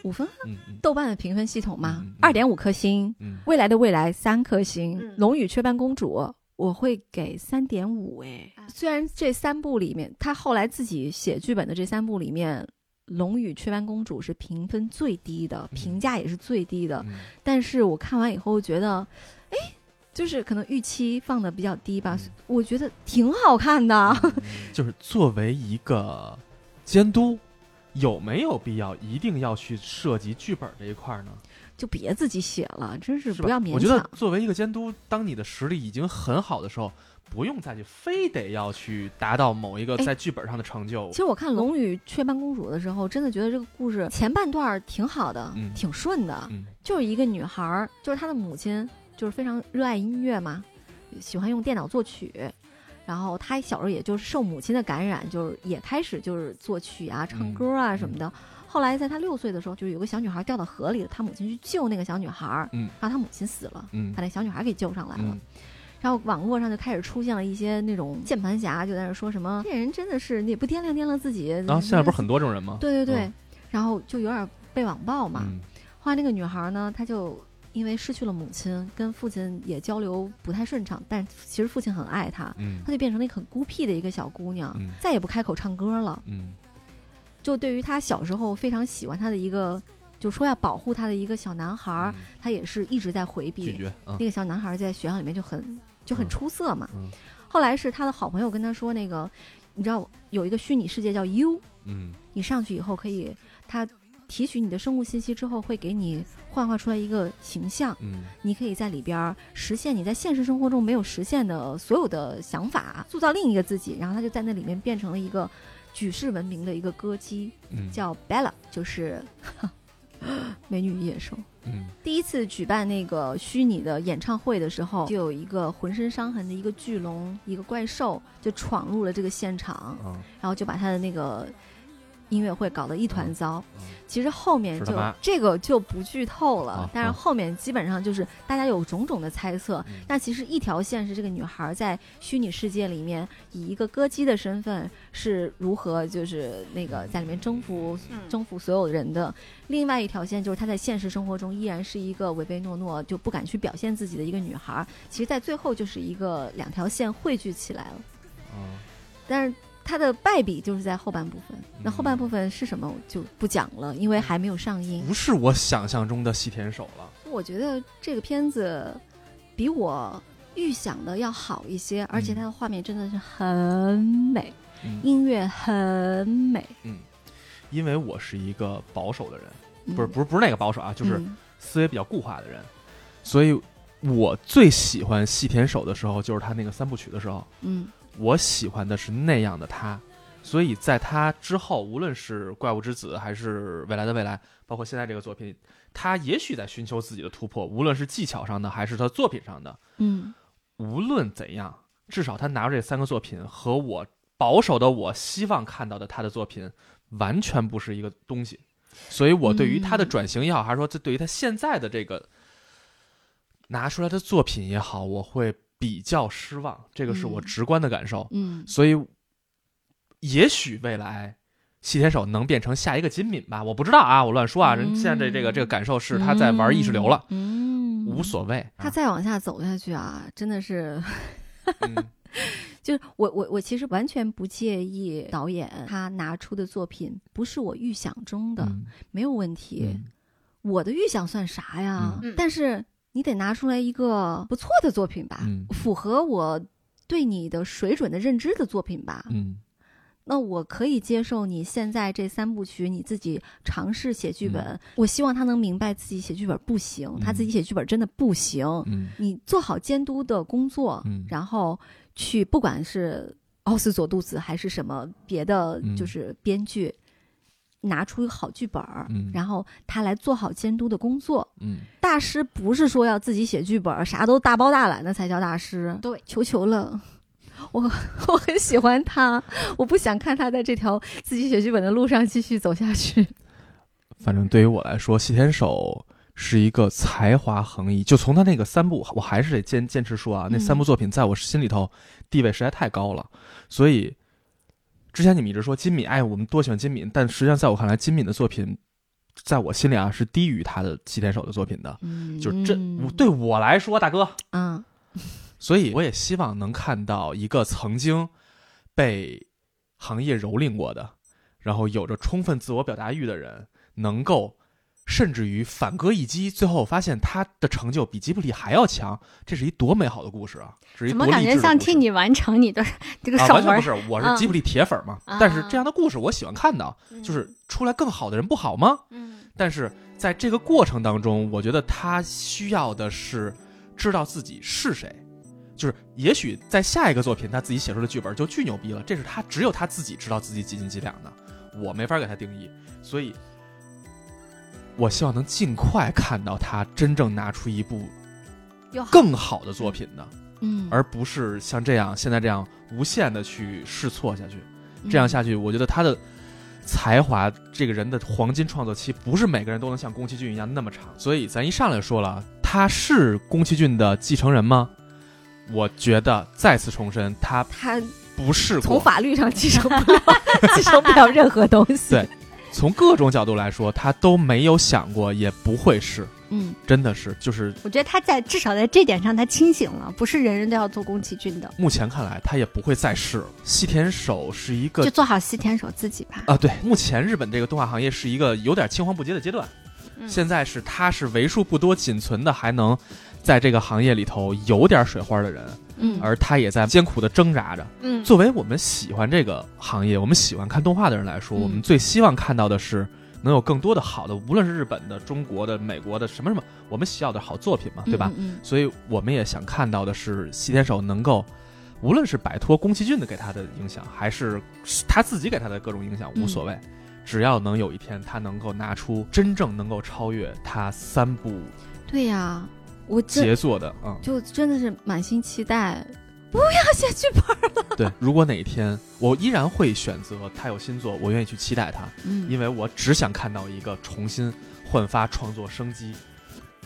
Speaker 2: 五分。啊
Speaker 1: 嗯嗯
Speaker 2: 豆瓣的评分系统嘛
Speaker 1: 嗯嗯，嗯
Speaker 2: 二点五颗星。
Speaker 1: 嗯，
Speaker 2: 未来的未来三颗星，
Speaker 3: 嗯
Speaker 2: 龙与雀斑公主》我会给三点五。哎
Speaker 3: 啊，
Speaker 2: 虽然这三部里面，他后来自己写剧本的这三部里面，《龙与雀斑公主》是评分最低的，
Speaker 1: 嗯
Speaker 2: 评价也是最低的。
Speaker 1: 嗯
Speaker 2: 但是我看完以后觉得，哎，就是可能预期放的比较低吧
Speaker 1: 嗯，
Speaker 2: 我觉得挺好看的。
Speaker 1: 就是作为一个监督，有没有必要一定要去涉及剧本这一块儿呢？
Speaker 2: 就别自己写了，真是
Speaker 1: 是
Speaker 2: 不
Speaker 1: 吧
Speaker 2: 要勉
Speaker 1: 我觉得
Speaker 2: 强。
Speaker 1: 作为一个监督，当你的实力已经很好的时候，不用再去非得要去达到某一个
Speaker 2: 哎
Speaker 1: 在剧本上的成就
Speaker 2: 其。实我看《龙与雀斑公主》的时候，真的觉得这个故事前半段儿挺好的，
Speaker 1: 嗯
Speaker 2: 挺顺的，
Speaker 1: 嗯，
Speaker 2: 就是一个女孩儿，就是她的母亲，就是非常热爱音乐嘛，喜欢用电脑作曲。然后她小时候也就是受母亲的感染，就是也开始就是作曲啊、唱歌啊什么的。后来在她六岁的时候，就是有个小女孩掉到河里了，她母亲去救那个小女孩，
Speaker 1: 嗯，
Speaker 2: 然后她母亲死了，
Speaker 1: 嗯
Speaker 2: 把那小女孩给救上来了。
Speaker 1: 嗯
Speaker 2: 然后网络上就开始出现了一些那种键盘侠，就在那儿说什么啊这人真的是你不掂量掂量自己。
Speaker 1: 然后现在不是很多这种人吗？
Speaker 2: 对对对，
Speaker 1: 嗯
Speaker 2: 然后就有点被网暴嘛。
Speaker 1: 嗯
Speaker 2: 后来那个女孩呢，她就因为失去了母亲，跟父亲也交流不太顺畅，但其实父亲很爱她，
Speaker 1: 嗯
Speaker 2: 她就变成了一个很孤僻的一个小姑娘，
Speaker 1: 嗯
Speaker 2: 再也不开口唱歌了。
Speaker 1: 嗯
Speaker 2: 就对于她小时候非常喜欢她的一个，就说要保护她的一个小男孩儿，
Speaker 1: 嗯
Speaker 2: 她也是一直在回
Speaker 1: 拒
Speaker 2: 避。
Speaker 1: 绝啊
Speaker 2: 那，个小男孩在学校里面就很就很
Speaker 1: 嗯
Speaker 2: 出色嘛。
Speaker 1: 嗯
Speaker 2: 后来是她的好朋友跟她说，那个你知道有一个虚拟世界叫 U，
Speaker 1: 嗯
Speaker 2: 你上去以后可以，它提取你的生物信息之后，会给你幻化出来一个形象，
Speaker 1: 嗯
Speaker 2: 你可以在里边儿实现你在现实生活中没有实现的所有的想法，塑造另一个自己。然后他就在那里面变成了一个举世闻名的一个歌姬，
Speaker 1: 嗯，
Speaker 2: 叫 Bella，就是 *laughs* 美女与野兽。
Speaker 1: 嗯
Speaker 2: 第一次举办那个虚拟的演唱会的时候，就有一个浑身伤痕的一个巨龙，一个怪兽就闯入了这个现场，
Speaker 1: 啊
Speaker 2: 然后就把他的那个音乐会搞得一团糟。
Speaker 1: 嗯
Speaker 2: 其实后面
Speaker 1: 是
Speaker 2: 就
Speaker 1: 他妈
Speaker 2: 这个就不剧透了，
Speaker 1: 啊
Speaker 2: 但是
Speaker 1: 啊
Speaker 2: 后面基本上就是大家有种种的猜测。
Speaker 1: 嗯
Speaker 2: 那其实一条线是这个女孩在虚拟世界里面以一个歌姬的身份是如何就是那个在里面征服
Speaker 3: 嗯
Speaker 2: 征服所有人的，另外一条线就是她在现实生活中依然是一个唯唯诺诺就不敢去表现自己的一个女孩。其实，在最后就是一个两条线汇聚起来了。
Speaker 1: 啊
Speaker 2: 但是它的败笔就是在后半部分。那后半
Speaker 1: 嗯
Speaker 2: 部分是什么，我就不讲了，因为还没有上映。
Speaker 1: 不是我想象中的细田守了。
Speaker 2: 我觉得这个片子比我预想的要好一些，而且它的画面真的是很美，
Speaker 1: 嗯
Speaker 2: 音乐很美。
Speaker 1: 嗯，因为我是一个保守的人，
Speaker 2: 嗯
Speaker 1: 不是不是不是那个保守啊，就是
Speaker 2: 嗯
Speaker 1: 思维比较固化的人，所以我最喜欢细田守的时候，就是他那个三部曲的时候，
Speaker 2: 嗯
Speaker 1: 我喜欢的是那样的他。所以在他之后，无论是《怪物之子》还是《未来的未来》，包括现在这个作品，他也许在寻求自己的突破，无论是技巧上的还是他作品上的，
Speaker 2: 嗯
Speaker 1: 无论怎样，至少他拿出这三个作品和我保守的我希望看到的他的作品完全不是一个东西，所以我对于他的转型也好，还是说这对于他现在的这个拿出来的作品也好，我会比较失望，这个是我
Speaker 2: 嗯
Speaker 1: 直观的感受。
Speaker 2: 嗯
Speaker 1: 所以，也许未来细田守能变成下一个金敏吧，我不知道啊，我乱说啊。人
Speaker 2: 嗯
Speaker 1: 现在这这个这个感受是他在玩意识流了，，
Speaker 2: 嗯，
Speaker 1: 无。所谓。啊
Speaker 2: 他再往下走下去啊，真的是 *laughs*
Speaker 1: 嗯
Speaker 2: 就是我我我其实完全不介意导演他拿出的作品不是我预想中的，
Speaker 1: 嗯
Speaker 2: 没有问题。
Speaker 1: 嗯
Speaker 2: 我的预想算啥呀？
Speaker 3: 嗯
Speaker 2: 但是你得拿出来一个不错的作品吧，
Speaker 1: 嗯
Speaker 2: 符合我对你的水准的认知的作品吧。
Speaker 1: 嗯
Speaker 2: 那我可以接受你现在这三部曲，你自己尝试写
Speaker 1: 嗯
Speaker 2: 剧本。我希望他能明白自己写剧本不行，他自己写剧本真的不行。
Speaker 1: 嗯
Speaker 2: 你做好监督的工作，
Speaker 1: 嗯
Speaker 2: 然后去不管是奥斯佐杜子还是什么别的
Speaker 1: 嗯，
Speaker 2: 就是编剧、拿出一个好剧本儿，
Speaker 1: 嗯
Speaker 2: 然后他来做好监督的工作。
Speaker 1: 嗯
Speaker 2: 大师不是说要自己写剧本儿，啥都大包大揽的才叫大师。
Speaker 3: 对，
Speaker 2: 求求了。我我很喜欢他，我不想看他在这条自己写剧本的路上继续走下去。
Speaker 1: 反正对于我来说，细田守是一个才华横溢。就从他那个三部，我还是得坚坚持说啊，那
Speaker 2: 嗯
Speaker 1: 三部作品在我心里头地位实在太高了。所以之前你们一直说金敏，哎，我们多喜欢金敏，但实际上在我看来，金敏的作品在我心里啊是低于他的细田守的作品的。
Speaker 2: 嗯
Speaker 1: 就是这我对我来说，大哥，
Speaker 2: 啊，
Speaker 1: 所以我也希望能看到一个曾经被行业蹂躏过的，然后有着充分自我表达欲的人，能够甚至于反戈一击，最后我发现他的成就比吉卜力还要强，这是一多美好的故事啊！这是一
Speaker 3: 怎
Speaker 1: 多
Speaker 3: 么感
Speaker 1: 励
Speaker 3: 觉
Speaker 1: 志的
Speaker 3: 像
Speaker 1: 故事
Speaker 3: 替你完成你的 *laughs* 这个
Speaker 1: 啊，
Speaker 3: 爽
Speaker 1: 完
Speaker 3: 文
Speaker 1: 全
Speaker 3: 儿
Speaker 1: 不？是，我是吉卜力铁粉嘛。
Speaker 3: 嗯
Speaker 1: 但是这样的故事我喜欢看的，就是出来更好的人不好吗？
Speaker 3: 嗯
Speaker 1: 但是在这个过程当中，我觉得他需要的是知道自己是谁，就是也许在下一个作品他自己写出的剧本就巨牛逼了，这是他只有他自己知道自己几斤几两的，我没法给他定义，所以我希望能尽快看到他真正拿出一部
Speaker 3: 又好
Speaker 1: 更好的作品的，
Speaker 2: 嗯，
Speaker 1: 而不是像这样现在这样无限的去试错下去。这样
Speaker 2: 嗯
Speaker 1: 下去，我觉得他的才华，这个人的黄金创作期，不是每个人都能像宫崎骏一样那么长。所以咱一上来就说了，啊他是宫崎骏的继承人吗？我觉得再次重申，他
Speaker 2: 他
Speaker 1: 不是
Speaker 2: 从
Speaker 1: 过。
Speaker 2: 法律上继承不了，继承不了任何东西。
Speaker 1: 对从各种角度来说，他都没有想过，也不会是，
Speaker 2: 嗯，
Speaker 1: 真的是，就是
Speaker 3: 我觉得他在至少在这点上他清醒了，不是人人都要做宫崎骏的，
Speaker 1: 目前看来，他也不会再是了。细田守是一个
Speaker 3: 就做好西田守自己吧。
Speaker 1: 啊，对，目前日本这个动画行业是一个有点青黄不接的阶段，
Speaker 3: 嗯
Speaker 1: 现在是他是为数不多仅存的还能在这个行业里头有点水花的人，
Speaker 2: 嗯
Speaker 1: 而他也在艰苦的挣扎着。
Speaker 3: 嗯，
Speaker 1: 作为我们喜欢这个行业，我们喜欢看动画的人来说，
Speaker 2: 嗯
Speaker 1: 我们最希望看到的是能有更多的好的，无论是日本的、中国的、美国的什么什么，我们需要的好作品嘛，对吧？
Speaker 2: 嗯，
Speaker 1: 所以我们也想看到的是西田守能够，无论是摆脱宫崎骏的给他的影响，还是他自己给他的各种影响，
Speaker 2: 嗯
Speaker 1: 无所谓。只要能有一天他能够拿出真正能够超越他三部
Speaker 2: 嗯对呀、我真
Speaker 1: 杰作的啊、
Speaker 2: 就真的是满心期待，不要写剧本儿。
Speaker 1: 嗯，对。 *laughs* 如果哪一天我依然会选择他有新作，我愿意去期待他，
Speaker 2: 嗯
Speaker 1: 因为我只想看到一个重新焕发创作生机、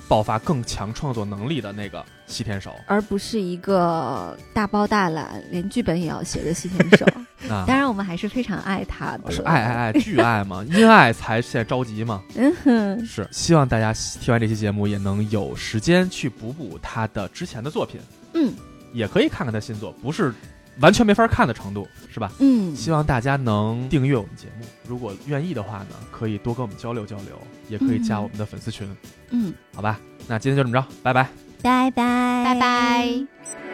Speaker 1: 爆发更强创作能力的那个西田守
Speaker 2: 而不是一个大包大揽，连剧本也要写的西
Speaker 1: *laughs*
Speaker 2: 田守。
Speaker 1: 啊。
Speaker 2: 当然，我们还是非常爱他的，
Speaker 1: 是爱爱爱巨爱嘛，因爱才现在着急嘛。
Speaker 2: 嗯哼，
Speaker 1: 是，希望大家听完这期节目也能有时间去补补他的之前的作品，
Speaker 2: 嗯
Speaker 1: 也可以看看他新作，不是完全没法看的程度，是吧？
Speaker 2: 嗯，
Speaker 1: 希望大家能订阅我们节目，如果愿意的话呢，可以多跟我们交流交流，也可以加
Speaker 2: 嗯
Speaker 1: 我们的粉丝群，
Speaker 2: 嗯，
Speaker 1: 好吧？那今天就这么着，拜拜。
Speaker 2: 拜拜，
Speaker 3: 拜拜。